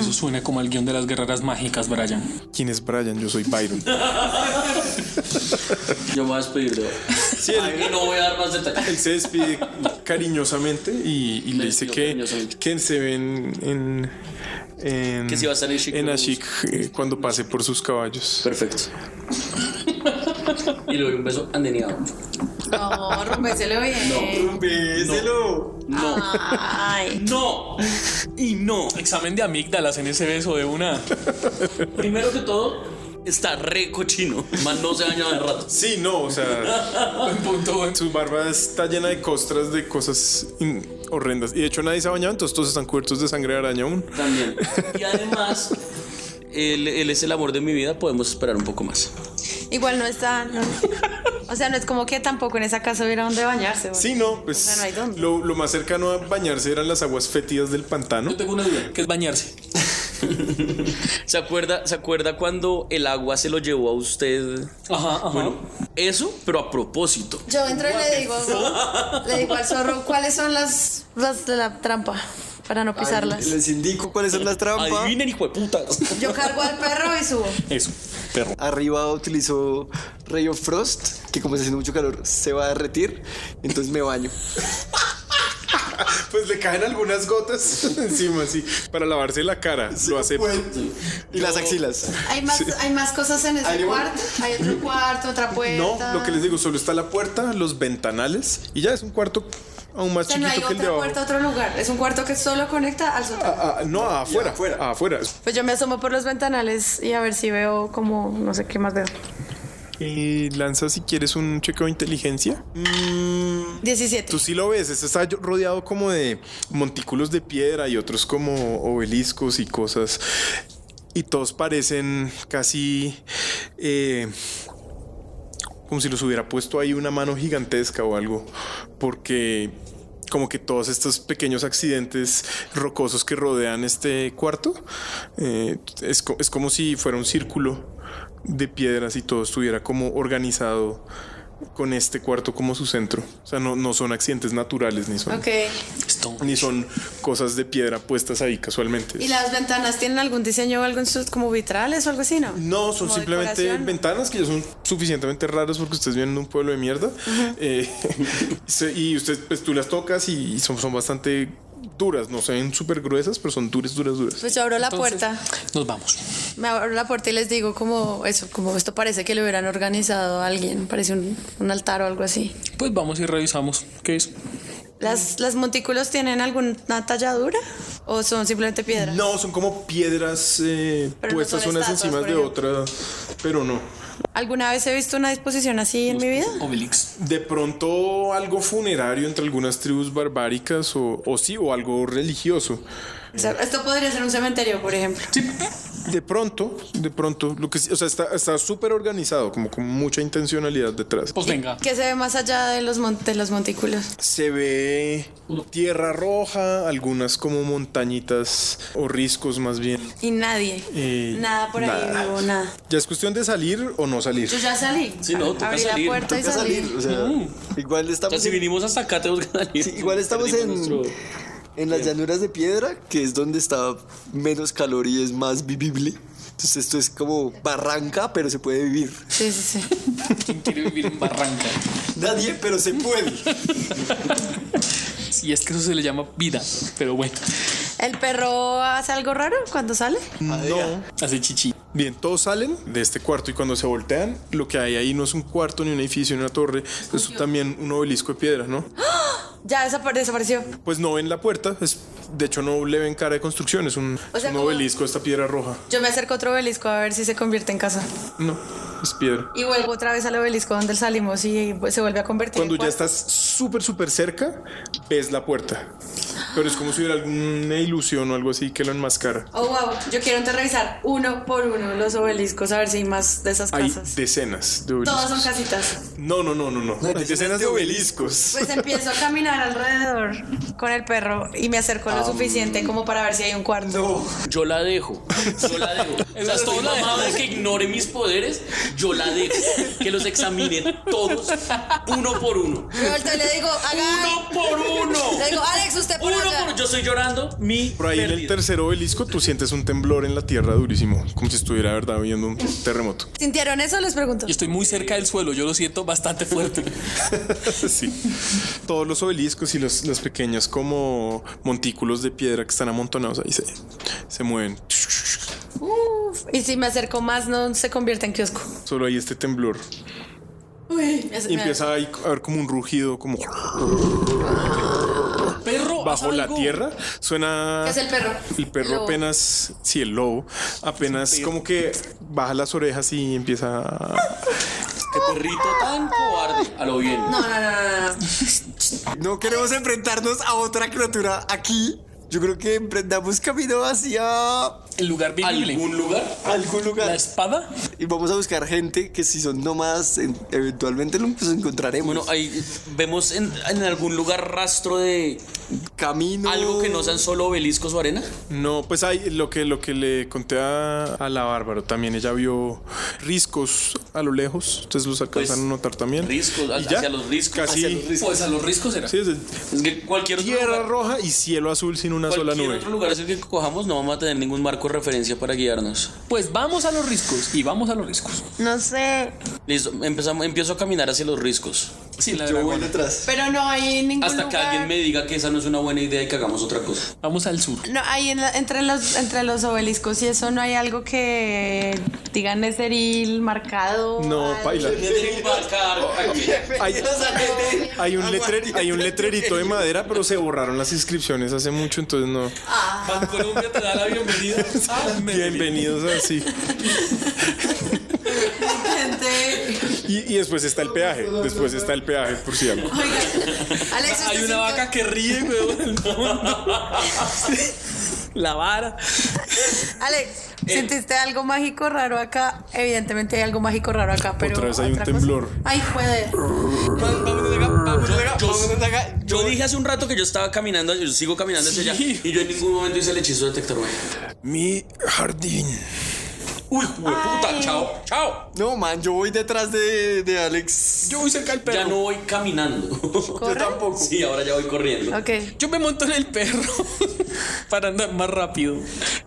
Speaker 18: Eso suena como el guión de las guerreras mágicas, Brian.
Speaker 4: ¿Quién es Brian? Yo soy Byron.
Speaker 3: Yo me voy a despedir de no voy a dar más detalles.
Speaker 4: Él se despide cariñosamente y, y le dice que, que se ven en, en-
Speaker 3: Que si va a estar en Ashik
Speaker 4: en
Speaker 3: lo
Speaker 4: Ashik, eh, cuando pase por sus caballos.
Speaker 3: Perfecto. Y le doy un beso andeniado.
Speaker 7: No, rompéselo bien.
Speaker 4: ¡Rompéselo!
Speaker 3: No.
Speaker 7: Ay.
Speaker 3: No. Y no.
Speaker 18: Examen de amígdalas en ese beso de una.
Speaker 3: Primero que todo, está re cochino. Más no se daña de rato.
Speaker 4: Sí, no, o sea, [laughs] su barba está llena de costras de cosas in- horrendas. Y de hecho nadie se ha bañado, entonces todos están cubiertos de sangre de araña aún.
Speaker 3: También. Y además, él, él es el amor de mi vida. Podemos esperar un poco más.
Speaker 7: Igual no está. no. O sea, no es como que tampoco en esa casa hubiera donde bañarse. güey.
Speaker 4: Sí, no, pues
Speaker 7: O sea, no hay dónde.
Speaker 4: lo, lo más cercano a bañarse eran las aguas fétidas del pantano.
Speaker 3: [laughs]
Speaker 18: Tengo una duda, que es bañarse.
Speaker 3: ¿Se acuerda, ¿Se acuerda cuando el agua se lo llevó a usted?
Speaker 18: Ajá, ajá.
Speaker 3: Bueno, eso, pero a propósito.
Speaker 7: Yo entro y
Speaker 4: [laughs]
Speaker 7: le digo, le digo al zorro, ¿cuáles son las, las de la trampa? Para no pisarlas.
Speaker 5: Les indico cuáles son las trampas.
Speaker 3: Adivinen, hijo de putas.
Speaker 7: Yo cargo al perro y subo.
Speaker 18: Eso,
Speaker 5: Arriba utilizo Rayo Frost, que como está haciendo mucho calor, se va a derretir. Entonces me baño.
Speaker 4: Pues le caen algunas gotas [laughs] encima, sí, para lavarse la cara. lo acepto. Y las axilas.
Speaker 7: Hay más, hay más cosas en ese cuarto. Hay otro cuarto, otra
Speaker 4: No,
Speaker 7: puerta.
Speaker 4: lo que les digo, solo está la puerta, los ventanales y ya es un cuarto aún
Speaker 7: O
Speaker 4: más
Speaker 7: sea, no hay
Speaker 4: chiquito que el de
Speaker 7: otra
Speaker 4: abajo.
Speaker 7: puerta, otro lugar. Es un cuarto que solo conecta al sótano.
Speaker 4: Ah, no, afuera, afuera, afuera.
Speaker 7: Pues yo me asomo por los ventanales y a ver si veo como no sé qué más veo.
Speaker 4: Y lanza si quieres un chequeo de inteligencia.
Speaker 7: Mm. 17.
Speaker 4: Tú sí lo ves, esto está rodeado como de montículos de piedra y otros como obeliscos y cosas. Y todos parecen casi eh, como si los hubiera puesto ahí una mano gigantesca o algo. Porque como que todos estos pequeños accidentes rocosos que rodean este cuarto, eh, es, co- es como si fuera un círculo de piedras y todo estuviera como organizado con este cuarto como su centro. O sea, no, no son accidentes naturales ni son,
Speaker 7: Ok.
Speaker 4: ni son cosas de piedra puestas ahí casualmente.
Speaker 7: ¿Y las ventanas tienen algún diseño o algo en sus como vitrales o algo así, no?
Speaker 4: No, son
Speaker 7: Como
Speaker 4: simplemente
Speaker 7: decoración.
Speaker 4: ventanas que ya son suficientemente raras porque ustedes vienen en un pueblo de mierda. Eh, [laughs] se- y usted, pues tú las tocas y, y son, son bastante duras, no se ven súper gruesas, pero son duras, duras, duras.
Speaker 7: Pues yo abro la puerta.
Speaker 18: Nos vamos.
Speaker 7: Me abro la puerta y les digo como eso, como esto parece que lo hubieran organizado a alguien, parece un, un altar o algo así.
Speaker 18: Pues vamos y revisamos. ¿Qué es?
Speaker 4: Mm.
Speaker 7: ¿Las, las montículos tienen alguna talladura o son simplemente piedras?
Speaker 4: No, son como piedras eh,
Speaker 7: Pero no
Speaker 4: puestas
Speaker 7: son
Speaker 4: unas
Speaker 7: estatuas,
Speaker 4: encima
Speaker 7: por
Speaker 4: de
Speaker 7: ejemplo.
Speaker 4: otras, pero no.
Speaker 7: ¿Alguna vez he visto una disposición así en mi vida?
Speaker 4: De pronto algo funerario entre algunas tribus barbáricas o, o sí, o algo religioso.
Speaker 7: O sea, esto podría ser un cementerio, por ejemplo.
Speaker 4: De pronto, de pronto, lo que sí- o sea, está está súper organizado, como con mucha intencionalidad detrás. Pues venga.
Speaker 7: ¿Qué se ve más allá de los, mon- de los montículos?
Speaker 4: Se ve tierra roja, algunas como montañitas o riscos más bien.
Speaker 7: Y nadie.
Speaker 4: Eh,
Speaker 7: nada por
Speaker 4: nada.
Speaker 7: ahí vivo, nada.
Speaker 4: Ya es cuestión de salir o no salir.
Speaker 7: Yo ya salí.
Speaker 4: Sí, no, toca
Speaker 7: Abrí
Speaker 4: salir.
Speaker 7: la puerta y
Speaker 4: Toca
Speaker 7: salí.
Speaker 4: salir, o sea,
Speaker 5: Igual estamos.
Speaker 3: si Mm. vinimos hasta acá, tenemos que salir.
Speaker 5: igual estamos en,
Speaker 3: Perdimos nuestro-
Speaker 5: en las llanuras de piedra, que es donde está menos calor y es más vivible. Entonces esto es como barranca, pero se puede vivir.
Speaker 7: Sí, sí, sí.
Speaker 18: ¿Quién quiere vivir en barranca?
Speaker 5: Nadie, pero se puede. [laughs]
Speaker 18: Sí, es que eso se le llama vida, pero bueno.
Speaker 7: ¿El perro hace algo raro cuando sale?
Speaker 4: No.
Speaker 18: Hace chichi.
Speaker 4: Bien, todos salen de este cuarto y cuando se voltean, lo que hay ahí no es un cuarto, ni un edificio, ni una torre, es también un obelisco de piedra, ¿no?
Speaker 7: Ya desapar- desapareció.
Speaker 4: Pues no ven la puerta, es, de hecho no le ven cara de construcción, es un,
Speaker 7: O sea,
Speaker 4: es un
Speaker 7: como-
Speaker 4: obelisco, esta piedra roja.
Speaker 7: Yo me acerco a otro obelisco a ver si se convierte en casa.
Speaker 4: No, es piedra.
Speaker 7: Y vuelvo otra vez al obelisco donde salimos y se vuelve a convertir.
Speaker 4: Cuando
Speaker 7: en
Speaker 4: ya estás súper, súper cerca, ves la puerta. Pero es como si hubiera alguna ilusión o algo así que lo enmascara.
Speaker 2: Oh, wow. Yo quiero entonces revisar uno por uno los obeliscos a ver si hay más de esas
Speaker 4: Hay
Speaker 2: casas.
Speaker 4: decenas de
Speaker 2: Todas son
Speaker 4: obeliscos.
Speaker 2: casitas.
Speaker 4: No, no, no, no, no. Hay decenas de obeliscos.
Speaker 2: Pues empiezo a caminar alrededor con el perro y me acerco lo suficiente como para ver si hay un cuarto.
Speaker 3: Yo la dejo. Yo la
Speaker 6: [laughs]
Speaker 3: dejo. O sea, estoy mamado de que ignore mis poderes. Yo la dejo. Que los examine todos, uno por uno.
Speaker 2: Me vuelto y le digo, haga.
Speaker 3: Uno por [laughs] uno.
Speaker 2: Le digo, Alex, usted por
Speaker 3: Uno
Speaker 2: allá.
Speaker 3: por uno. Yo estoy llorando. Mi
Speaker 4: Por ahí en el tercer obelisco tú sientes un temblor en la tierra durísimo, como si estuviera, verdad, viendo un
Speaker 2: [laughs]
Speaker 4: terremoto.
Speaker 2: ¿Sintieron eso? Les pregunto.
Speaker 6: Yo estoy muy cerca del suelo, yo lo siento bastante
Speaker 3: [laughs]
Speaker 6: fuerte.
Speaker 4: sí. Todos los obeliscos y los, los pequeños como montículos de piedra que están amontonados ahí se, se mueven.
Speaker 2: Uf, y si me acerco más, no se convierte en kiosco.
Speaker 4: Solo hay este temblor.
Speaker 2: Uy, me hace-
Speaker 4: Y empieza ahí a haber como un rugido, como
Speaker 6: Perro,
Speaker 4: bajo la tierra. Suena...
Speaker 2: ¿Qué es el perro?
Speaker 4: El perro
Speaker 2: Lobo.
Speaker 4: apenas, sí, el lobo, apenas como que baja las orejas y empieza a...
Speaker 3: Qué Este perrito tan cobarde. A lo bien.
Speaker 2: No, no, no, no, no.
Speaker 5: No queremos enfrentarnos a otra criatura aquí. Yo creo que emprendamos camino hacia
Speaker 6: el lugar
Speaker 3: vivible. ¿Algún lugar?
Speaker 5: Algún lugar.
Speaker 6: La espada.
Speaker 5: Y vamos a buscar gente que si son nómadas, en- eventualmente los encontraremos.
Speaker 3: Bueno, ahí vemos en, en algún lugar rastro de
Speaker 5: camino.
Speaker 3: Algo que no sean solo obeliscos o arena.
Speaker 4: No, pues hay lo que lo que le conté a, a la Bárbaro también. Ella vio riscos a lo lejos. Ustedes los alcanzan a notar también.
Speaker 3: Pues, Riscos,
Speaker 4: Y
Speaker 3: hacia los riscos.
Speaker 4: Casi.
Speaker 3: Hacia los riscos. Pues a los riscos era.
Speaker 4: Sí, es de-
Speaker 3: Es que cualquier otro
Speaker 4: tierra
Speaker 3: lugar-
Speaker 4: roja y cielo azul sin una sola
Speaker 3: cualquier
Speaker 4: nube.
Speaker 3: otro lugar es el que cojamos, no vamos a tener ningún marco de referencia para guiarnos.
Speaker 6: Pues vamos a los riscos y vamos a los riscos.
Speaker 2: No sé.
Speaker 3: Listo, empezamos, empiezo a caminar hacia los riscos.
Speaker 6: Sí, la
Speaker 3: Yo
Speaker 6: voy
Speaker 5: detrás.
Speaker 2: Pero no hay ningún
Speaker 3: Hasta que
Speaker 2: lugar.
Speaker 3: alguien me diga que esa no es una buena idea y que hagamos otra cosa.
Speaker 6: Vamos al sur.
Speaker 2: No, ahí en la- entre, los, entre los obeliscos y eso no hay algo que digan esteril marcado.
Speaker 4: No,
Speaker 2: algo. [laughs]
Speaker 4: paila. [laughs]
Speaker 3: [laughs]
Speaker 4: Hay, hay un letrer- hay un letrerito de madera, pero se borraron las inscripciones hace mucho, entonces no.
Speaker 6: Ah. Colombia te da la bienvenida.
Speaker 3: Ah,
Speaker 6: Ah,
Speaker 4: Bienvenidos así. Y, y después está el peaje. Después está el peaje, por si algo.
Speaker 2: Alex,
Speaker 6: Hay una vaca que ríe,
Speaker 3: [laughs]
Speaker 6: weón. [laughs] La vara.
Speaker 2: Alex,
Speaker 4: Eh.
Speaker 2: ¿sentiste algo mágico raro acá? Evidentemente hay algo mágico raro acá, pero.
Speaker 4: Otra vez hay un
Speaker 2: cosa.
Speaker 4: temblor.
Speaker 2: Ay, joder.
Speaker 3: Yo, yo dije hace un rato que yo estaba caminando, yo sigo caminando hacia allá y yo en ningún momento hice el hechizo de detector magia.
Speaker 4: Mi jardín.
Speaker 3: Uy, puta, chao, chao.
Speaker 5: No, man, yo voy detrás de, de Alex.
Speaker 6: Yo voy cerca del
Speaker 3: Ya no voy caminando.
Speaker 2: Yo
Speaker 3: tampoco. Sí, ahora ya voy corriendo.
Speaker 2: Ok.
Speaker 6: Yo me monto en el perro [laughs] para andar más rápido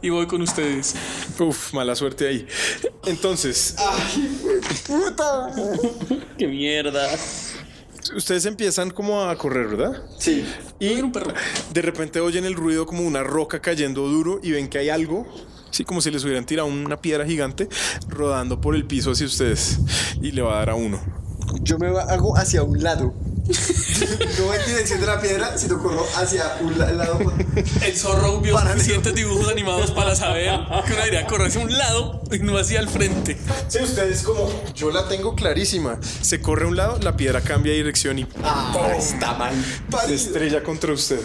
Speaker 6: y voy con ustedes.
Speaker 4: Uf, mala suerte ahí. Entonces,
Speaker 5: ¡Puta!
Speaker 3: Qué mierda.
Speaker 4: ustedes empiezan como a correr, ¿verdad?
Speaker 5: Sí.
Speaker 4: Y de repente oyen el ruido como una roca cayendo duro y ven que hay algo. Sí, como si les hubieran tirado una piedra gigante rodando por el piso hacia ustedes. Y le va a dar a uno.
Speaker 5: Yo me va- hago hacia un lado. [laughs] no en dirección de la piedra, sino corro hacia un la- lado.
Speaker 6: El zorro vio suficientes dibujos animados para saber que una idea corre hacia un lado y no hacia el frente.
Speaker 4: Sí, ustedes como yo la tengo clarísima. Se corre a un lado, la piedra cambia de dirección y ¡pum!
Speaker 5: está mal.
Speaker 4: Se estrella contra usted.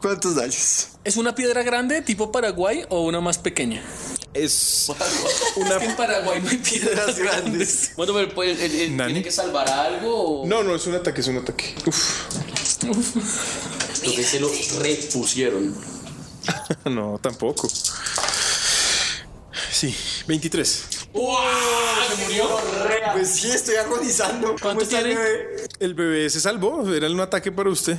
Speaker 5: ¿Cuántos daños?
Speaker 6: ¿Es una piedra grande tipo Paraguay o una más pequeña?
Speaker 4: Es
Speaker 6: una... en Paraguay no hay piedras grandes.
Speaker 3: Bueno, pero pues, el- el- ¿tiene que salvar algo o
Speaker 4: No, no, es un ataque, es un ataque. Uf.
Speaker 3: Creo que se lo repusieron?
Speaker 4: [laughs] no, tampoco. Sí, 23.
Speaker 6: ¿Se murió?
Speaker 5: Pues sí, estoy agonizando. ¿Cómo está el bebé?
Speaker 4: El bebé se salvó, era un ataque para usted.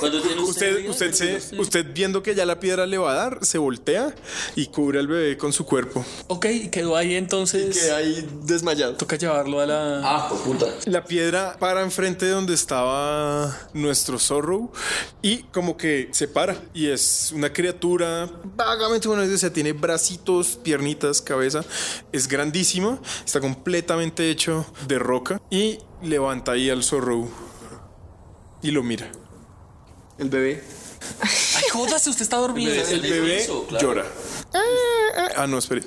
Speaker 3: Cuando tiene
Speaker 4: Usted, usted, se, usted viendo que ya la piedra le va a dar, se voltea y cubre al bebé con su cuerpo.
Speaker 6: Ok, quedó ahí entonces.
Speaker 5: Quedé ahí desmayado.
Speaker 6: Toca llevarlo a la.
Speaker 3: Ah, por puta.
Speaker 4: La piedra para enfrente de donde estaba nuestro zorro y como que se para y es una criatura vagamente bueno, o sea, tiene bracitos, piernitas, cabeza, es grandísima, está completamente hecho de roca y levanta ahí al zorro y lo mira.
Speaker 5: El bebé.
Speaker 6: Ay, jódase, usted está dormido.
Speaker 4: El bebé llora. Ah, no, espere.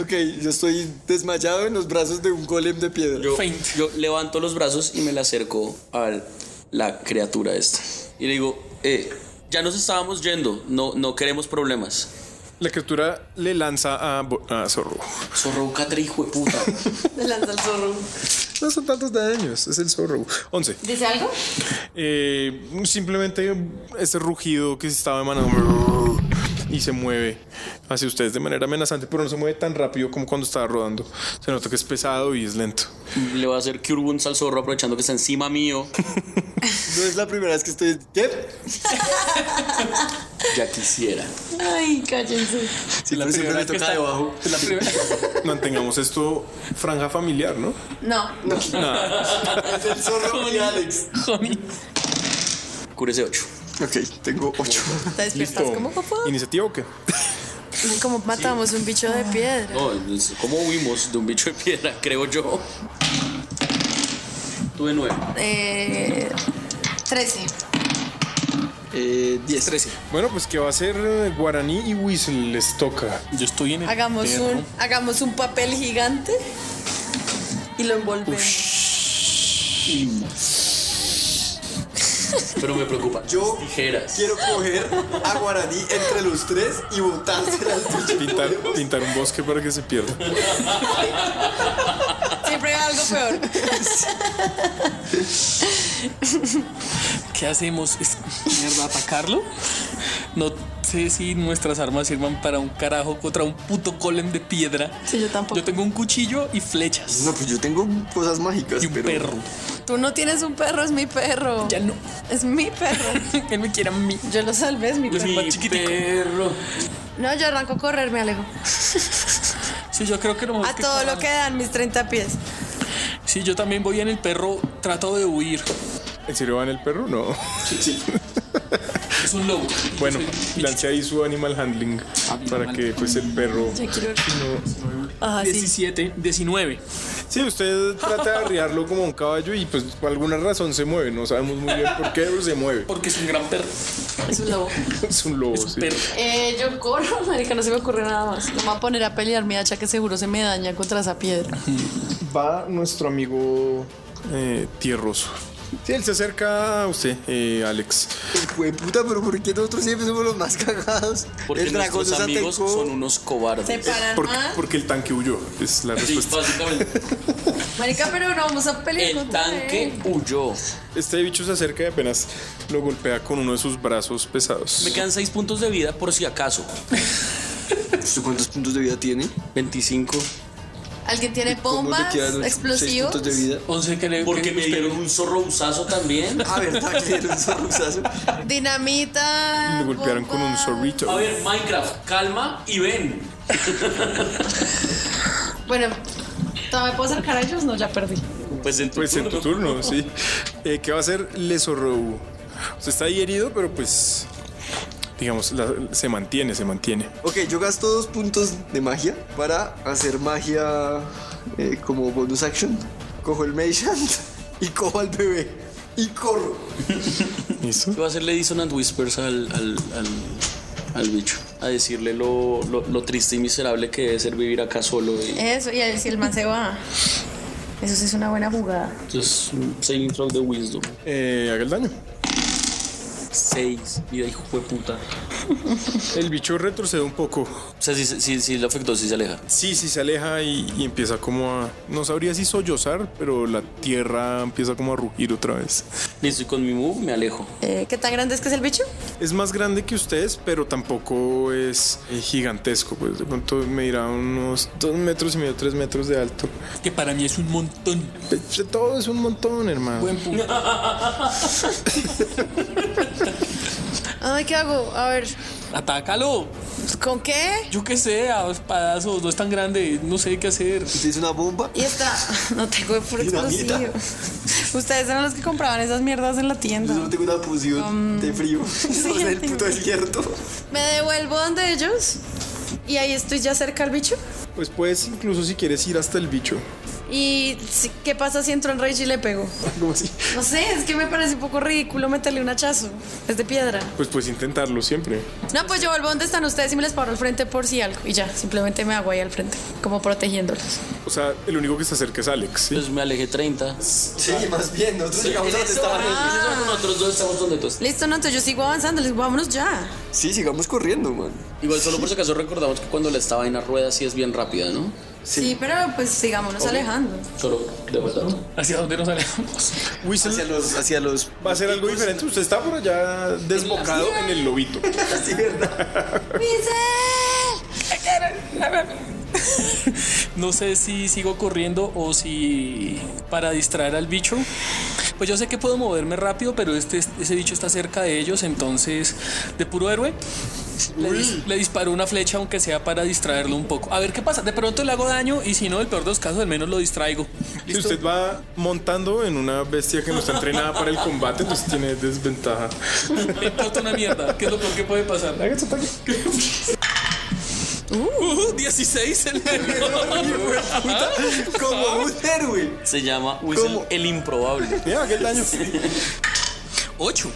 Speaker 5: Ok, yo estoy desmayado en los brazos de un golem de piedra.
Speaker 3: Yo, yo levanto los brazos y me le acerco a la criatura esta. Y le digo, eh, ya nos estábamos yendo, no, no queremos problemas.
Speaker 4: La criatura le lanza a, Bo- a Zorro.
Speaker 3: Zorro, catre, hijo de puta.
Speaker 7: Le lanza el zorro.
Speaker 4: No son tantos daños, es el Zorro. 11.
Speaker 7: ¿Dice algo?
Speaker 4: Eh, simplemente ese rugido que se estaba emanando y se mueve hacia ustedes de manera amenazante, pero no se mueve tan rápido como cuando estaba rodando. Se nota que es pesado y es lento.
Speaker 3: Le voy a hacer Cure Wounds al zorro aprovechando que está encima mío.
Speaker 5: No es la primera vez que estoy. ¿Qué?
Speaker 3: Ya quisiera.
Speaker 7: Ay, cállense.
Speaker 5: Sí, pero siempre me toca debajo.
Speaker 3: [laughs]
Speaker 4: Mantengamos esto franja familiar, ¿no?
Speaker 7: No.
Speaker 5: No. Es
Speaker 3: [laughs]
Speaker 5: el zorro y Alex.
Speaker 3: Cúrese 8.
Speaker 5: Ok, tengo 8.
Speaker 7: ¿Te despiertas como papá?
Speaker 4: ¿Iniciativa o qué?
Speaker 7: Como matamos un bicho
Speaker 4: Ah.
Speaker 7: de piedra.
Speaker 3: No, es- Oh, ¿cómo huimos de un bicho de piedra? [laughs] Creo yo. Tuve 9.
Speaker 7: Eh, 13.
Speaker 4: Eh, 10. 13. Bueno, pues que va a ser eh, Guaraní y Whistle les toca. Yo estoy en
Speaker 7: Hagamos un, hagamos un papel gigante y lo envolvemos.
Speaker 3: Pero me preocupa. Yo. Tijeras.
Speaker 5: Quiero coger a Guaraní entre los tres y botársela al bicho.
Speaker 4: Pintar, pintar un bosque para que se pierda.
Speaker 7: Siempre hay algo peor.
Speaker 12: ¿Qué hacemos? Es, mierda, atacarlo. No sé si nuestras armas sirvan para un carajo contra un puto golem de piedra.
Speaker 7: Sí, yo tampoco.
Speaker 12: Yo tengo un cuchillo y flechas.
Speaker 5: No, pues yo tengo cosas mágicas.
Speaker 12: Y un perro.
Speaker 7: Tú no tienes un perro, es mi perro. Ya
Speaker 12: no. [laughs]
Speaker 7: Es mi perro.
Speaker 12: Él me quiere a mí.
Speaker 7: Yo lo salvé, es mi
Speaker 12: Yo
Speaker 7: perro.
Speaker 12: soy más chiquitico. perro.
Speaker 7: No, yo arranco a correr, me alejo.
Speaker 12: Sí, yo creo que no.
Speaker 7: A todo lo que dan mis 30 pies.
Speaker 12: Sí, yo también voy en el perro. Trato de huir.
Speaker 4: ¿En serio va en el perro? No.
Speaker 12: Es un lobo.
Speaker 4: [laughs] Bueno, lance ahí su animal handling para que pues el perro.
Speaker 12: Ya quiero ver.
Speaker 4: no-
Speaker 12: Ah, 17, 19.
Speaker 4: Sí, usted trata de arriarlo como un caballo y pues por alguna razón se mueve. No sabemos muy bien por qué, pero se mueve.
Speaker 12: Porque es un gran perro.
Speaker 7: Es un lobo.
Speaker 4: [laughs] es un lobo, sí.
Speaker 7: Eh, yo corro, [laughs] marica, no se me ocurre nada más. No me voy a poner a pelear mi hacha que seguro se me daña contra esa piedra.
Speaker 4: Va nuestro amigo eh, Tierroso. Sí, él se acerca a usted, eh, Alex.
Speaker 5: Güey, puta, pero ¿por qué nosotros siempre somos los más cagados?
Speaker 3: Porque
Speaker 5: el dragón
Speaker 3: nuestros
Speaker 5: nos
Speaker 3: amigos
Speaker 5: atacó.
Speaker 3: son unos cobardes.
Speaker 7: [laughs] Se paran
Speaker 4: Porque,
Speaker 7: más.
Speaker 4: porque el tanque huyó, es la
Speaker 3: Sí,
Speaker 4: respuesta.
Speaker 7: [laughs]
Speaker 3: básicamente.
Speaker 7: Marica, pero no vamos a pelear
Speaker 3: El
Speaker 7: contra
Speaker 3: tanque
Speaker 7: él.
Speaker 3: huyó.
Speaker 4: Este bicho se acerca y apenas lo golpea con uno de sus brazos pesados.
Speaker 3: Me quedan 6 puntos de vida por si acaso.
Speaker 5: ¿Usted cuántos puntos de vida tiene?
Speaker 3: 25.
Speaker 7: ¿Alguien tiene bombas, explosivos?
Speaker 5: vida?
Speaker 12: 11 que le
Speaker 3: Porque me dieron un zorro
Speaker 12: [laughs]
Speaker 3: usazo también.
Speaker 5: Ah,
Speaker 7: [laughs]
Speaker 5: verdad, que dieron un zorro usazo.
Speaker 7: Dinamita.
Speaker 4: Me golpearon con un zorrito.
Speaker 3: A ver, Minecraft, calma y ven.
Speaker 7: Bueno, ¿todavía me puedo acercar a ellos? No, ya perdí.
Speaker 3: Pues en tu
Speaker 4: turno. sí. Eh, ¿Qué va a hacer Lesorrobu? Usted está ahí herido, pero pues. Digamos, la- se mantiene, se mantiene.
Speaker 5: Ok, yo gasto dos puntos de magia para hacer magia eh, como bonus action. Cojo el Mage Hand y cojo al bebé y corro.
Speaker 3: Yo voy a hacerle Dissonant Whispers al, al, al- al bicho. A decirle lo, lo- lo triste y miserable que debe ser vivir acá solo. Y
Speaker 7: Eso, y el- si el man se va. Eso sí es una buena jugada.
Speaker 3: entonces, saving throw de Wisdom.
Speaker 4: Eh, haga el daño.
Speaker 3: 6. Vida, hijo de puta.
Speaker 4: El bicho retrocede un poco.
Speaker 3: O sea, sí, sí, sí le afectó, sí se aleja.
Speaker 4: Sí, sí, se aleja y, y empieza como a. No sabría si sollozar, pero la tierra empieza como a rugir otra vez.
Speaker 3: Listo, y con mi move me alejo.
Speaker 7: Eh, ¿Qué tan grande es que es el bicho?
Speaker 4: Es más grande que ustedes, pero tampoco es eh, gigantesco. Pues de pronto medirá unos dos metros y medio, tres metros de alto.
Speaker 12: Que para mí es un montón.
Speaker 4: De todo es un montón, hermano.
Speaker 12: Buen punto.
Speaker 7: Ay, ¿qué hago? A ver,
Speaker 12: Atácalo.
Speaker 7: ¿con qué?
Speaker 12: Yo qué sé, a espadazos, no es tan grande, no sé qué hacer.
Speaker 5: ¿Tienes una bomba?
Speaker 7: Y está. [laughs] No tengo de puro
Speaker 5: Dinamita.
Speaker 7: explosivo. Ustedes eran los que compraban esas mierdas en la tienda.
Speaker 5: Yo solo tengo una fusión
Speaker 7: Um,
Speaker 5: de frío. [laughs] Estamos en el puto desierto.
Speaker 7: Me devuelvo donde ellos. Y ahí estoy ya cerca al bicho.
Speaker 4: Pues puedes incluso si quieres ir hasta el bicho. [laughs]
Speaker 7: ¿Y si- qué pasa si entro en rage y le pego?
Speaker 4: ¿Cómo así?
Speaker 7: No sé, es que me parece un poco ridículo meterle un hachazo. Es de piedra.
Speaker 4: Pues pues intentarlo siempre.
Speaker 7: No, pues yo vuelvo donde están ustedes y me les paro al frente por si algo. Y ya, simplemente me hago ahí al frente, como protegiéndolos.
Speaker 4: O sea, el único que se acerca es Alex. ¿sí? Pues
Speaker 3: me alejé 30.
Speaker 4: Sí,
Speaker 5: más bien, nosotros llegamos a donde estaban ellos.
Speaker 3: Nosotros dos estamos donde tú
Speaker 7: Listo, no, entonces yo sigo avanzando, les digo, vámonos ya.
Speaker 5: Sí, sigamos corriendo, man.
Speaker 3: Igual solo por si acaso recordamos que cuando la estaba vaina rueda sí es bien rápida, ¿no?
Speaker 7: Sí, pero pues sigámonos
Speaker 3: Ok.
Speaker 7: alejando.
Speaker 3: Solo de verdad.
Speaker 19: ¿Hacia dónde nos alejamos?
Speaker 5: Hacia los, hacia los.
Speaker 4: Va a ser algo diferente. Usted está por allá desbocado en el lobito.
Speaker 19: No sé si sigo corriendo o si para distraer al bicho. Pues yo sé que puedo moverme rápido, pero este, ese bicho está cerca de ellos, entonces de puro héroe. Le, dis- le disparo una flecha, aunque sea para distraerlo un poco. A ver qué pasa. De pronto le hago daño y si no, el peor de los casos, al menos lo distraigo. [laughs]
Speaker 4: Si usted va montando en una bestia que no está entrenada para el combate, entonces tiene desventaja.
Speaker 19: Me importa una mierda. ¿Qué es lo peor que puede pasar? Uh, 16 el
Speaker 5: Como un héroe.
Speaker 3: Se llama Whistle el improbable.
Speaker 4: Mira, qué daño.
Speaker 3: 8.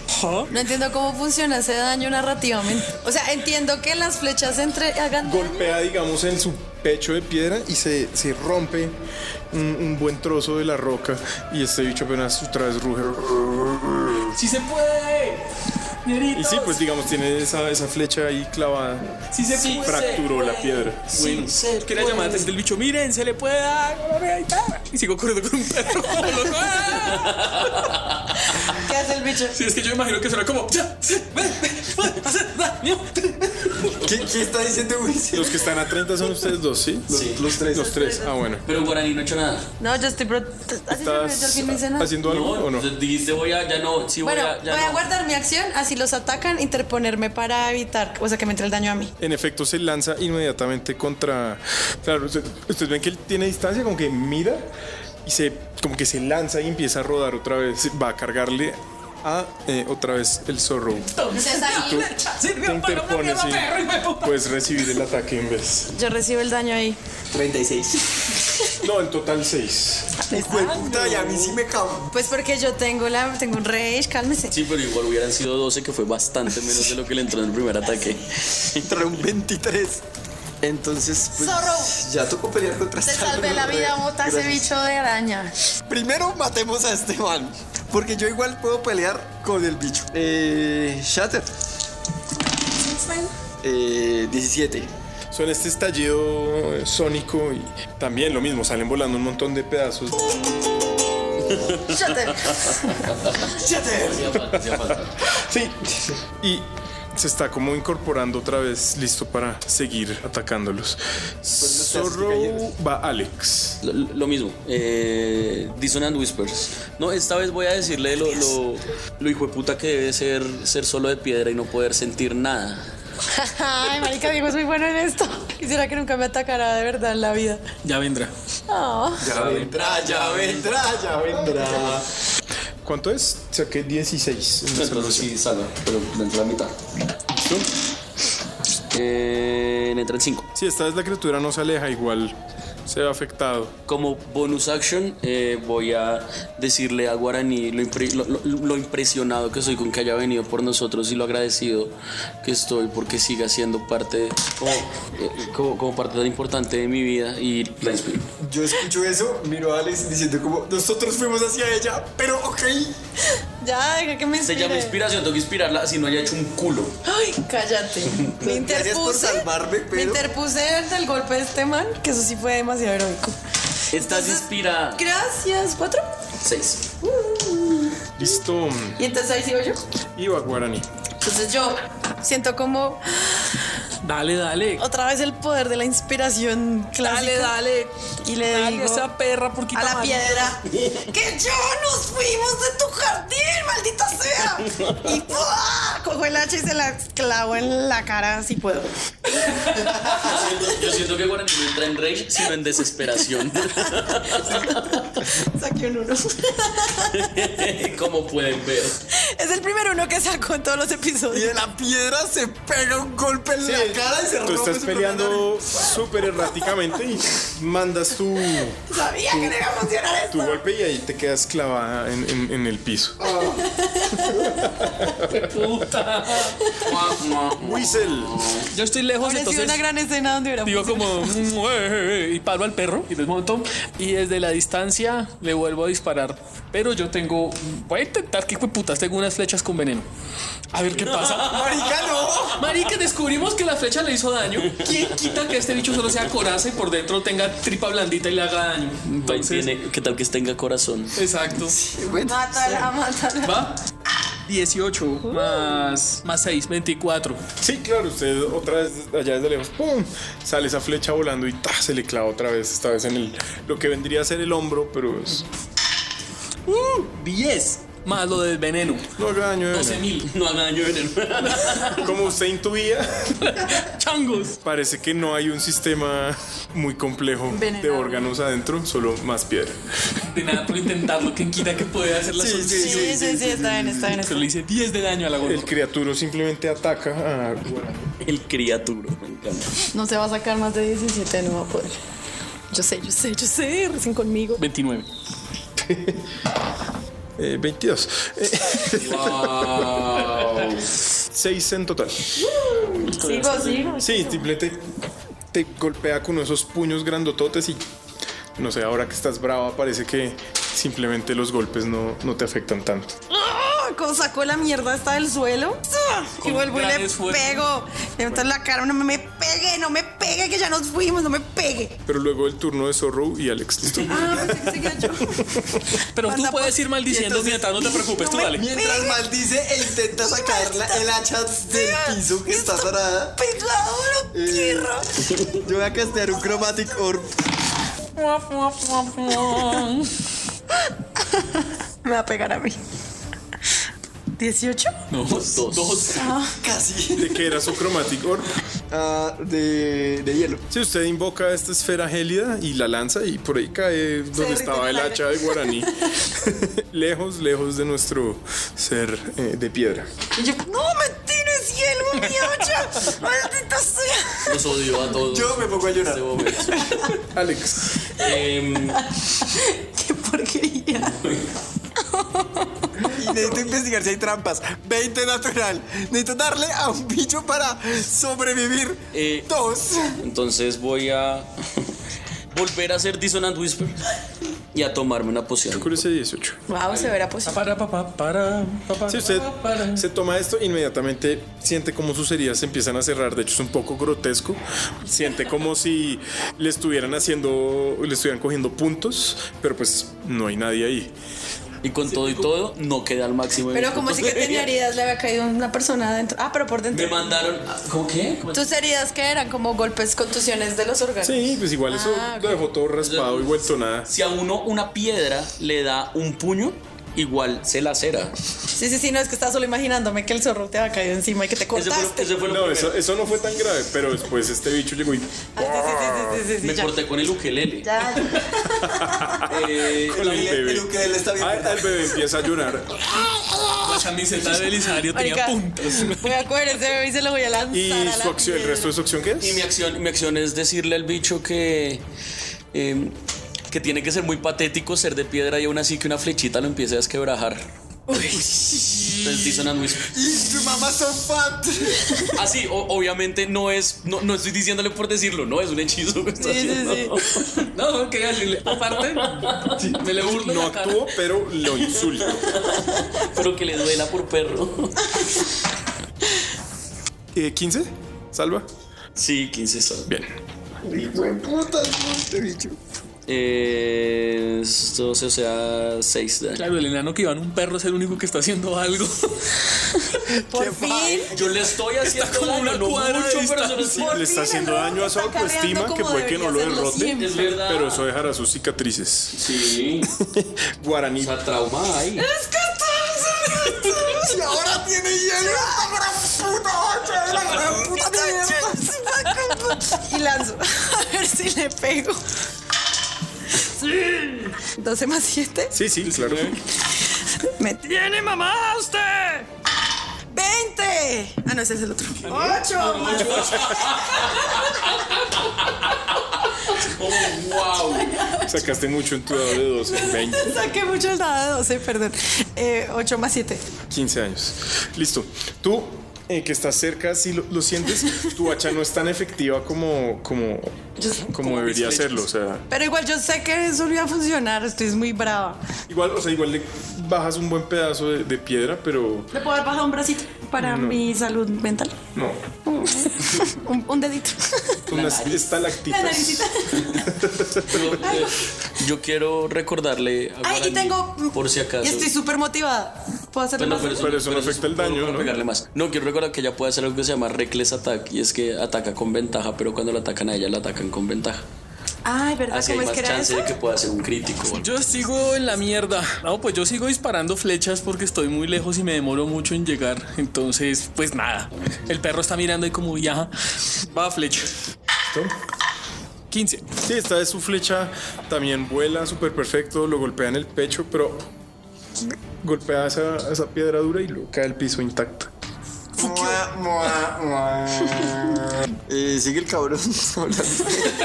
Speaker 7: No entiendo cómo funciona ese daño narrativamente. O sea, entiendo que las flechas entre hagan
Speaker 4: Golpea, digamos, en su pecho de piedra y se, se rompe un, un buen trozo de la roca. Y este bicho apenas otra vez ruge.
Speaker 19: ¡Si se puede!
Speaker 4: Y sí, pues digamos, tiene esa, esa flecha ahí clavada.
Speaker 19: Sí se puede.
Speaker 4: Fracturó la piedra.
Speaker 19: Bueno, quería llamar la atención del bicho. Miren, se le puede dar. Y sigo corriendo con un perro como loco.
Speaker 7: [laughs]
Speaker 19: [laughs]
Speaker 7: ¿Qué hace el bicho?
Speaker 19: Sí, es que yo imagino que será como. "Ya, sí, ven, ven, hacer daño".
Speaker 4: ¿Qué, está diciendo Wilson? Los que están a 30 son ustedes dos, ¿sí? Los, los tres. Los tres, ah, bueno.
Speaker 3: Pero Guaraní no ha hecho nada.
Speaker 7: No, yo estoy. pro- Así se me olvidó, al fin no hice nada.
Speaker 4: haciendo algo o no?
Speaker 3: Dijiste voy a, ya no, sí voy
Speaker 7: Bueno,
Speaker 3: a, ya
Speaker 7: voy a
Speaker 3: no.
Speaker 7: guardar mi acción, así los atacan, interponerme para evitar, o sea, que me entre el daño a mí.
Speaker 4: En efecto, se lanza inmediatamente contra. Claro, usted- ustedes ven que él tiene distancia, como que mira y se, como que se lanza y empieza a rodar otra vez. Va a cargarle a eh, otra vez el zorro.
Speaker 7: Entonces ahí
Speaker 4: Te interpones y puedes recibir el ataque en vez.
Speaker 7: yo recibo el daño ahí.
Speaker 4: 36. No, en total 6.
Speaker 5: Hijo de puta, y a mí sí me cago.
Speaker 7: Pues porque yo tengo la tengo un rage, cálmese.
Speaker 3: Sí, pero igual hubieran sido 12, que fue bastante menos de lo que le entró en el primer ataque.
Speaker 5: Entró un 23. Entonces, pues.
Speaker 7: Zorro.
Speaker 5: Ya tocó pelear contra
Speaker 7: Te
Speaker 5: esta
Speaker 7: salvé la
Speaker 5: gonorrea.
Speaker 7: vida, bota ese
Speaker 5: Gracias.
Speaker 7: bicho de araña.
Speaker 5: Primero matemos a este man. Porque yo igual puedo pelear con el bicho. Eh. Shatter. Eh. 17.
Speaker 4: Son este estallido eh, sónico y también lo mismo, salen volando un montón de pedazos.
Speaker 7: Shatter.
Speaker 4: [laughs] Sí. Y se está como incorporando otra vez, listo para seguir atacándolos. Zorro va Alex.
Speaker 3: Lo, lo mismo, eh, Dissonant Whispers. No, esta vez voy a decirle lo, lo, lo hijo de puta que debe ser ser solo de piedra y no poder sentir nada.
Speaker 7: Ay, marica, Diego es muy bueno en esto. Quisiera que nunca me atacara de verdad en la vida.
Speaker 19: Ya vendrá.
Speaker 7: Oh.
Speaker 5: Ya vendrá, ya vendrá, ya vendrá.
Speaker 4: ¿Cuánto es? Saqué 16.
Speaker 3: Entonces sí salga, pero dentro de la mitad. entra Eh, en 5.
Speaker 4: Si esta vez la criatura no se aleja, igual se ve afectado.
Speaker 3: Como bonus action, eh, voy a decirle a Guaraní lo, impre- lo- lo- lo impresionado que soy con que haya venido por nosotros y lo agradecido que estoy porque siga siendo parte, como, eh, como- como parte tan importante de mi vida y la inspiro.
Speaker 5: Yo escucho eso, miro a Alex diciendo como nosotros fuimos hacia ella, pero ok.
Speaker 7: Ya, deja que me
Speaker 3: Se
Speaker 7: inspire.
Speaker 3: llama inspiración, tengo que inspirarla si no haya hecho un culo.
Speaker 7: Ay,
Speaker 5: [laughs]
Speaker 7: cállate. Me
Speaker 5: Gracias por
Speaker 7: interpuse.
Speaker 5: salvarme,
Speaker 7: Me
Speaker 5: pero.
Speaker 7: interpuse del golpe de este man, que eso sí fue demasiado heroico.
Speaker 3: Estás inspirada.
Speaker 7: Gracias, cuatro.
Speaker 3: 6.
Speaker 4: Listo.
Speaker 7: Y entonces ahí sigo yo.
Speaker 4: Iba Guarani.
Speaker 7: Entonces yo siento como
Speaker 19: Dale, dale.
Speaker 7: otra vez el poder de la inspiración clásica.
Speaker 19: Dale, dale.
Speaker 7: Y le
Speaker 19: Dale
Speaker 7: digo
Speaker 19: esa perra porque
Speaker 7: a la piedra que yo nos fuimos de tu jardín, maldita sea. Y ¡pua! cojo el hacha y se la clavo en la cara si puedo.
Speaker 3: Ah, Yo siento que Guarani no entra en rage, sino en desesperación. [laughs]
Speaker 7: Saqué un uno.
Speaker 3: Como pueden ver.
Speaker 7: Es el primer uno que sacó en todos los episodios. Y de la piedra se pega un golpe en la cara y se
Speaker 4: Tú estás peleando súper erráticamente y mandas tu,
Speaker 7: Sabía que no iba a funcionar esto.
Speaker 4: tu golpe y ahí te quedas clavada en, en- en el piso.
Speaker 12: Whistle. Yo estoy lejos,
Speaker 7: Hubiera sido
Speaker 12: entonces.
Speaker 7: una gran escena donde hubiera
Speaker 12: Digo como "Mm, eh, eh", y paro al perro y desmonto y desde la distancia le vuelvo a disparar. Pero yo tengo voy a intentar que putas tengo unas flechas con veneno. A ver qué pasa.
Speaker 5: [laughs] Marica, no.
Speaker 12: Marica, descubrimos que la flecha le hizo daño. ¿Quién quita que este bicho solo sea coraza y por dentro tenga tripa blandita y le haga daño? Entonces,
Speaker 3: ¿Qué tal que tenga corazón?
Speaker 12: Exacto.
Speaker 7: Mátala, mátala.
Speaker 12: Va. 18 más, más 6, 24.
Speaker 4: Sí, claro, usted otra vez allá desde lejos, ¡pum! Sale esa flecha volando y ¡ta! se le clava otra vez, esta vez en el, lo que vendría a ser el hombro, pero es...
Speaker 12: Uh, 10 más lo del veneno.
Speaker 4: No haga daño de
Speaker 3: Pues
Speaker 12: 12 mil. No haga daño de veneno.
Speaker 4: Como usted intuía,
Speaker 12: [laughs]
Speaker 4: [laughs]
Speaker 12: changos.
Speaker 4: Parece que no hay un sistema muy complejo de
Speaker 7: Envenenado.
Speaker 4: órganos adentro, solo más piedra.
Speaker 12: De nada por intentarlo, quien quita que puede hacer la
Speaker 7: Sí, sí,
Speaker 12: solución.
Speaker 7: sí, sí, sí, está bien, está bien. está
Speaker 12: Pero le hice 10 de daño a la gorda.
Speaker 4: El criaturo simplemente ataca a
Speaker 3: El criaturo, me encanta.
Speaker 7: bien. No se va a sacar más de 17, no va a poder. Yo sé, yo sé, yo sé, recién conmigo.
Speaker 12: 29.
Speaker 4: Eh, 22.
Speaker 3: Wow.
Speaker 4: 6 en total.
Speaker 7: Sigo, sigo.
Speaker 4: Sí, simplemente te golpea con esos puños grandototes y no sé, ahora que estás brava parece que simplemente los golpes no, no te afectan tanto.
Speaker 7: ¡Ah! Como sacó la mierda esta del suelo. ¡Ah! Y
Speaker 4: Con
Speaker 7: vuelvo y
Speaker 4: gran
Speaker 7: le
Speaker 4: esfuerzo.
Speaker 7: pego. Le meto en la cara, no me pegue, no me pegue, que ya nos fuimos, no me pegue.
Speaker 4: Pero luego el turno de Zorro y Alex. Listo.
Speaker 7: Ah, [laughs]
Speaker 12: Pero tú puedes ir maldiciendo mientras no te preocupes, tú dale.
Speaker 5: Mientras maldice e intenta sacar la- el hacha del piso que está parada.
Speaker 7: ¡Pegadora,
Speaker 4: Eh.
Speaker 7: tierra!
Speaker 5: Yo voy a castear un Chromatic Orb.
Speaker 7: Me va a pegar a mí. ¿18?
Speaker 12: No, dos.
Speaker 7: Ah,
Speaker 5: Casi.
Speaker 4: ¿De qué era su Chromatic Orb?
Speaker 5: ah, de, hielo.
Speaker 4: Si usted invoca esta esfera gélida y la lanza y por ahí cae donde
Speaker 5: derrite
Speaker 4: estaba el
Speaker 5: en el aire.
Speaker 4: hacha de guaraní. lejos, lejos de nuestro ser eh, de piedra.
Speaker 7: Y yo, no me tires hielo, a mi hacha. [laughs] Maldita sea.
Speaker 3: Los odio a todos. Este
Speaker 5: Yo me pongo a llorar.
Speaker 4: Alex.
Speaker 3: Em,
Speaker 7: Qué porquería.
Speaker 5: Y necesito investigar si hay trampas. 20 natural. Necesito darle a un bicho para sobrevivir. Dos.
Speaker 3: eh, Entonces voy a volver a hacer Dissonant Whisper y a tomarme una poción. Yo
Speaker 4: 18.
Speaker 7: Wow, se verá posible.
Speaker 12: Para, para, para, para.
Speaker 4: Si usted se toma esto, inmediatamente siente como sus heridas se empiezan a cerrar. De hecho, es un poco grotesco. Siente como si le estuvieran haciendo, le estuvieran cogiendo puntos, pero pues no hay nadie ahí.
Speaker 3: Y con todo y todo, no queda al máximo. de
Speaker 7: Pero
Speaker 3: mis
Speaker 7: como
Speaker 3: puntos
Speaker 7: si
Speaker 3: de
Speaker 7: que
Speaker 3: vida.
Speaker 7: tenía heridas, le había caído una persona adentro. Ah, pero por dentro.
Speaker 3: Me mandaron. ¿Cómo qué? ¿Cómo-
Speaker 7: ¿Tus heridas que eran? Como golpes, contusiones de los órganos.
Speaker 4: Sí, pues igual eso
Speaker 7: Ah, ok.
Speaker 4: lo dejó todo raspado y vuelto nada.
Speaker 3: Si a uno una piedra le da un puño, igual se la cera.
Speaker 7: Sí, sí, sí, no, es que estaba solo imaginándome que el zorro te había caído encima y que te cortaste.
Speaker 4: No, eso, eso no fue tan grave, pero después este bicho llegó y.
Speaker 3: Me corté con el ukelele. [laughs] Eh,
Speaker 7: Ya,
Speaker 4: Con el bebé.
Speaker 5: El ukelele está bien
Speaker 4: Ah, el bebé empieza a llorar.
Speaker 3: Ah,
Speaker 12: La camiseta de Belisario tenía
Speaker 7: Marica,
Speaker 12: puntos.
Speaker 7: Voy a coger ese bebé y se lo voy a lanzar a la piedra.
Speaker 4: resto de su acción qué es?
Speaker 3: Y mi acción, mi acción es decirle al bicho que. eh, que tiene que ser muy patético ser de piedra y aún así que una flechita lo empiece a desquebrajar. Entonces Dissonant Whisper.
Speaker 5: Y tu mamá son fat.
Speaker 3: Así, Ah, o- obviamente no es, no, no estoy diciéndole por decirlo, no es un hechizo que estoy haciendo. [laughs]
Speaker 12: No, quería decirle. Aparte, me le burlo.
Speaker 4: No actuó, pero lo insulto.
Speaker 3: pero que le duela por perro.
Speaker 4: Eh, ¿15? ¿Salva?
Speaker 3: Sí, 15 salva.
Speaker 4: Bien.
Speaker 5: Hijo de puta, no, este bicho.
Speaker 3: Eh, es 12, o sea, 6 de daño.
Speaker 12: Claro, el enano que iba en un perro es el único que está
Speaker 2: [laughs]
Speaker 12: haciendo algo.
Speaker 7: Por fin.
Speaker 3: Yo le estoy haciendo
Speaker 12: como
Speaker 3: daño,
Speaker 12: una
Speaker 3: no
Speaker 12: cuadra de
Speaker 3: mucho, pero
Speaker 12: distancia.
Speaker 3: se lo
Speaker 4: Le
Speaker 3: estoy-
Speaker 4: está haciendo daño a su
Speaker 7: está
Speaker 4: autoestima,
Speaker 7: cargando
Speaker 4: que
Speaker 7: como
Speaker 4: puede que no lo
Speaker 7: debería hacerlo
Speaker 4: derrote,
Speaker 7: siempre. Es
Speaker 3: verdad.
Speaker 4: pero eso dejará sus cicatrices. Sí. [laughs] Guaraní.
Speaker 3: Esa
Speaker 12: [laughs]
Speaker 3: trauma ahí.
Speaker 7: Es que tú-
Speaker 5: Y ahora tiene hielo. esta gran puta hacha de la gran puta de hielo.
Speaker 7: y lanzo. [laughs] A ver si le pego. 12 más 7.
Speaker 4: Sí, sí, claro.
Speaker 7: Me tiene mamá usted. 20. Ah, no, ese es el otro. 8 más
Speaker 3: Oh,
Speaker 4: wow. Sacaste mucho en tu dado de 12, 20,
Speaker 7: Saqué mucho el dado de 12, perdón. Eh, 8 más 7.
Speaker 4: 15 años. Listo. Tú, eh, que estás cerca, si lo, lo sientes, tu hacha no es tan efectiva como, como, como debería serlo. O sea,
Speaker 2: Pero igual yo sé que eso no iba a funcionar, estoy muy brava.
Speaker 4: igual, o sea, igual le bajas un buen pedazo de, de piedra, pero
Speaker 2: ¿Le puedo dar bajado un bracito para
Speaker 4: No.
Speaker 2: mi salud mental?
Speaker 4: no.
Speaker 2: un, un dedito.
Speaker 4: Unas estalactitas.
Speaker 2: La naricita.
Speaker 3: Yo quiero recordarle a
Speaker 2: Ay, y
Speaker 3: Guarani,
Speaker 2: tengo.
Speaker 3: por si acaso.
Speaker 2: Y estoy súper motivada. ¿Puedo hacerlo
Speaker 3: Bueno,
Speaker 2: más?
Speaker 3: no afecta el daño, ¿no? pegarle más. No, quiero recordar que ella puede hacer algo que se llama Reckless Attack y es que ataca con ventaja, pero cuando la atacan a ella, la atacan con ventaja.
Speaker 2: Ay, ¿verdad?
Speaker 3: Así Ah, hay
Speaker 2: ¿Cómo es
Speaker 3: más
Speaker 2: que era
Speaker 3: chance
Speaker 2: eso?
Speaker 3: de que pueda hacer un crítico. o algo.
Speaker 6: Yo sigo en la mierda. No, pues yo sigo disparando flechas porque estoy muy lejos y me demoro mucho en llegar. Entonces, pues nada. El perro está mirando y como viaja. Va a flecha.
Speaker 4: 15. Sí, esta vez su flecha también vuela súper perfecto, lo golpea en el pecho, pero golpea esa, esa piedra dura y lo cae al piso intacto.
Speaker 5: [laughs] Eh, sigue el cabrón [laughs] hablando.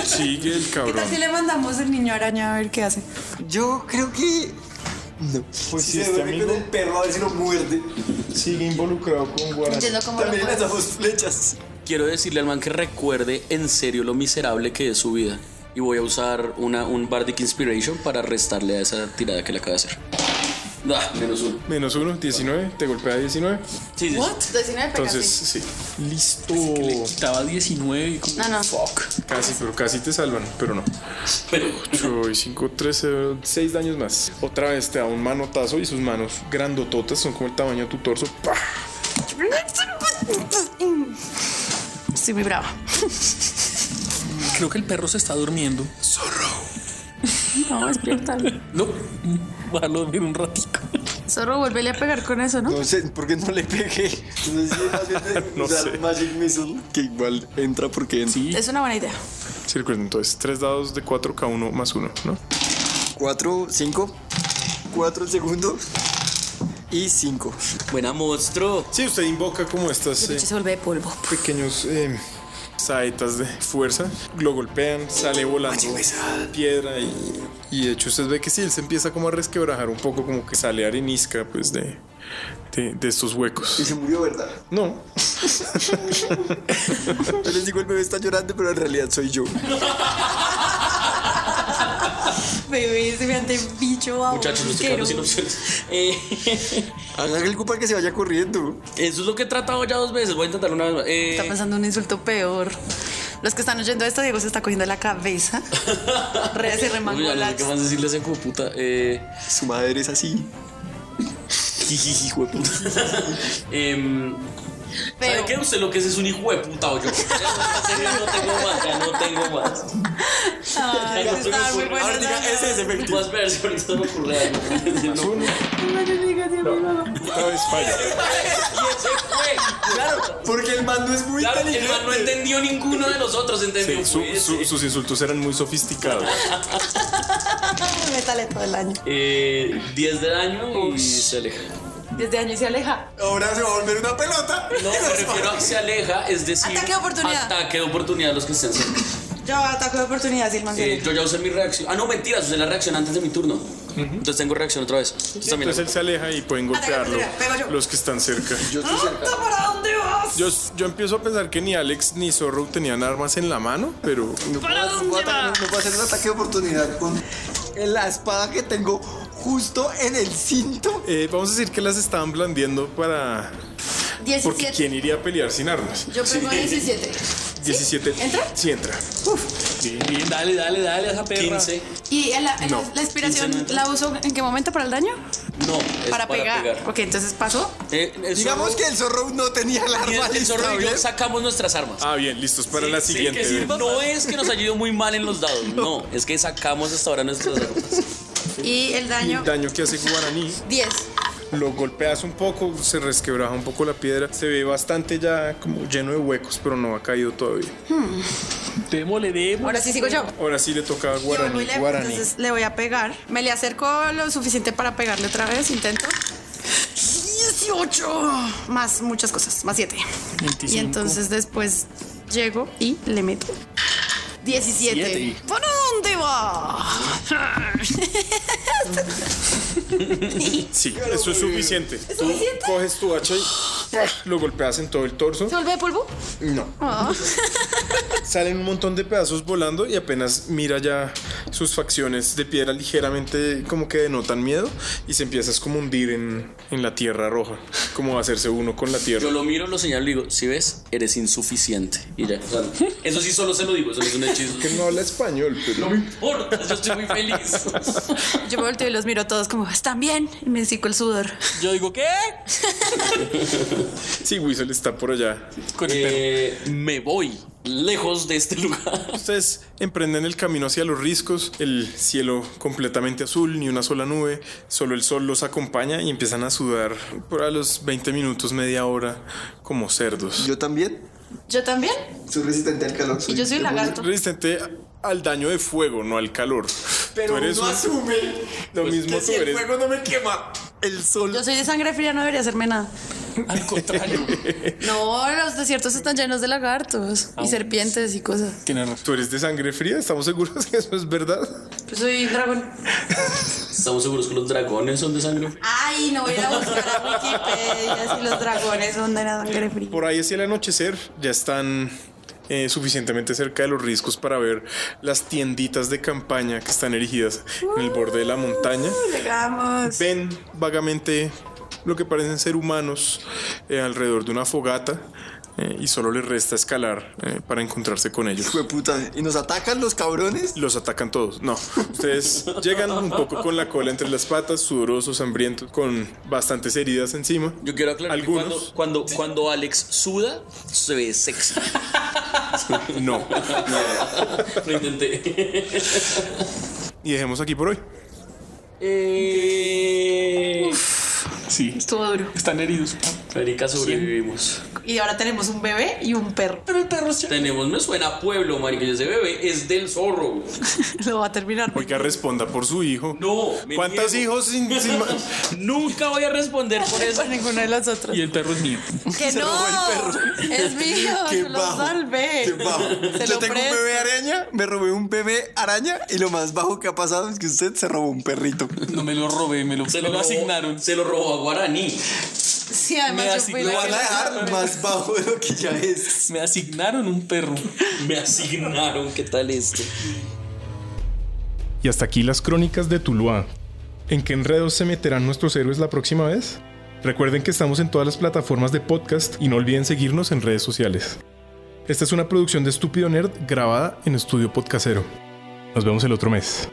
Speaker 4: Sigue el
Speaker 2: ¿Qué tal si le mandamos el niño araña a ver qué hace?
Speaker 5: Yo creo que. No. Pues si se duerme con el perro, a ver si lo muerde.
Speaker 4: Sigue involucrado con Guarani.
Speaker 2: Entiendo cómo lo
Speaker 5: También
Speaker 2: muerde.
Speaker 5: lanzamos flechas.
Speaker 3: Quiero decirle al man que recuerde en serio lo miserable que es su vida. Y voy a usar una, un Bardic Inspiration para restarle a esa tirada que le acaba de hacer. Ah, menos uno.
Speaker 4: Menos uno, 19. Te golpea 19.
Speaker 3: Sí, sí.
Speaker 2: ¿What? 19
Speaker 4: Entonces, sí. Listo. Le
Speaker 6: quitaba 19 y
Speaker 2: No, Ah, no.
Speaker 4: Casi, pero casi te salvan, pero no. 8 y 5, 13, 6 daños más. Otra vez te da un manotazo y sus manos grandototas son como el tamaño de tu torso. ¡Pah!
Speaker 2: Estoy muy brava.
Speaker 6: Creo que el perro se está durmiendo.
Speaker 3: [laughs]
Speaker 2: No, despiértalo.
Speaker 6: No, va a dormir un ratico.
Speaker 2: Zorro, vuélvele a pegar con eso, ¿no?
Speaker 5: No sé, ¿por qué no le pegué? [laughs] No sé, más bien de
Speaker 4: No
Speaker 5: usar
Speaker 4: sé.
Speaker 5: Magic Missile, que igual entra porque entra.
Speaker 2: Es una buena idea.
Speaker 4: Sí, recuerden, entonces 3 dados de 4 cada uno más uno, ¿no?
Speaker 5: 4, 5, 4 el segundo y 5.
Speaker 3: Buena monstruo.
Speaker 4: Sí, usted invoca como estas eh,
Speaker 2: Se vuelve polvo.
Speaker 4: pequeños eh, saetas de fuerza. Lo golpean, sale volando piedra y, y de hecho usted ve que sí, él se empieza como a resquebrajar un poco, como que sale arenisca pues de, de, de estos huecos.
Speaker 5: Y se murió, ¿verdad?
Speaker 4: No.
Speaker 5: [laughs] Yo les digo, el bebé está llorando, pero en realidad soy yo.
Speaker 2: Bebé, semejante bicho
Speaker 3: Muchachos, nos quedamos sin
Speaker 2: asqueroso.
Speaker 3: opciones. Eh, [laughs]
Speaker 5: Haga algo para que se vaya corriendo.
Speaker 3: eso es lo que he tratado ya dos veces. Voy a intentar una vez más. Eh,
Speaker 2: Está pensando un insulto peor. Los que están oyendo esto, Diego se está cogiendo la cabeza. Re se
Speaker 3: uy, ya no sé qué
Speaker 2: remangolacha.
Speaker 3: más decirle a ese hijo de puta. Eh,
Speaker 5: Su madre es así.
Speaker 3: hijo de [laughs] puta. Em, ¿Sabe qué? Usted lo que es es un hijo de puta [laughs] o yo. No tengo más, ya no tengo más.
Speaker 2: Ay,
Speaker 3: Ya no se me
Speaker 2: está muy
Speaker 3: ocurre.
Speaker 2: bueno.
Speaker 3: Ahora diga, ese es efectivo. Más ver si ahorita no ocurre [laughs] algo. No. [laughs]
Speaker 4: Esta vez falla.
Speaker 3: Claro,
Speaker 5: porque el man no es muy
Speaker 3: Claro, el man no entendió ninguno de nosotros, entendió. pues, eh,
Speaker 4: Sí, su- su- sus insultos eran muy sofisticados.
Speaker 2: [laughs] Métale todo el año.
Speaker 3: Eh, 10 de daño y se aleja.
Speaker 2: Desde año y se aleja.
Speaker 5: Ahora se va a volver una pelota.
Speaker 3: No, me refiero a que se aleja, es decir,
Speaker 2: Ataque de oportunidad.
Speaker 3: Ataque de oportunidad los que estén cerca.
Speaker 2: Yo ataco de oportunidad, Silman.
Speaker 3: Eh, yo ya usé mi reacción. Ah, no, mentiras, usé la reacción antes de mi turno. Entonces tengo reacción otra vez. Entonces, también
Speaker 4: Entonces él se aleja y pueden golpearlo los que están cerca. Yo
Speaker 2: Ah, ¿Para dónde vas?
Speaker 4: Yo, yo empiezo a pensar que ni Alex ni Zorro tenían armas en la mano, pero
Speaker 5: ¿Para dónde No puedo hacer un ataque de oportunidad con la espada que tengo justo en el cinto.
Speaker 4: eh, vamos a decir que las estaban blandiendo para... Porque
Speaker 7: 17.
Speaker 4: ¿quién iría a pelear sin armas?
Speaker 7: Yo pego 17.
Speaker 4: 17.
Speaker 7: ¿Entra?
Speaker 4: Sí, entra.
Speaker 6: Bien, bien, dale, dale, dale a esa perra.
Speaker 3: 15.
Speaker 2: ¿Y en la, en
Speaker 4: No.
Speaker 2: la inspiración la uso en qué momento para el daño?
Speaker 3: No, es
Speaker 2: para, pegar. Ok, entonces pasó.
Speaker 3: Eh, el
Speaker 5: Digamos
Speaker 3: zorro-
Speaker 5: que el zorro no tenía la
Speaker 3: y
Speaker 5: arma
Speaker 3: el- el
Speaker 5: lista,
Speaker 3: zorro y yo
Speaker 5: ¿bien?
Speaker 3: sacamos nuestras armas.
Speaker 4: Ah, bien, listos para la
Speaker 3: Sí,
Speaker 4: siguiente.
Speaker 3: que sirva. no es que nos haya ido muy mal en los dados, no, es que sacamos hasta ahora nuestras armas.
Speaker 2: Y el
Speaker 4: Y
Speaker 2: daño.
Speaker 4: el daño que hace Guaraní.
Speaker 2: 10.
Speaker 4: Lo golpeas un poco, se resquebraja un poco la piedra. Se ve bastante ya como lleno de huecos, pero no ha caído todavía.
Speaker 19: Démosle, démosle.
Speaker 7: Ahora sí sigo yo.
Speaker 4: Ahora sí le toca a
Speaker 7: Yo
Speaker 4: Guarani.
Speaker 7: voy lejos,
Speaker 4: Guarani.
Speaker 7: e- Entonces le voy a pegar. Me le acerco lo suficiente para pegarle otra vez. Intento. 18 más muchas cosas, más 7.
Speaker 19: 25.
Speaker 7: Y entonces después llego y le meto 17.
Speaker 19: Siete.
Speaker 7: ¿Por dónde va?
Speaker 4: Sí, eso es suficiente. Tú coges tu hacha y ¡ah! lo golpeas en todo el torso.
Speaker 7: ¿Se vuelve polvo?
Speaker 4: No.
Speaker 7: Ah.
Speaker 4: [laughs] Salen un montón de pedazos volando y apenas mira ya sus facciones de piedra ligeramente como que denotan miedo y se empieza a como hundir en, en la tierra roja, como a hacerse uno con la tierra.
Speaker 3: Yo lo miro, lo señalo y digo, si ves, eres insuficiente. Y ya. O sea, eso sí solo se lo digo, eso no es un [laughs] hechizo.
Speaker 4: Que no habla español, pero...
Speaker 3: importa, yo estoy muy [laughs] feliz.
Speaker 7: Yo me volteo y los miro todos como, ¿están bien? Y me seco el sudor.
Speaker 19: Yo digo, ¿qué?
Speaker 4: Sí, Whistle está por allá.
Speaker 3: Eh, me voy lejos de este lugar.
Speaker 4: [laughs] Ustedes emprenden el camino hacia los riscos, el cielo completamente azul, ni una sola nube, solo el sol los acompaña y empiezan a sudar por a los 20 minutos, media hora, como cerdos. ¿Yo también?
Speaker 7: ¿Yo también?
Speaker 4: Soy resistente al calor.
Speaker 7: Y yo soy lagarto.
Speaker 4: Resistente al daño de fuego, no al calor.
Speaker 5: Pero uno asume Pues
Speaker 4: Lo mismo tú eres.
Speaker 5: no me quema. El sol.
Speaker 7: Yo soy de sangre fría, no debería
Speaker 4: [laughs]
Speaker 7: hacerme nada.
Speaker 19: Al
Speaker 3: [laughs]
Speaker 19: contrario.
Speaker 7: No, los desiertos están llenos de lagartos y serpientes y cosas.
Speaker 4: ¿Tú eres de sangre fría? ¿Estamos seguros que eso es verdad?
Speaker 7: Pues soy dragón.
Speaker 3: Estamos seguros que los dragones son de sangre.
Speaker 7: Ay, no voy a ir a buscar a Wikipedia si los dragones son de la sangre fría.
Speaker 4: Por ahí hacia el anochecer ya están eh, suficientemente cerca de los riscos para ver las tienditas de campaña que están erigidas en el borde de la montaña.
Speaker 7: Llegamos.
Speaker 4: Ven vagamente lo que parecen ser humanos eh, alrededor de una fogata. eh, y solo les resta escalar eh, para encontrarse con ellos. ¿Y nos atacan los
Speaker 5: [laughs]
Speaker 4: cabrones? Los atacan todos. No. Ustedes llegan un poco con la cola entre las patas, sudorosos, hambrientos, con bastantes heridas encima.
Speaker 3: Yo quiero aclarar que
Speaker 4: Algunos.
Speaker 3: cuando, cuando, cuando Alex suda, se ve sexy.
Speaker 4: No.
Speaker 3: [laughs] Lo [laughs] intenté.
Speaker 4: Y dejemos aquí por hoy.
Speaker 3: Eh,
Speaker 19: Sí.
Speaker 7: Estuvo duro.
Speaker 19: Están heridos.
Speaker 3: Erika, sobrevivimos.
Speaker 7: Y ahora tenemos un bebé y un perro. Pero el perro
Speaker 3: Tenemos, me suena a pueblo, marica. Ese bebé es del zorro.
Speaker 7: [laughs] lo va a terminar.
Speaker 4: Oiga, responda por su hijo.
Speaker 3: No.
Speaker 4: ¿Cuántos hijos sin- sin ma-
Speaker 3: Nunca voy a responder por eso.
Speaker 7: Ninguna de las
Speaker 19: [laughs]
Speaker 7: otras.
Speaker 19: Y el perro es mío.
Speaker 7: Que no. Es mío.
Speaker 5: Qué
Speaker 7: yo lo
Speaker 5: bajo,
Speaker 7: salvé.
Speaker 5: Qué bajo.
Speaker 7: Se
Speaker 5: Yo
Speaker 7: lo
Speaker 5: tengo un
Speaker 7: presto.
Speaker 5: bebé araña, me robé un bebé araña y lo más bajo que ha pasado es que usted se robó un perrito.
Speaker 19: No me lo robé, me lo,
Speaker 3: Se
Speaker 19: me
Speaker 3: lo
Speaker 19: lo
Speaker 3: robó-
Speaker 19: asignaron.
Speaker 3: Se lo robó a Guaraní.
Speaker 7: Sí, además
Speaker 19: Me
Speaker 7: yo fui
Speaker 19: asignó-
Speaker 7: la
Speaker 19: lo van
Speaker 7: que
Speaker 19: a
Speaker 7: lo
Speaker 19: dejar
Speaker 7: salvé.
Speaker 19: más
Speaker 5: bajo de lo que ya es.
Speaker 19: Me asignaron un perro.
Speaker 3: Me asignaron, ¿qué tal este?
Speaker 4: Y hasta aquí las crónicas de Tuluá. ¿En qué enredos se meterán nuestros héroes la próxima vez? Recuerden que estamos en todas las plataformas de podcast y no olviden seguirnos en redes sociales. Esta es una producción de Estúpido Nerd grabada en Estudio Podcastero. Nos vemos el otro mes.